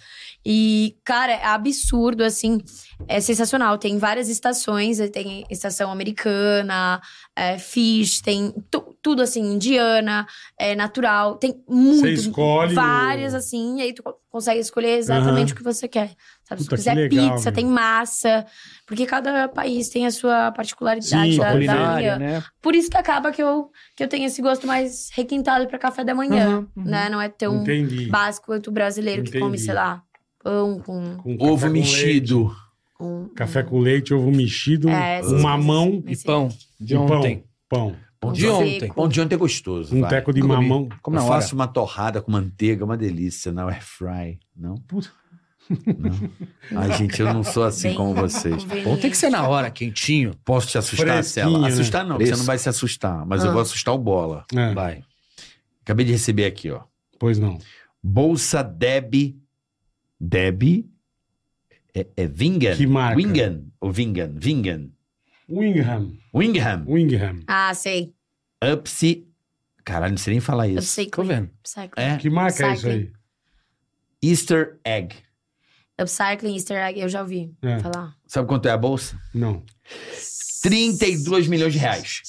E, cara, é absurdo, assim. É sensacional. Tem várias estações. eh, Tem estação americana, eh, Fish, tem tu- tudo assim, indiana, é, natural. Tem muito. escolhe o- Várias, assim. E aí tu co- consegue escolher exatamente o que você quer. Sabe? Se Puta, tu quiser que legal, pizza, meu. tem massa. Porque cada país tem a sua particularidade Sim, da, sua da culinária, minha. né? Por isso que acaba que eu, que eu tenho esse gosto mais requintado pra café da manhã, né? Não é tão uhum. Entendi. básico quanto o brasileiro que come, Entendi. sei lá, pão com... Com Um café Ovo com mexido. com- leite, café com leite, ovo mexido, É, essas mamão coisas. E pão. De e ontem. pão. Pão. Pão de Seco. ontem. Pão de ontem é gostoso. Um vai. teco de Eu comi. mamão. Como na eu hora. faço uma torrada com manteiga, é uma delícia, na air fry, não? Puta. Não. Ai, gente, eu não sou assim Bem como vocês. conveniente. Pão tem que ser na hora, quentinho. Posso te assustar, Fresquinho, Cela? né? Assustar não, Preço. você não vai se assustar, mas Ah. eu vou assustar o Bola. É, Vai. Acabei de receber aqui, ó. Pois não. Bolsa Deb. Deb? É, é Vingan? Que marca? Wingan. Ou Vingan? Vingan. Wingham. Wingham. Wingham. Ah, sei. Upsi. Caralho, não sei nem falar Eu isso. sei. Tô vendo. Upcycling. É. Que marca é isso Cycling. aí? Easter Egg. Upcycling, easter egg, eu já ouvi É. falar. Sabe quanto é a bolsa? Não. 32 milhões de reais.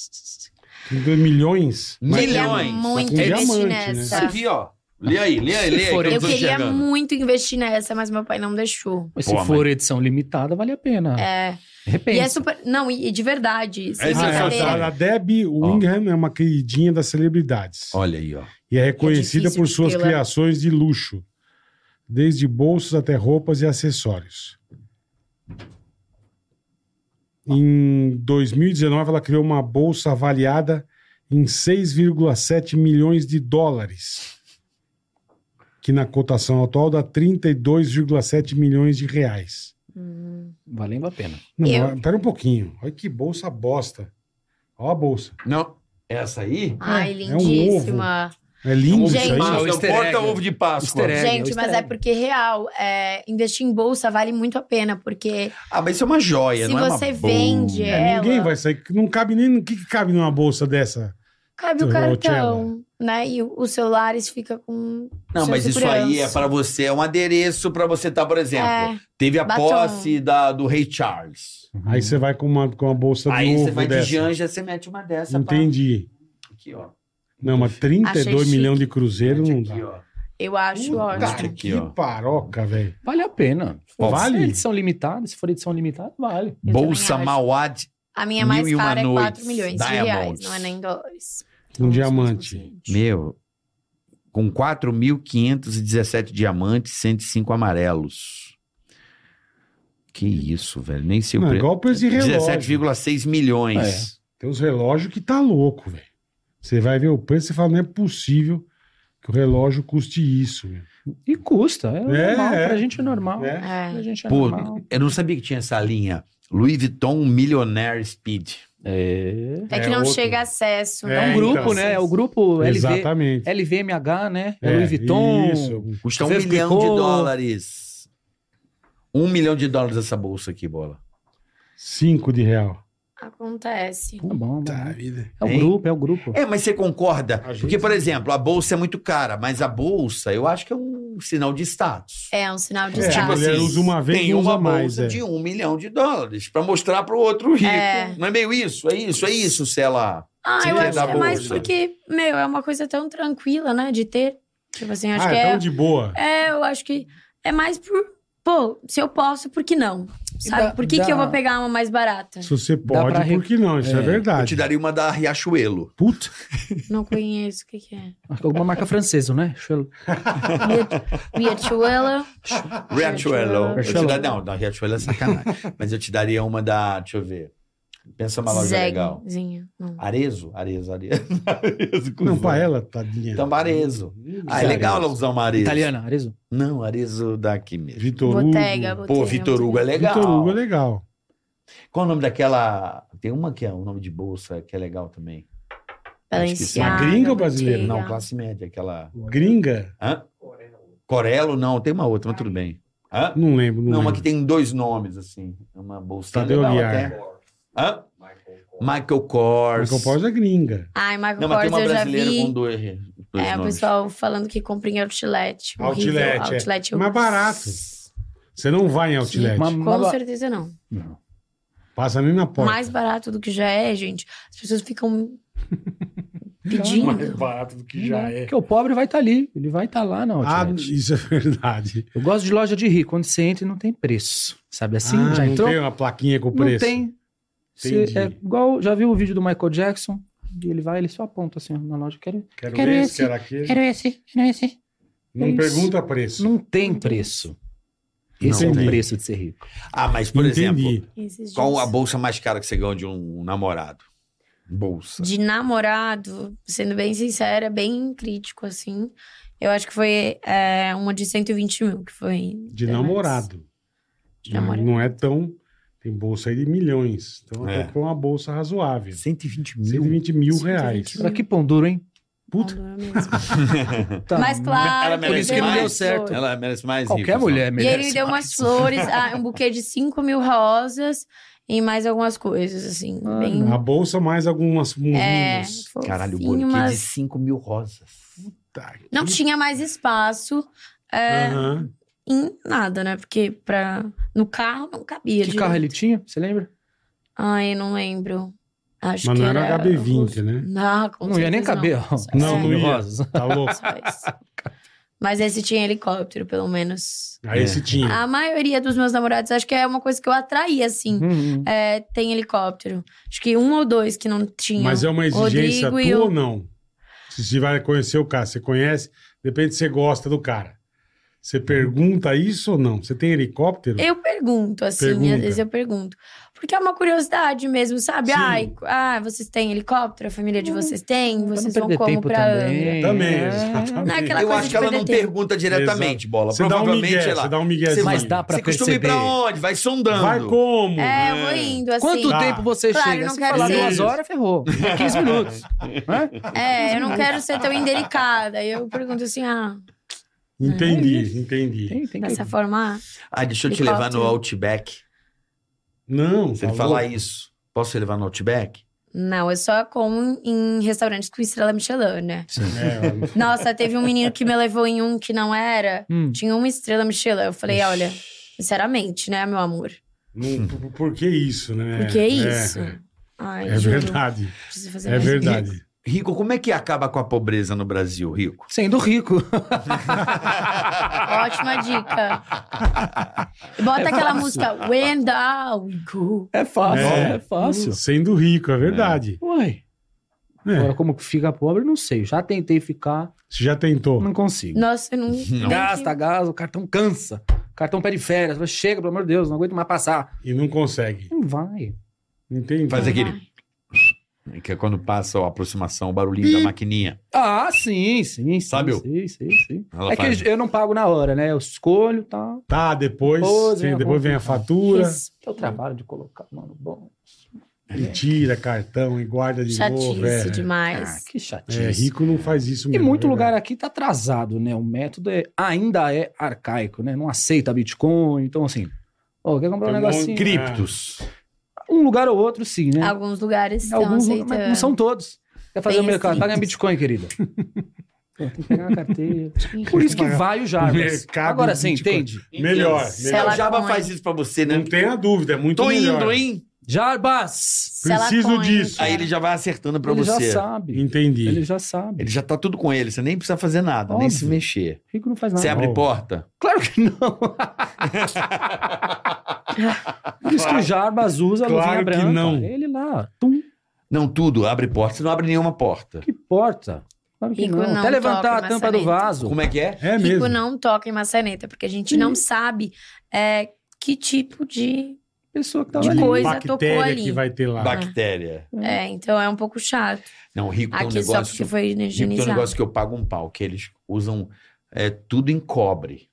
Tem dois milhões? Mas- Queria Milhões. é muito Mas com investir diamante, né? Isso nessa. aqui, ó. Lê aí, lê aí, lê aí. que Eu eu Eu tô queria enxergando. muito investir nessa, mas meu pai não deixou. Mas Pô, se for edição limitada, vale a pena. É. Repensa. E é super... Não, e e de verdade. Sem É isso aí, brincadeira. Ah, a, a Debbie Wingham é uma queridinha das celebridades. Olha aí, ó. E é reconhecida É difícil por suas tê-la. criações de luxo, desde bolsos até roupas e acessórios. Em 2019, ela criou uma bolsa avaliada em 6,7 milhões de dólares, que na cotação atual dá 32,7 milhões de reais. Valendo a pena. Não, Eu- mas pera um pouquinho. Olha que bolsa bosta. Olha a bolsa. Não. Essa aí? Ai, é um ovo. lindíssima. É lindo Gente, isso aí. Páscoa, Não easter egg. bota ovo de Páscoa. Easter egg. é o Gente, mas easter é egg. porque real, é, investir em bolsa vale muito a pena, porque Ah, mas isso é uma joia, se não é uma você bo- vende É, ela, ninguém vai sair. Não cabe nem. O que, que cabe numa bolsa dessa? cabe o Ô, cartão, né? E o- os celulares fica com Não, sua mas isso aí é segurança. pra você, é um adereço pra você estar, por exemplo, É. teve a Batom. posse da, do Rei Charles. Aí você vai com uma, com uma bolsa Aí de você ovo vai dessa. de Janja, você mete uma dessa. pá. Entendi. Aqui, ó. Não, mas Achei 32 chique. milhões de cruzeiro não Aqui, dá. ó. Eu acho ótimo. Cara, Aqui, que ó. paroca, velho. Vale a pena. Se for Vale? edição limitada, se for edição limitada, vale. Eu Bolsa também acho. Mauad. A minha mais Mil e uma cara é 4 noites, milhões de reais, Diamonds. não é nem dólares. Um não diamante. sei Tipo se é assim, suficiente. Meu, com 4.517 diamantes, 105 amarelos. Que isso, velho. Nem sei o Não, é preço. igual o preço de relógio. 17,6 milhões. Tem uns relógios que tá louco, velho. Você vai ver o preço e fala, não é possível que o relógio custe isso. velho. E custa. É, normal. é. Pra gente é Ah, normal. É. Pra É. gente é Pô, normal. eu não sabia que tinha essa linha. Louis Vuitton Millionaire Speed. É. É É que não outro. chega acesso, É né? um É, grupo, então. né? É o grupo LV, Exatamente. é, LVMH, né? É, É, Louis Vuitton. Isso. Custa um Você milhão de explicou? dólares. Um milhão de dólares essa bolsa aqui, bola. 5 de real. Acontece. Tá bom, tá bom. vida. É o Hein? grupo, é o grupo. É, mas você concorda? A gente- Porque, por exemplo, a bolsa é muito cara, mas a bolsa eu acho que é um sinal de status. É um sinal de É, status. tipo assim, mulher usa uma vez, tem não usa uma mais, bolsa é. de um milhão de dólares pra mostrar pro outro rico. É. Não é meio isso? É isso, é isso, sei lá. Ah, Sim, eu é acho da que é mais bolsa. porque, meu, é uma coisa tão tranquila, né? De ter. Tipo assim, acho Ah, que é é. tão de boa. É, eu acho que é mais por. Pô, se eu posso, por que não? Sabe? dá- por que, dá- que eu vou pegar uma mais barata? Se você pra pode, re- por que não? Isso é, É. Eu te verdade. daria uma da Riachuelo. Puta. Não conheço o que, que é. Acho que Alguma marca francesa, né? Deixa eu- Riachuelo. Riachuelo. Eu te Riachuelo. dar, não, da Riachuelo é sacanagem. Mas eu te daria uma da. Deixa eu ver. Pensa uma loja legal. Ah, Zegzinha. Não. Arezo? Arezo, Arezo. Arezo Não, cuzão. pra ela, tadinha. Tambarezo. Hum, Então, Ah, é legal ela usar uma Arezo. Italiana, Arezzo. Não, Arezo daqui mesmo. Vitor Hugo. Botega, botega. Pô, Vitor Hugo é legal. um Vitor Hugo é legal. Qual o nome daquela. Tem uma que é o nome de bolsa que é legal também. Balenciaga, Uma gringa ou brasileira? Bottega. Não, classe média, aquela. Gringa? Hã? Corelo, não, tem uma outra, mas tudo bem. Hã? Não lembro. Não, Não, uma lembro. que tem dois nomes, assim. É Uma bolsa Tadeu legal Liar. até. Hã? Michael Kors. Michael Kors é gringa. Ai, Michael Não, mas tem Kors uma eu já brasileira vi. com dois, dois É, o nomes. pessoal falando que compra em outlet. Horrível. Outlet, é. Outlet. eu- Mais barato. Você não vai em outlet. Uma- Com uma- certeza não. Não. Passa nem na porta. Mais barato do que já é, gente. As pessoas ficam pedindo. barato do que Hum. é. Porque o pobre vai estar ali, ele vai estar lá na Ah, outlet. isso é verdade. Eu gosto de loja de rico, onde você entra e não tem preço. Sabe assim? Ah, já entrou? Não tem uma plaquinha com o Não preço. tem. Você- Entendi. é igual, já viu o vídeo do Michael Jackson? E Ele vai, ele só aponta assim ó, na loja. Quero, Quero, Quero esse, esse. quero aquele. quero esse, quero esse. Não Isso. pergunta preço. Não tem preço. Esse é Entendi. o preço de ser rico. Ah, mas, por exemplo, Entendi. Esses qual a dias. bolsa mais cara que você ganhou de um namorado? Bolsa. De namorado, sendo bem sincera, é bem crítico, assim. Eu acho que foi é, uma de 120 mil, que foi. De até mais. namorado. De namorado. Não é tão. Tem bolsa aí de milhões. Então É. é até uma bolsa razoável. 120 120 mil 120 reais. mil. Pra que pão duro, hein? Puta. Adoro é mesmo. Tá. Mas claro, Ela que merece ele deu mais? umas Ela- flores. Ela merece mais Qualquer rico, mulher E merece. ele me deu umas flores, ah, um buquê de 5 mil rosas e mais algumas coisas, assim. Ah, bem, A bolsa mais algumas uns é, mimos. só. fofinho, Caralho, o buquê mas de 5 mil rosas. Tá, Não que- tinha mais espaço é, Aham. em nada, né? Porque pra... no carro não cabia. Que direito. carro ele tinha? Você lembra? Ai, não lembro. Acho Mas que não era HB20, né? Não, com não ia nem certeza caber, ó. Só- Não, é, não ia. Rosas. Tá louco. só isso. Mas esse tinha helicóptero, pelo menos. É. Aí esse tinha. A maioria dos meus namorados, acho que é uma coisa que eu atraí, assim. Uhum. É, tem helicóptero. Acho que um ou dois que não tinham. Mas é uma exigência Rodrigo tua e eu. ou não? Se você vai conhecer o cara, você conhece, depende se você gosta do cara. Você pergunta isso ou não? Você tem helicóptero? Eu pergunto, assim, Pergunta. às vezes eu pergunto. Porque é uma curiosidade mesmo, sabe? Sim. Ai, ah, vocês têm helicóptero? A família de vocês tem? Hum, Pra não Vocês vão perder como tempo pra Angra? também. Também, É. exatamente. Não é aquela Eu coisa acho de que ela perder não tempo. pergunta diretamente, bola. Você dá um Provavelmente migué, ela. você dá um miguezinho. Mas dá pra Você costuma ir pra perceber. onde? Vai sondando. Vai como? É, eu vou indo, assim. Quanto Tá. tempo você Claro, eu chega? não Se quero falar ser duas isso. horas, ferrou. 15 minutos. Hã? É, eu não quero ser tão indelicada. Aí eu pergunto assim, ah, Entendi, entendi. Tem, tem que... dessa forma, ah, Ah, deixa eu te levar no Helicóptero. Outback. Não, tá Se ele louco. falar isso, posso te levar no Outback? não, eu só como em restaurantes com estrela Michelin, né? É, mas- Nossa, teve um menino que me levou em um que não era. Hum. Tinha uma estrela Michelin. Eu falei, olha, sinceramente, né, meu amor? não, por, por que isso, né? Por que É, isso? É, Ai, É juro, verdade. preciso fazer É mais. verdade. Rico, como é que acaba com a pobreza no Brasil, Rico? Sendo rico. Ótima dica. É E Bota aquela música When Thou Go. É fácil. É. É, fácil. Sendo rico, é verdade. Uai. É. Agora, como fica pobre, não sei. Já tentei ficar, Você já tentou. não consigo. Nossa, eu não. nem Gasta, gasta, o cartão cansa. O cartão pede férias. Mas chega, pelo amor de Deus, não aguento mais passar. E não consegue. Não vai. Entendi. Faz que- aquele. Que é quando passa a aproximação, o barulhinho da maquininha. Ah, sim, sim, sim. Sabe o- Sim, sim, sim. Ela é faz. que eu não pago na hora, né? Eu escolho e tal. Tá, depois. Pô, sim, Zé, depois vamos vem a ficar. fatura. Eu é trabalho de colocar, mano, bom. E tira cartão e guarda de novo. Chatice É, Ah, demais. que chatice. é, rico não faz isso E mesmo. muito é lugar verdade. aqui tá atrasado, né? O método é, ainda é arcaico, né? Não aceita Bitcoin. Então, assim, ó, quer comprar um Tem um negocinho. monte- Criptos. Um lugar ou outro, sim, né? Alguns lugares estão Alguns, mas aceitando. não são todos. Quer fazer Bem o mercado, assim. paga em Bitcoin, querida. Pô, tem que pegar uma carteira. Por isso que vai o Jarbas. Mercado Agora sim, em Bitcoin. entende? Melhor. Se melhor. Ela ela o Jaba põe. faz isso pra você, né? Não tem a dúvida, é muito Tô melhor. indo, hein? Jarbas! Se ela Preciso põe, disso. Aí ele já vai acertando pra ele você. já sabe. Entendi. Ele já sabe. Ele já tá tudo com ele, você nem precisa fazer nada, nem Óbvio. se mexer. Rico não faz nada. Você abre Óbvio. porta? Claro que não. Por isso que o Jarbas usa a Claro luvinha que branca. não. Ele lá, tum, Não, tudo, abre porta. Você não abre nenhuma porta. que porta. Claro que Rico não. não Até levantar toca a tampa do maçaneta. vaso. Como é que é? É Rico mesmo. não toca em maçaneta, porque a gente não sabe é, que tipo de. Pessoa que tá de tava ali. coisa tocou bactéria ali. que vai ter lá. Bactéria. É, então é um pouco chato. Não, rico tem um Aqui só porque negócio. foi Rico tem um higienizado. negócio que eu pago um pau, que eles usam é, tudo em cobre.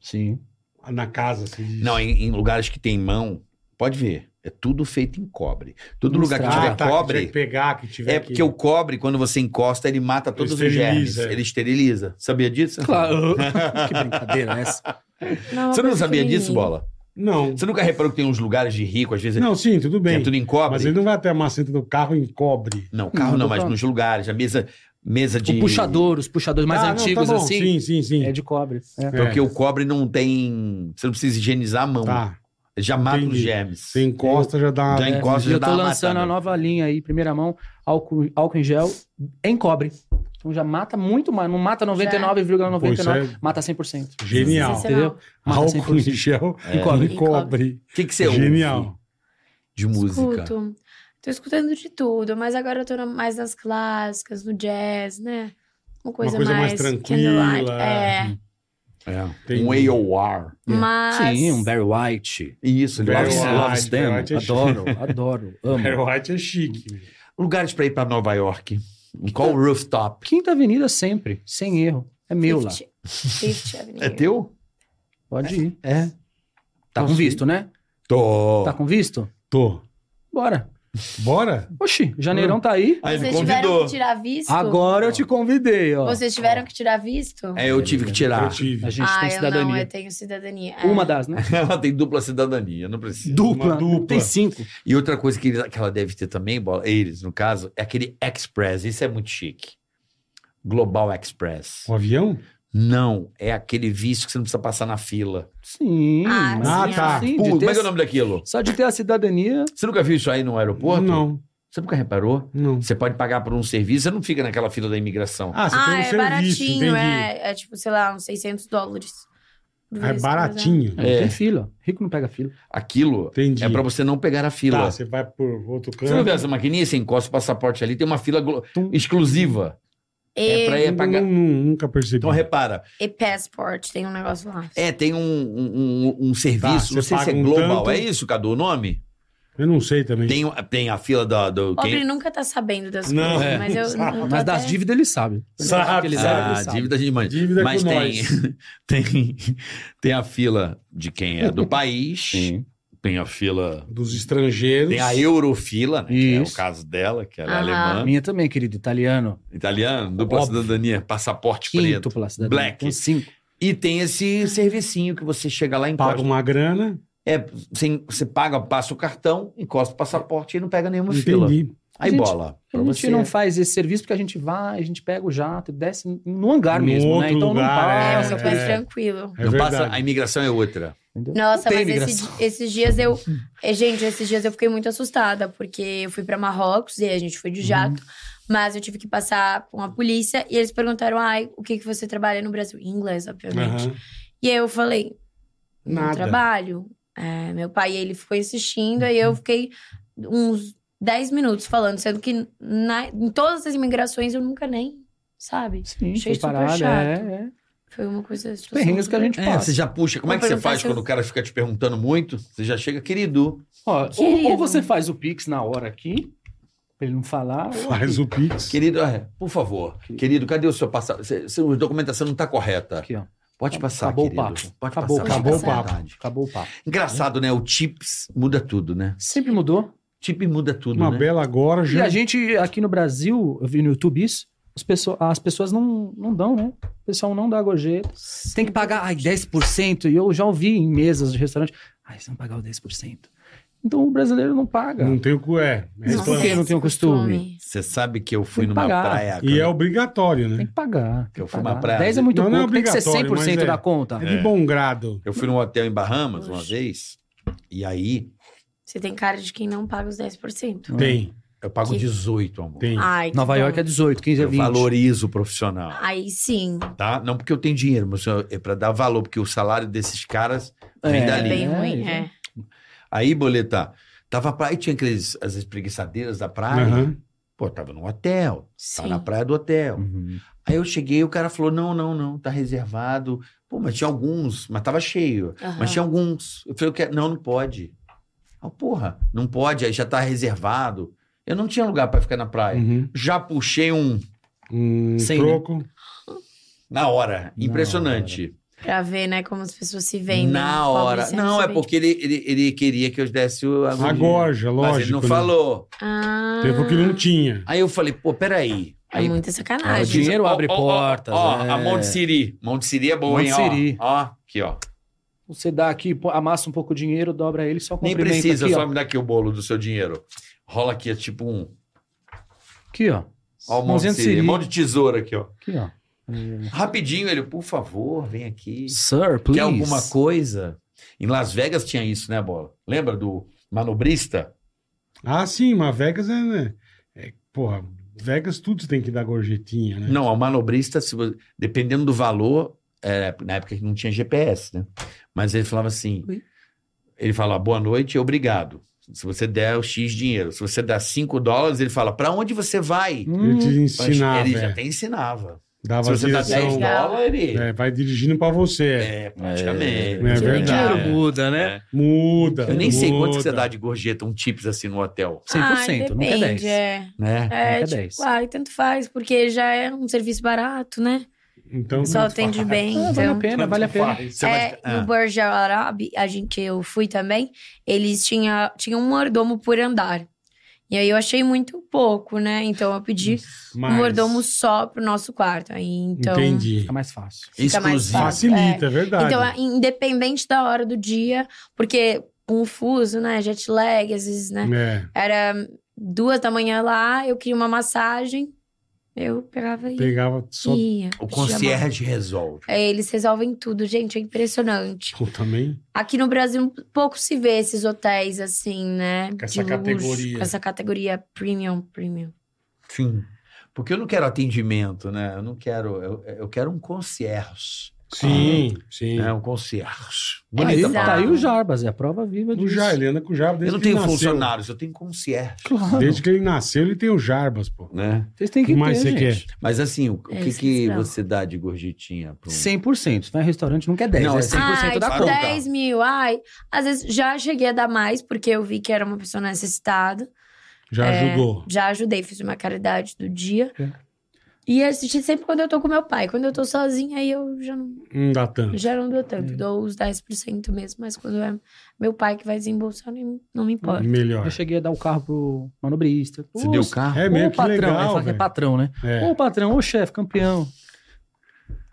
Sim. Na casa, assim, se diz. Não, em, em lugares que tem mão, pode ver. É tudo feito em cobre. Todo Não lugar que estraga. tiver Ah, tá, que tiver cobre. que pegar, que tiver é que- porque o cobre, quando você encosta, ele mata todos os germes. Esteriliza. Ele esteriliza. Sabia disso? Claro. que brincadeira é essa? é uma Você não coisa sabia que- disso, Bola? Não. Você nunca reparou que tem uns lugares de rico, às vezes, Não, sim, tudo que bem. é tudo em cobre? Mas ele não vai até a maceta do carro em cobre. Não, carro não, Não, mas tá. nos lugares, a mesa. mesa de. O puxador, os puxadores mais Ah, não, tá antigos, bom. Sim, assim, sim, sim. é de cobre. É. Porque o cobre não tem. Você não precisa higienizar a mão. Tá. Já mata os entendi. germes. Você encosta, já dá. Já uma- É, encosta, e já eu dá tô uma lançando matada. a nova linha aí, primeira mão, álcool, álcool em gel em cobre. Então já mata muito mais, não mata 99,99, Pô, isso é- mata 100%. Genial. Sensacional. Entendeu? Mata Álcool em 100%. gel É. e cobre. E cobre. O que, que você ouve É Genial. de música? Escuto. Tô escutando de tudo, mas agora eu tô na- mais nas clássicas, no jazz, né? Uma coisa, coisa mais candlelight. tranquila. É. Entendi. É. Um AOR. Mas. Sim, um Barry White. Isso, Barry Love, White, Love Stem. Barry White é adoro, adoro, amo. Barry White é chique. meu. Lugares pra ir pra Nova York. Em qual rooftop? Quinta Avenida sempre, sem erro. É meu lá. Fifth- Fifth Avenue. É teu? Pode ir. É. Tá com visto, né? Tô. Tá com visto? Tô. Bora. Bora? Oxi, janeirão tá aí. Aí ele Vocês tiveram convidou. que tirar visto? Agora eu te convidei, ó. Vocês tiveram que tirar visto? É, eu tive que Eu tirar. tive. A gente ah, tem eu não, eu cidadania. tenho cidadania. é. Uma das, né? Ela tem dupla cidadania, não precisa. Dupla. Tem cinco. E outra coisa que, eles- que ela deve ter também, bola, eles no caso, é aquele Express. Isso é muito chique. Global Express. Um avião? Não, é aquele visto que você não precisa passar na fila. Sim. Ah, mas ah, sim, tá. assim, de Pô, ter como é que é a- o nome daquilo? Só de ter a cidadania. Você nunca viu isso aí no aeroporto? Não, Você nunca reparou? não. Você pode pagar por um serviço, você não fica naquela fila da imigração. Ah, você ah, tem um é serviço, baratinho, entendi. é, é tipo, sei lá, uns 600 dólares. Por É vez, baratinho. Não É. tem fila. Rico não pega fila. Aquilo Entendi. é pra você não pegar a fila. Tá, você vai por outro Você não canto. viu essa maquininha? Você encosta o passaporte ali, tem uma fila glo- Tum. exclusiva. E, É pra ir Nun- pagar. nun- Nunca percebi. Então repara, e passport, tem um negócio lá. é, tem um, um- um- um serviço, Tá, você não sei se é paga um global, tanto. é isso, Cadu, o nome? Eu não sei também. Tem, tem a fila da- do... O Pobre quem- nunca tá sabendo das Não, coisas, é. mas eu Sabe. não tô Mas das até- dívidas ele sabe. Sabe. Ele sabe, ele Ah, sabe. dívida de mãe. Dívida Mas com tem, tem tem a fila de quem é do país, tem a fila, Dos estrangeiros. tem a eurofila, né, que é o Isso. caso dela, que ela é Aham. alemã, Minha também, querido. Italiano. italiana, dupla Óbvio. cidadania, passaporte preto. Quinto cidadania. Black. Tem cinco. E tem esse servicinho que você chega lá e encosta. Paga um- uma grana. É, você, você paga, passa o cartão, encosta o passaporte e não pega nenhuma fila. Entendi. Aí Gente, bola. A Pra gente você. não faz esse serviço porque a gente vai, a gente pega o jato, e desce no hangar No mesmo, né? outro Então lugar, É não passa. muito mais tranquilo. É Não verdade. passa, a imigração é outra. entendeu? Nossa, Tem mas esse imigração. di- esses dias eu. eh, Gente, esses dias eu fiquei muito assustada, porque eu fui pra Marrocos e a gente foi de jato, mas eu tive que passar com a polícia e eles perguntaram: ai, o que, que você trabalha no Brasil? Em inglês, obviamente. Aham. E aí eu falei: não Nada. trabalho. É, meu pai, ele ficou insistindo, aí Uhum. eu fiquei uns 10 minutos falando, sendo que na- em todas as imigrações eu nunca nem, sabe? Sim, Achei foi super parada. chato. É, é. Foi uma coisa. Os Perrengues que a gente É, passa. você já puxa. Como é que Vou você perguntar faz se quando eu- o cara fica te perguntando muito? Você já chega, querido. Ó, ou, Querido. ou você faz o Pix na hora aqui, pra ele não falar. ou Faz o Pix. Querido, é, por favor. Querido, cadê o seu passaporte? Seu- Sua documentação não está correta. Aqui, ó. Pode passar, Acabou o querido. papo. Pode Acabou, passar. acabou o fica à papo. vontade. Acabou o papo. Engraçado, né? O chips muda tudo, né? Sempre mudou. Chip muda tudo, Uma né? bela agora E já. a gente, aqui no Brasil, eu vi no YouTube isso, as pessoas, as pessoas não, não dão, né? O pessoal não dá gorjeta. Tem que pagar ai, 10%. E eu já ouvi em mesas de restaurante, ai, você não pagar o 10%. Então o brasileiro não paga. Não tem o que é. Mas por que não tem o costume? Você sabe que eu fui Tem que numa pagar. praia. E é obrigatório, Tem né? que pagar. Tem Eu que fui uma pagar. praia. 10 é muito Não, não é pouco, tem que ser obrigatório, mas 100% é. da conta. É de bom grado. Eu fui num hotel em Bahamas uma vez, e aí Você tem cara de quem não paga os 10%. É. Tem, eu pago Que- 18, amor. tem. Ai, que Nova bom. York é 18, 15 é Eu 20. valorizo o profissional, Aí sim. tá? Não porque eu tenho dinheiro, mas é pra dar valor, porque o salário desses caras vem É. dali. Bem é, ruim, é. Aí, boleta, tava pra... aí tinha aqueles, as espreguiçadeiras da praia. Aham. Hum. Pô, tava num hotel, Sim. tava na praia do hotel. Uhum. Aí eu cheguei, o cara falou: não, não, não, tá reservado. Pô, mas tinha alguns, mas tava cheio. Aham. Mas tinha alguns. Eu falei, eu quero... não, não pode. Ah, porra, não pode, aí já tá reservado. Eu não tinha lugar pra ficar na praia. Uhum. Já puxei um Um Sem, né? troco. na hora. Na Impressionante. um Pra ver, né, como as pessoas se Na vendem. hora. Pobre sempre Não, se é vende. porque ele, ele, ele queria que eu desse o. a A gorjeta. gorja, um Mas lógico. ele não né? falou. Ah, Teve o que um não tinha. Aí eu falei, pô, peraí. É Aí Ó, muita Ah, o diz- sacanagem. dinheiro ó, abre ó, ó, portas, Ó, é. a Monte Siri. Monte Siri é boa, hein? Monte ó. Siri. Ó, aqui, ó. Você dá aqui, pô, amassa um pouco o dinheiro, dobra ele, só Nem cumprimenta precisa, aqui, só ó. me dá aqui o bolo do seu dinheiro. Rola aqui, é tipo um. Aqui, ó. Ó, o Um Mãozinha monte, de siri. de mão de tesoura aqui, ó. Aqui, ó. Rapidinho, ele, por favor, vem aqui. Sir, please. Quer alguma coisa? Em Las Vegas tinha isso, né, Bola? Lembra do manobrista? Ah, sim, mas Vegas é, né? é, Porra, Vegas tudo você tem que dar gorjetinha, né? É. Não, o manobrista, se vo- dependendo do valor, é, na época que não tinha GPS, né? Mas ele falava assim: ele fala boa noite e obrigado. Se você der o X dinheiro, se você dá 5 dólares, ele fala para onde você vai? Ele te Mas ensinava. ele já é. até ensinava. Dava Se você dá 10 direção. dólares, ele. É, vai dirigindo pra você. É, praticamente. É O dinheiro verdade. muda, né? Ah, Muda. Eu nem sei quanto que você muda. dá de gorjeta, um tips assim no hotel, 100%, nunca é 10. depende, é. né? Nunca É, é tipo, 10. ai, tanto faz, porque já é um serviço barato, né? Então, Só atende bem, Ah, vale a então... pena, vale a pena. Você vai- É, ah. no Burj Al Arab, a gente, eu fui também, eles tinham tinha um mordomo por andar. E aí eu achei muito pouco, né? Então eu pedi mas- um mordomo só pro nosso quarto. Aí, então, Entendi. É Fica mais fácil. Fica mais Exclusivo. fácil. Facilita, é verdade. então, é independente da hora do dia, porque com o fuso, né? Jet lag, às vezes, né? É, Era duas da manhã lá, eu queria uma massagem, eu pegava e É, pegava só ia. O concierge resolve. É, Eles resolvem tudo, gente, é impressionante. Pô, também. Aqui no Brasil, um pouco se vê esses hotéis assim, né? Com essa De categoria. Com essa categoria premium, premium. Sim. Porque eu não quero atendimento, né? Eu não quero. Eu, eu quero um concierge. Sim, sim. Né? Um concierge. Tá aí, Bonita bizarro. tá palavra. aí o Jarbas, é a prova viva O disso. Jar, ele anda com o Jarbas Eu desde não que ele tenho nasceu. funcionários, eu tenho concierge. Claro. Desde que ele nasceu, ele tem o Jarbas, pô. Né? Vocês têm O que que mais ter, você quer? gente. Mas assim, o, o É que, isso que que eu você dá de gorjetinha para 100%. Tá em restaurante, nunca é 10. Não, é é 100% da Tá tipo, conta. 10 mil, ai. Às vezes já cheguei a dar mais, porque eu vi que era uma pessoa necessitada. Já É, ajudou. Já ajudei, fiz uma caridade do dia. É. E assisti sempre quando eu tô com meu pai. Quando eu tô sozinha, aí eu já não, Não dá tanto. já não dou tanto. É. Dou os 10% mesmo, mas quando é meu pai que vai desembolsar, nem- não me importa. Melhor. Eu cheguei a dar o carro pro manobrista. Você Ô, deu o carro? É mesmo, Ô, que patrão. Aí legal, fala que é velho. patrão, né? É. Ô, patrão, ô, chefe, campeão.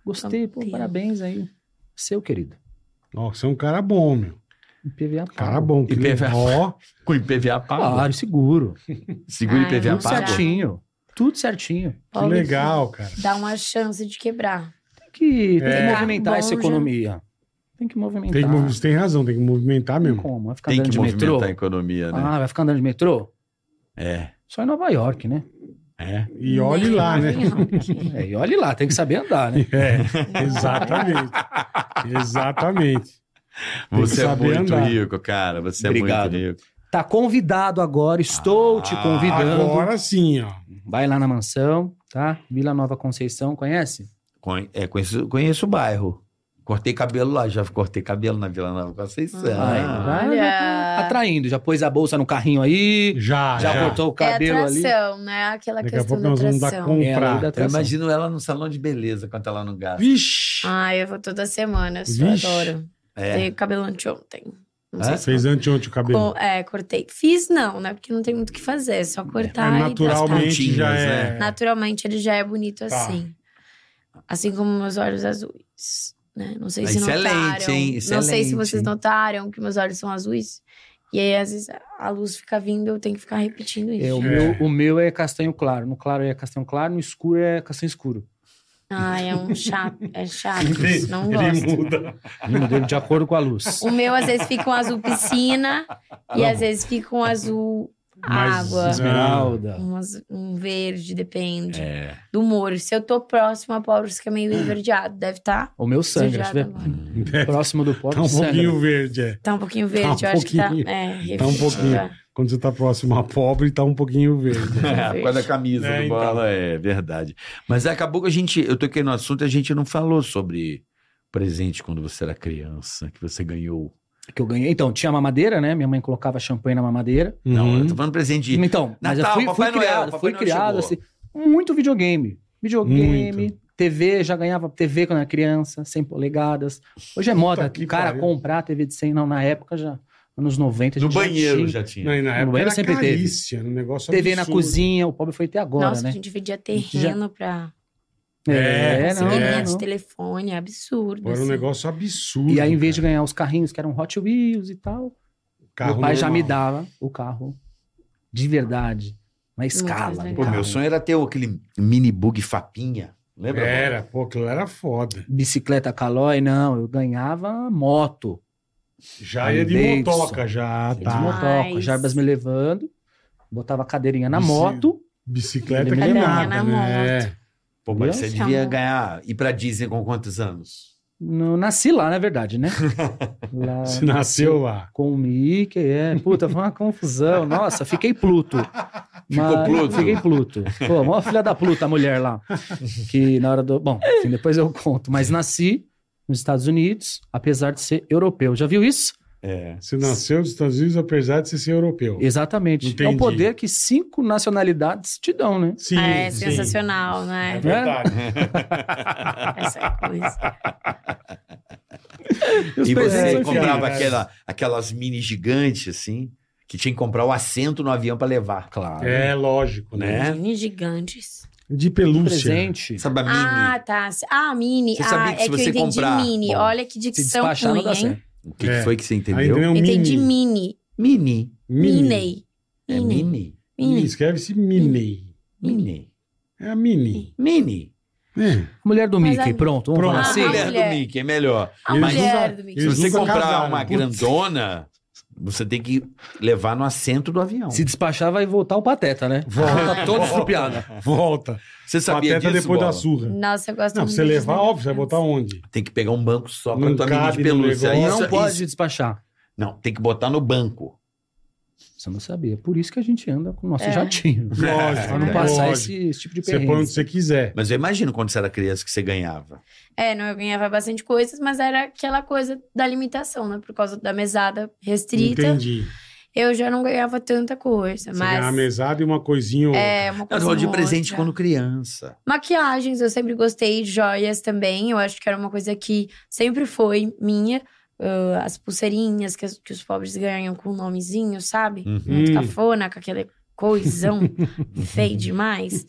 Gostei, pô, Campeão. parabéns aí. Seu, querido. Ó, você é um cara bom, meu. Um IPVA pago. Cara bom. Que E legal. PVA. Ó, Com IPVA pago. Claro, seguro. Segura Ah, IPVA eu Tudo pago? pago. sei. certinho. Tudo certinho. que Pobre legal, cara. Dá uma chance de quebrar. Tem que, tem É. que movimentar Bom, essa já. economia. Tem que movimentar. Tem que, mov- você tem razão, tem que movimentar Tem mesmo. como? Vai ficar Tem andando que de movimentar metrô? a economia, né? Ah, vai ficar andando de metrô? É. Só em Nova York, né? É. E olhe lá, né? É, e olhe lá, tem que saber andar, né? É, exatamente. Exatamente. Tem que Você é saber muito andar. rico, cara. Você Obrigado. é muito rico. Tá convidado agora, estou te convidando. Agora sim, ó. Vai lá na mansão, tá? Vila Nova Conceição, conhece? Con- é, conheço, conheço o bairro. Cortei cabelo lá, já cortei cabelo na Vila Nova Conceição. Vai, Ah, vai, já tá atraindo, já pôs a bolsa no carrinho aí, Já, já, já. botou o É cabelo ali. atração, né? Aquela Daqui a questão pouco da nós vamos dar atração. É, a lei da comprar. Eu atração. imagino ela num salão de beleza, tá quanto ela não gasta. Vixe! Ah, eu vou toda semana, eu só Vixe. adoro. É. Tenho cabelo anteontem. Não Hã? sei se Fez anteontem o cabelo. Co- é, cortei. Fiz não, né? Porque não tem muito o que fazer, é só Ah, cortar e naturalmente. naturalmente já pontinhas, é. tratar. Naturalmente ele já é bonito Tá. assim. Assim como meus olhos azuis, né? Não sei se Excelente, notaram. hein? Não sei Excelente, se vocês hein? notaram que meus olhos são azuis. E aí, às vezes, a luz fica vindo, eu tenho que ficar repetindo isso. É, o, É. Meu, o meu é castanho claro. No claro é castanho claro, no escuro é castanho escuro. Ai, é um chato, é chato, isso, não gosto. Ele muda. No modelo de acordo com a luz. O meu às vezes fica um azul piscina e às vezes fica um azul Mas- água. Esmeralda. Um, azu- um verde, depende É. do humor. Se eu tô próximo a Paulos, que é meio enverdeado, deve estar. Tá O meu sangra. sujado se tiver agora. Próximo do pobre, Tá um sangra. pouquinho verde, é. Tá um pouquinho verde, Tá um eu acho que pouquinho. tá. É, Tá um refletido, pouquinho. é. Quando você tá próximo a pobre, tá um pouquinho verde. É, por causa da camisa É, do então. bola, é verdade. Mas acabou que a gente. Eu toquei no assunto e a gente não falou sobre presente quando você era criança, que você ganhou. Que eu ganhei. Então, tinha mamadeira, né? Minha mãe colocava champanhe na mamadeira. Não, eu Uhum. tô falando presente de. Então, mas eu Natal, fui, fui Papai Noel, criado, Papai fui Noel criado assim. chegou. Muito videogame. Videogame, TV, já ganhava TV quando era criança, 100 polegadas. Hoje é moda que o cara pariu. comprar TV de 100, não, na época já, anos 90. a No gente já banheiro tinha. já é tinha. Uhum. Não, e na No época banheiro era sempre teve. carícia, um negócio TV na absurdo. cozinha, o pobre foi até agora, Nossa, né? a gente dividia terreno pra É, É, não, é. não, linha não. de telefone, é absurdo. Era um assim. negócio absurdo. E aí, em vez de cara. ganhar os carrinhos que eram Hot Wheels e tal, Carro meu pai já me normal. dava o carro de verdade. na mais escala. legal. Pô, meu é sonho era ter aquele mini bug Fapinha. Lembra? Era, pô, aquilo era foda. Bicicleta calói, não. Eu ganhava moto. Já Harley ia de Davidson. motoca, já, De tá. motoca. Mas- Jarbas me levando, botava a cadeirinha na Bici- moto. Bicicleta Ele me que lembra. nada, Na né? Pô, mas você Nossa, devia amor. ganhar. Ir pra Disney com quantos anos? Não, nasci lá, na verdade, né? Lá, Você É. nasceu lá. com o Mickey, é. Puta, foi uma confusão. Nossa, fiquei Pluto. Ficou Pluto? Fiquei Pluto. Pô, mó filha da Pluta, a mulher lá. Que na hora do. Bom, enfim, depois eu conto. Mas nasci nos Estados Unidos, apesar de ser europeu. Já viu isso? É. Você nasceu nos Estados Unidos, apesar de você ser europeu. Exatamente. É Entendi. um poder que cinco nacionalidades te dão, né? Sim, é sim. sensacional, né? É verdade. Essa coisa. Os E presentes você é? são infinitos. comprava infinitas. aquela, aquelas mini gigantes, assim, que tinha que comprar o assento no avião pra levar. Claro. É lógico, né? Né? Mini gigantes. De pelúcia. presente. Sabe a Então, mini? Ah, tá. Ah, mini. Você ah, sabia que é se que eu você entendi comprar- mini. Bom, Olha que Se dicção despachar, não ruim, dá hein? certo. o que, que É. foi que você Aí entendeu? tem um Entendi mini. Mini. Mini. Minei. É mini. Mini. Mini. Escreve-se mini. Mini. É a mini. Mini. É. Mulher do Mas Mickey, a- pronto. Vamos Pronto. falar A assim? Ah, mulher do mulher. Mickey é melhor. A Eles mulher nunca- do Se mini. eles você nunca comprar casaram, uma né? putz. grandona, você tem que levar no assento do avião. Se despachar, vai voltar o Pateta, né? Volta. Tá todo estrupiado. Volta. Você sabia Pateta disso, depois da Bola? surra. Nossa, eu gosto Não, muito. você levar, disso. óbvio, você vai botar onde? Tem que pegar um banco só pra Não tua mini de cabe no pelúcia. negócio. Isso, é não pode isso. despachar. Não, tem que botar no banco. Você não sabia. Por isso que a gente anda com o nosso É. jatinho. Lógico, Pra não passar É, lógico. esse, esse tipo de Você põe onde perrengue. você quiser. Mas eu imagino quando você era criança que você ganhava. É, não, eu ganhava bastante coisas, mas era aquela coisa da limitação, né? Por causa da mesada restrita, Entendi. eu já não ganhava tanta Você coisa. ganha mas uma mesada e uma coisinha ou é uma Eu coisa. dou de ou presente outra. quando criança. Maquiagens, eu sempre gostei, joias também. Eu acho que era uma coisa que sempre foi minha. Ah, as pulseirinhas que, as- que os pobres ganham com o nomezinho, sabe? Muito Hum. cafona, com aquele coisão feio demais.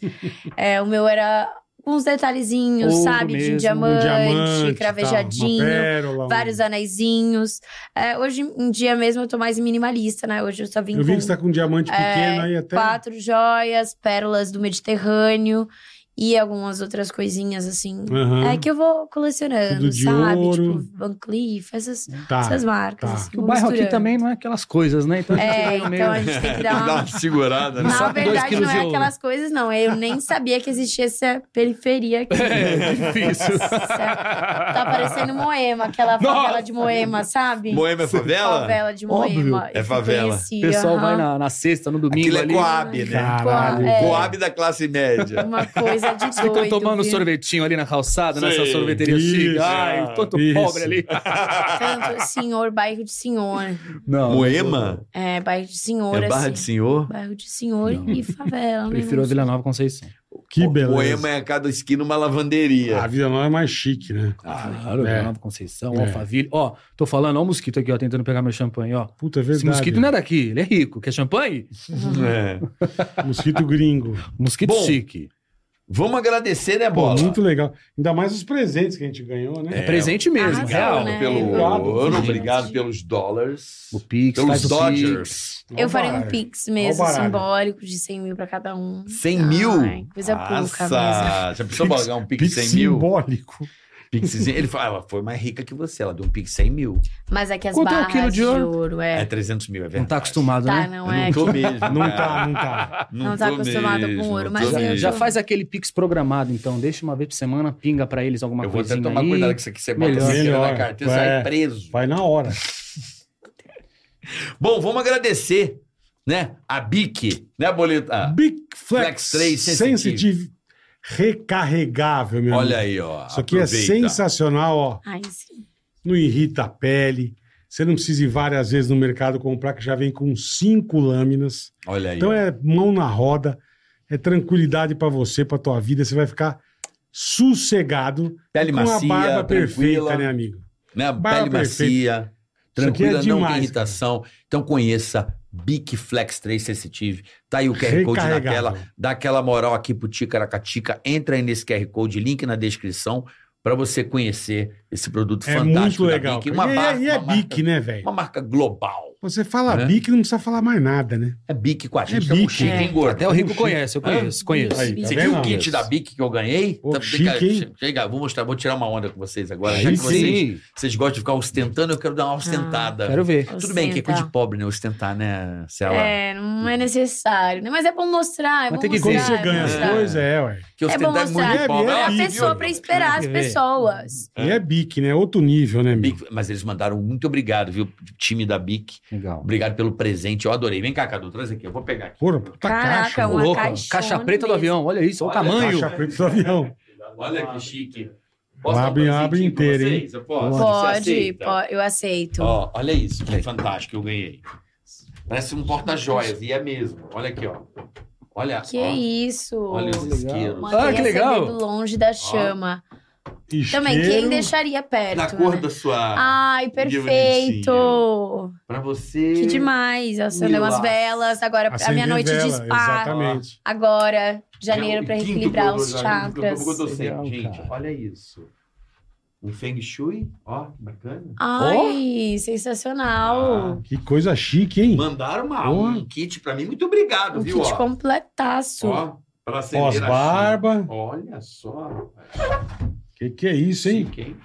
É, o meu era uns detalhezinhos, Ouro sabe? mesmo, um de diamante, um diamante, cravejadinho. tal, uma pérola, um- Vários anezinhos. É, hoje em dia mesmo eu tô mais minimalista, né? Hoje eu só vim Eu vi com que você tá com um diamante pequeno aí até. quatro joias, pérolas do Mediterrâneo e algumas outras coisinhas assim. Aham. É que eu vou colecionando, Tudo de sabe? ouro. Tipo, Van Cleef, essas, Tá. essas marcas. tá. assim, O vou bairro aqui misturando. também não é aquelas coisas, né? Então a gente É, veio meio- então a gente tem que dar uma. segurada, né? Na Só com dois verdade, quilos não de é ouro. aquelas coisas, não. Eu nem sabia que existia essa periferia aqui. É difícil. Tá parecendo Moema, aquela Nossa! favela de Moema, sabe? Moema é favela? Favela de Óbvio. Moema. É Eu favela. O conheci, pessoal aham. vai na, na sexta, no domingo Aquilo é ali. Coab, né? Caralho. É. Coab da classe média. Uma coisa de doido. Ficam tomando viu? sorvetinho ali na calçada, nessa Sim. sorveteria Isso. chique. Ai, tanto Isso. pobre ali. Tanto senhor, bairro de senhor. Não, Moema É, bairro de senhor, é barra assim. de senhor. Bairro de senhor Não. e favela, eu né? Prefiro a Não Vila Nova Conceição. Que Mo- beleza. Moema é a cada esquina uma lavanderia. A vida não é mais chique, né? Claro, É. Vila Nova Conceição, É. Alphaville. Ó, tô falando, ó o mosquito aqui, ó, tentando pegar meu champanhe, ó. Puta, é Esse verdade. mosquito não é daqui, ele é rico. Quer champanhe? É. Mosquito gringo. Mosquito Bom, chique. Vamos agradecer, né, Pô, Bola? muito legal. Ainda mais os presentes que a gente ganheu, né? É, presente mesmo, Arrasou, real. né? Pelo Obrigado, ouro, gente. obrigado pelos dólares. O Pix, pelos faz o Dodgers. sei. Eu farei um baralho. pix Ó o mesmo, baralho. simbólico, de 100 mil pra cada um. 100 mil? Ai, coisa pouca mesmo. Nossa, já precisou pagar um Pix 100 mil? simbólico. Pixzinho. Ele fala, ela foi mais rica que você, ela deu um Pix 100 mil. Mas é que as Quanto é o barras quilo de de ouro? ouro, É, é. 300 mil, é verdade. Não tá acostumado, Tá, né? não Não é. é. tô mesmo. Não cara. tá, não tá. Não tá tô acostumado com mesmo, ouro, não tô mas eu- mesmo. é, Já faz aquele Pix programado, então. Deixa uma vez por semana, pinga pra eles alguma Eu vou coisinha até tomar aí. cuidado com isso aqui. Você bota Melhor. a dinheiro na é Melhor. carteira, É. você sai preso. Vai na hora. Bom, vamos agradecer, né? A BIC, né, Boleta? Big Flex, Flex 3 sensitive. sensitive. recarregável, meu Olha amigo. aí, ó. Isso aqui aproveita. é sensacional, ó. Ai, sim. Não irrita a pele. Você não precisa ir várias vezes no mercado comprar, que já vem com cinco lâminas. Olha aí. Então ó. é mão na roda, é tranquilidade pra você, pra tua vida. Você vai ficar sossegado. Pele com macia, a barba tranquila. perfeita, né, amigo? né? Barba Pele macia, Isso aqui tranquila, é não demais, tem irritação. Então conheça Bic Flex 3 Sensitive. Tá aí o QR Code na Recarregável. tela. Dá aquela moral aqui pro Ticaracatica. Entra aí nesse QR Code, link na descrição, para você conhecer esse produto É muito fantástico da legal. Bic. cara. Uma e, é- marca, e é uma marca- Bic, né, velho? Uma marca global. Você fala Né? Bic, não precisa falar mais nada, né? É Bic com a gente. É tamo Bic. chique, hein, gordo? Até o Rico conhece, eu Ah, conheço, conheço. Aí, tá Você vendo? viu o kit da Bic que eu ganhei? Ô, Tá- chique, hein? chega, vou mostrar, vou tirar uma onda com vocês agora. Já Aí que sim. Ah, vocês, vocês gostam de ficar ostentando, eu quero dar uma ostentada. Quero ver. Tudo bem, que é coisa de pobre, né? Ostentar, né, Cela? É, não é necessário. né? Mas é bom mostrar, é Mas bom tem que ver. Quando mostrar. você é ganha bom as mostrar. coisas, é, ué. Que É bom ostentar é mostrar. muito pobre. É É Ah, a Bic, pessoa olha. pra esperar as Tem que ver. pessoas. E é Bic, né? Outro nível, né, meu? Bic, mas eles mandaram muito obrigado, viu? Time da Bic. Legal. Obrigado pelo presente. Eu adorei. Vem cá, Cadu, traz aqui. Eu vou pegar aqui. Porra, puta Caraca, caixa. uma Louca. caixona Caixa preta do mesmo. avião, olha isso, olha o Olha, tamanho. Caixa preta do avião. Olha que chique. Ela abre- dar um abre presentinho pra inteira, hein? vocês? Eu posso? Você Pode, aceita? pode, eu aceito. Ó, olha isso, que fantástico eu ganhei. Parece um porta-joias, e é mesmo. Olha aqui, ó. Olha, que é ó. isso? olha os isqueiros. Mandei Ah, que legal. acender longe da chama. Também, quem Isqueiro. deixaria perto? Na cor né? da sua... Ai, perfeito! Pra você... Que demais! Acendeu umas Milagre. velas, agora a Acender minha noite vela, de spa. Exatamente. Agora, janeiro, É o pra quinto equilibrar que eu os dou já, que eu chakras. tô- que eu tô sem. Legal, Gente, cara. olha isso. Um Feng Shui, ó, que bacana. Ah, Ai, sensacional! Que coisa chique, hein? Mandaram uma, Ó. Hum. um kit pra mim, muito obrigado, um viu? kit ó. completaço. Ó, pra acender a chama. Pós-barba. Olha só. Que que é isso, hein? Chique, hein?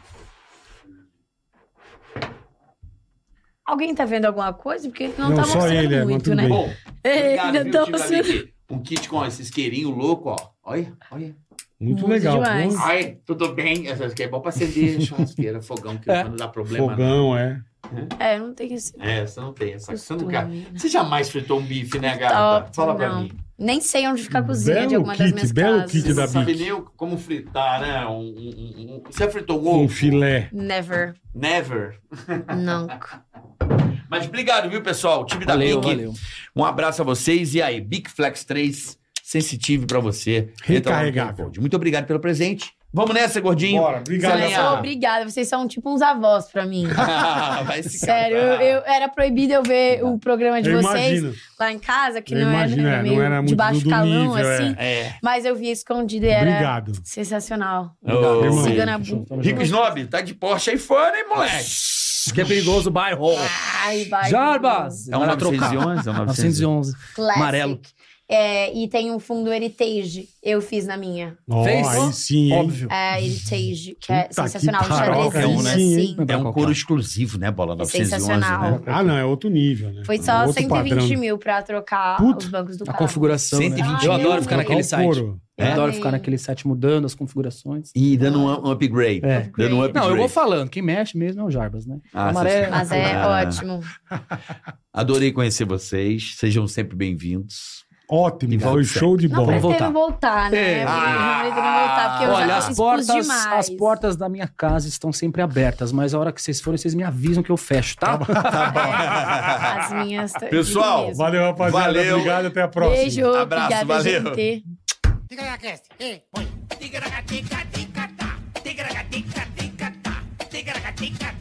Alguém tá vendo alguma coisa? Porque não, Não, tá só mostrando ele, é, mas muito, tudo né? bem. Bom, obrigado, Ainda viu, tô assim. time da mostrando. Vicky? Um kit com esse isqueirinho louco, ó. Olha, olha. Muito, Muito legal. demais. pô. Ai, tudo bem. Essa aqui é bom pra acender churrasqueira, fogão, que É. não dá problema. Fogão, é. É, não tem esse não. É, essa não tem. Essa você costume. nunca... né? Você jamais fritou um bife, né, gata? Top, Fala pra não. mim. Nem sei onde fica a cozinha Belo de alguma kit, das minhas belo casas. kit Você da não sabe Bic. nem como fritar, né? Um, um- um- um- Você fritou um ovo? Um filé. Never. Never. Nunca. Mas obrigado, viu, pessoal? Time da Valeu, Bic. valeu. Um abraço a vocês. E aí, Big Flex 3, sensitive pra você. Entra lá no Recarregável. QR Code. Muito obrigado pelo presente. Vamos nessa, gordinho. Bora, obrigado. Eu Ganha. sou obrigada. Vocês são tipo uns avós pra mim. Vai se Sério, eu, catar. eu- era proibido eu ver o programa de Eu vocês imagino. lá em casa, que Eu não imagino, é, era, não meio era muito de baixo do calão, nível, assim. É. Mas eu via escondido e era Obrigado. sensacional. Ô, Irmão. Cigana Junto, Bu- tamo Rico junto. Snob, tá de Porsche aí fora, hein, moleque? Que é perigoso o bairro. Ai, vai. Jarbas! É um Vai trocar. 911, é um 911. Classic. Amarelo. É, e tem um fundo Heritage. Eu fiz na minha. Ó, Fez? aí sim, hein? Óbvio. É, Heritage, que é Puta que sensacional. Um paroca, xadrezinho, né? assim. Sim. É um Qual couro que é? exclusivo, né, Bola É 911, sensacional. né? Ah, não, é outro nível, né? Foi só Outro 120 padrão. mil pra trocar Puta, os bancos do A carro. configuração, 120 né? mil. Eu adoro ficar Ó, naquele o site. couro. Eu É? adoro ficar naquele site mudando as configurações. E dando Ah. um um upgrade. É. Dando um upgrade. Não, eu vou falando. Quem mexe mesmo é o Jarbas, né? Ah, Amarelo. Mas é Ah. ótimo. Adorei conhecer vocês. Sejam sempre bem-vindos. Ótimo, E foi volta. show de Não bola. vamos Ah. pretendo voltar, né? É. Não pretendo voltar, porque eu Olha, já as expus portas, demais. as portas da minha casa estão sempre abertas, mas a hora que vocês forem, vocês me avisam que eu fecho, tá? É, as minhas... t- Pessoal, digo mesmo. Valeu, rapaziada. Valeu. Obrigado, até a próxima. Beijo, Abraço, obrigada, valeu. gente. Ticaracast, ei, põe. Ticaracatica, ticatá. Ticaracatica, ticatá. Ticaracatica,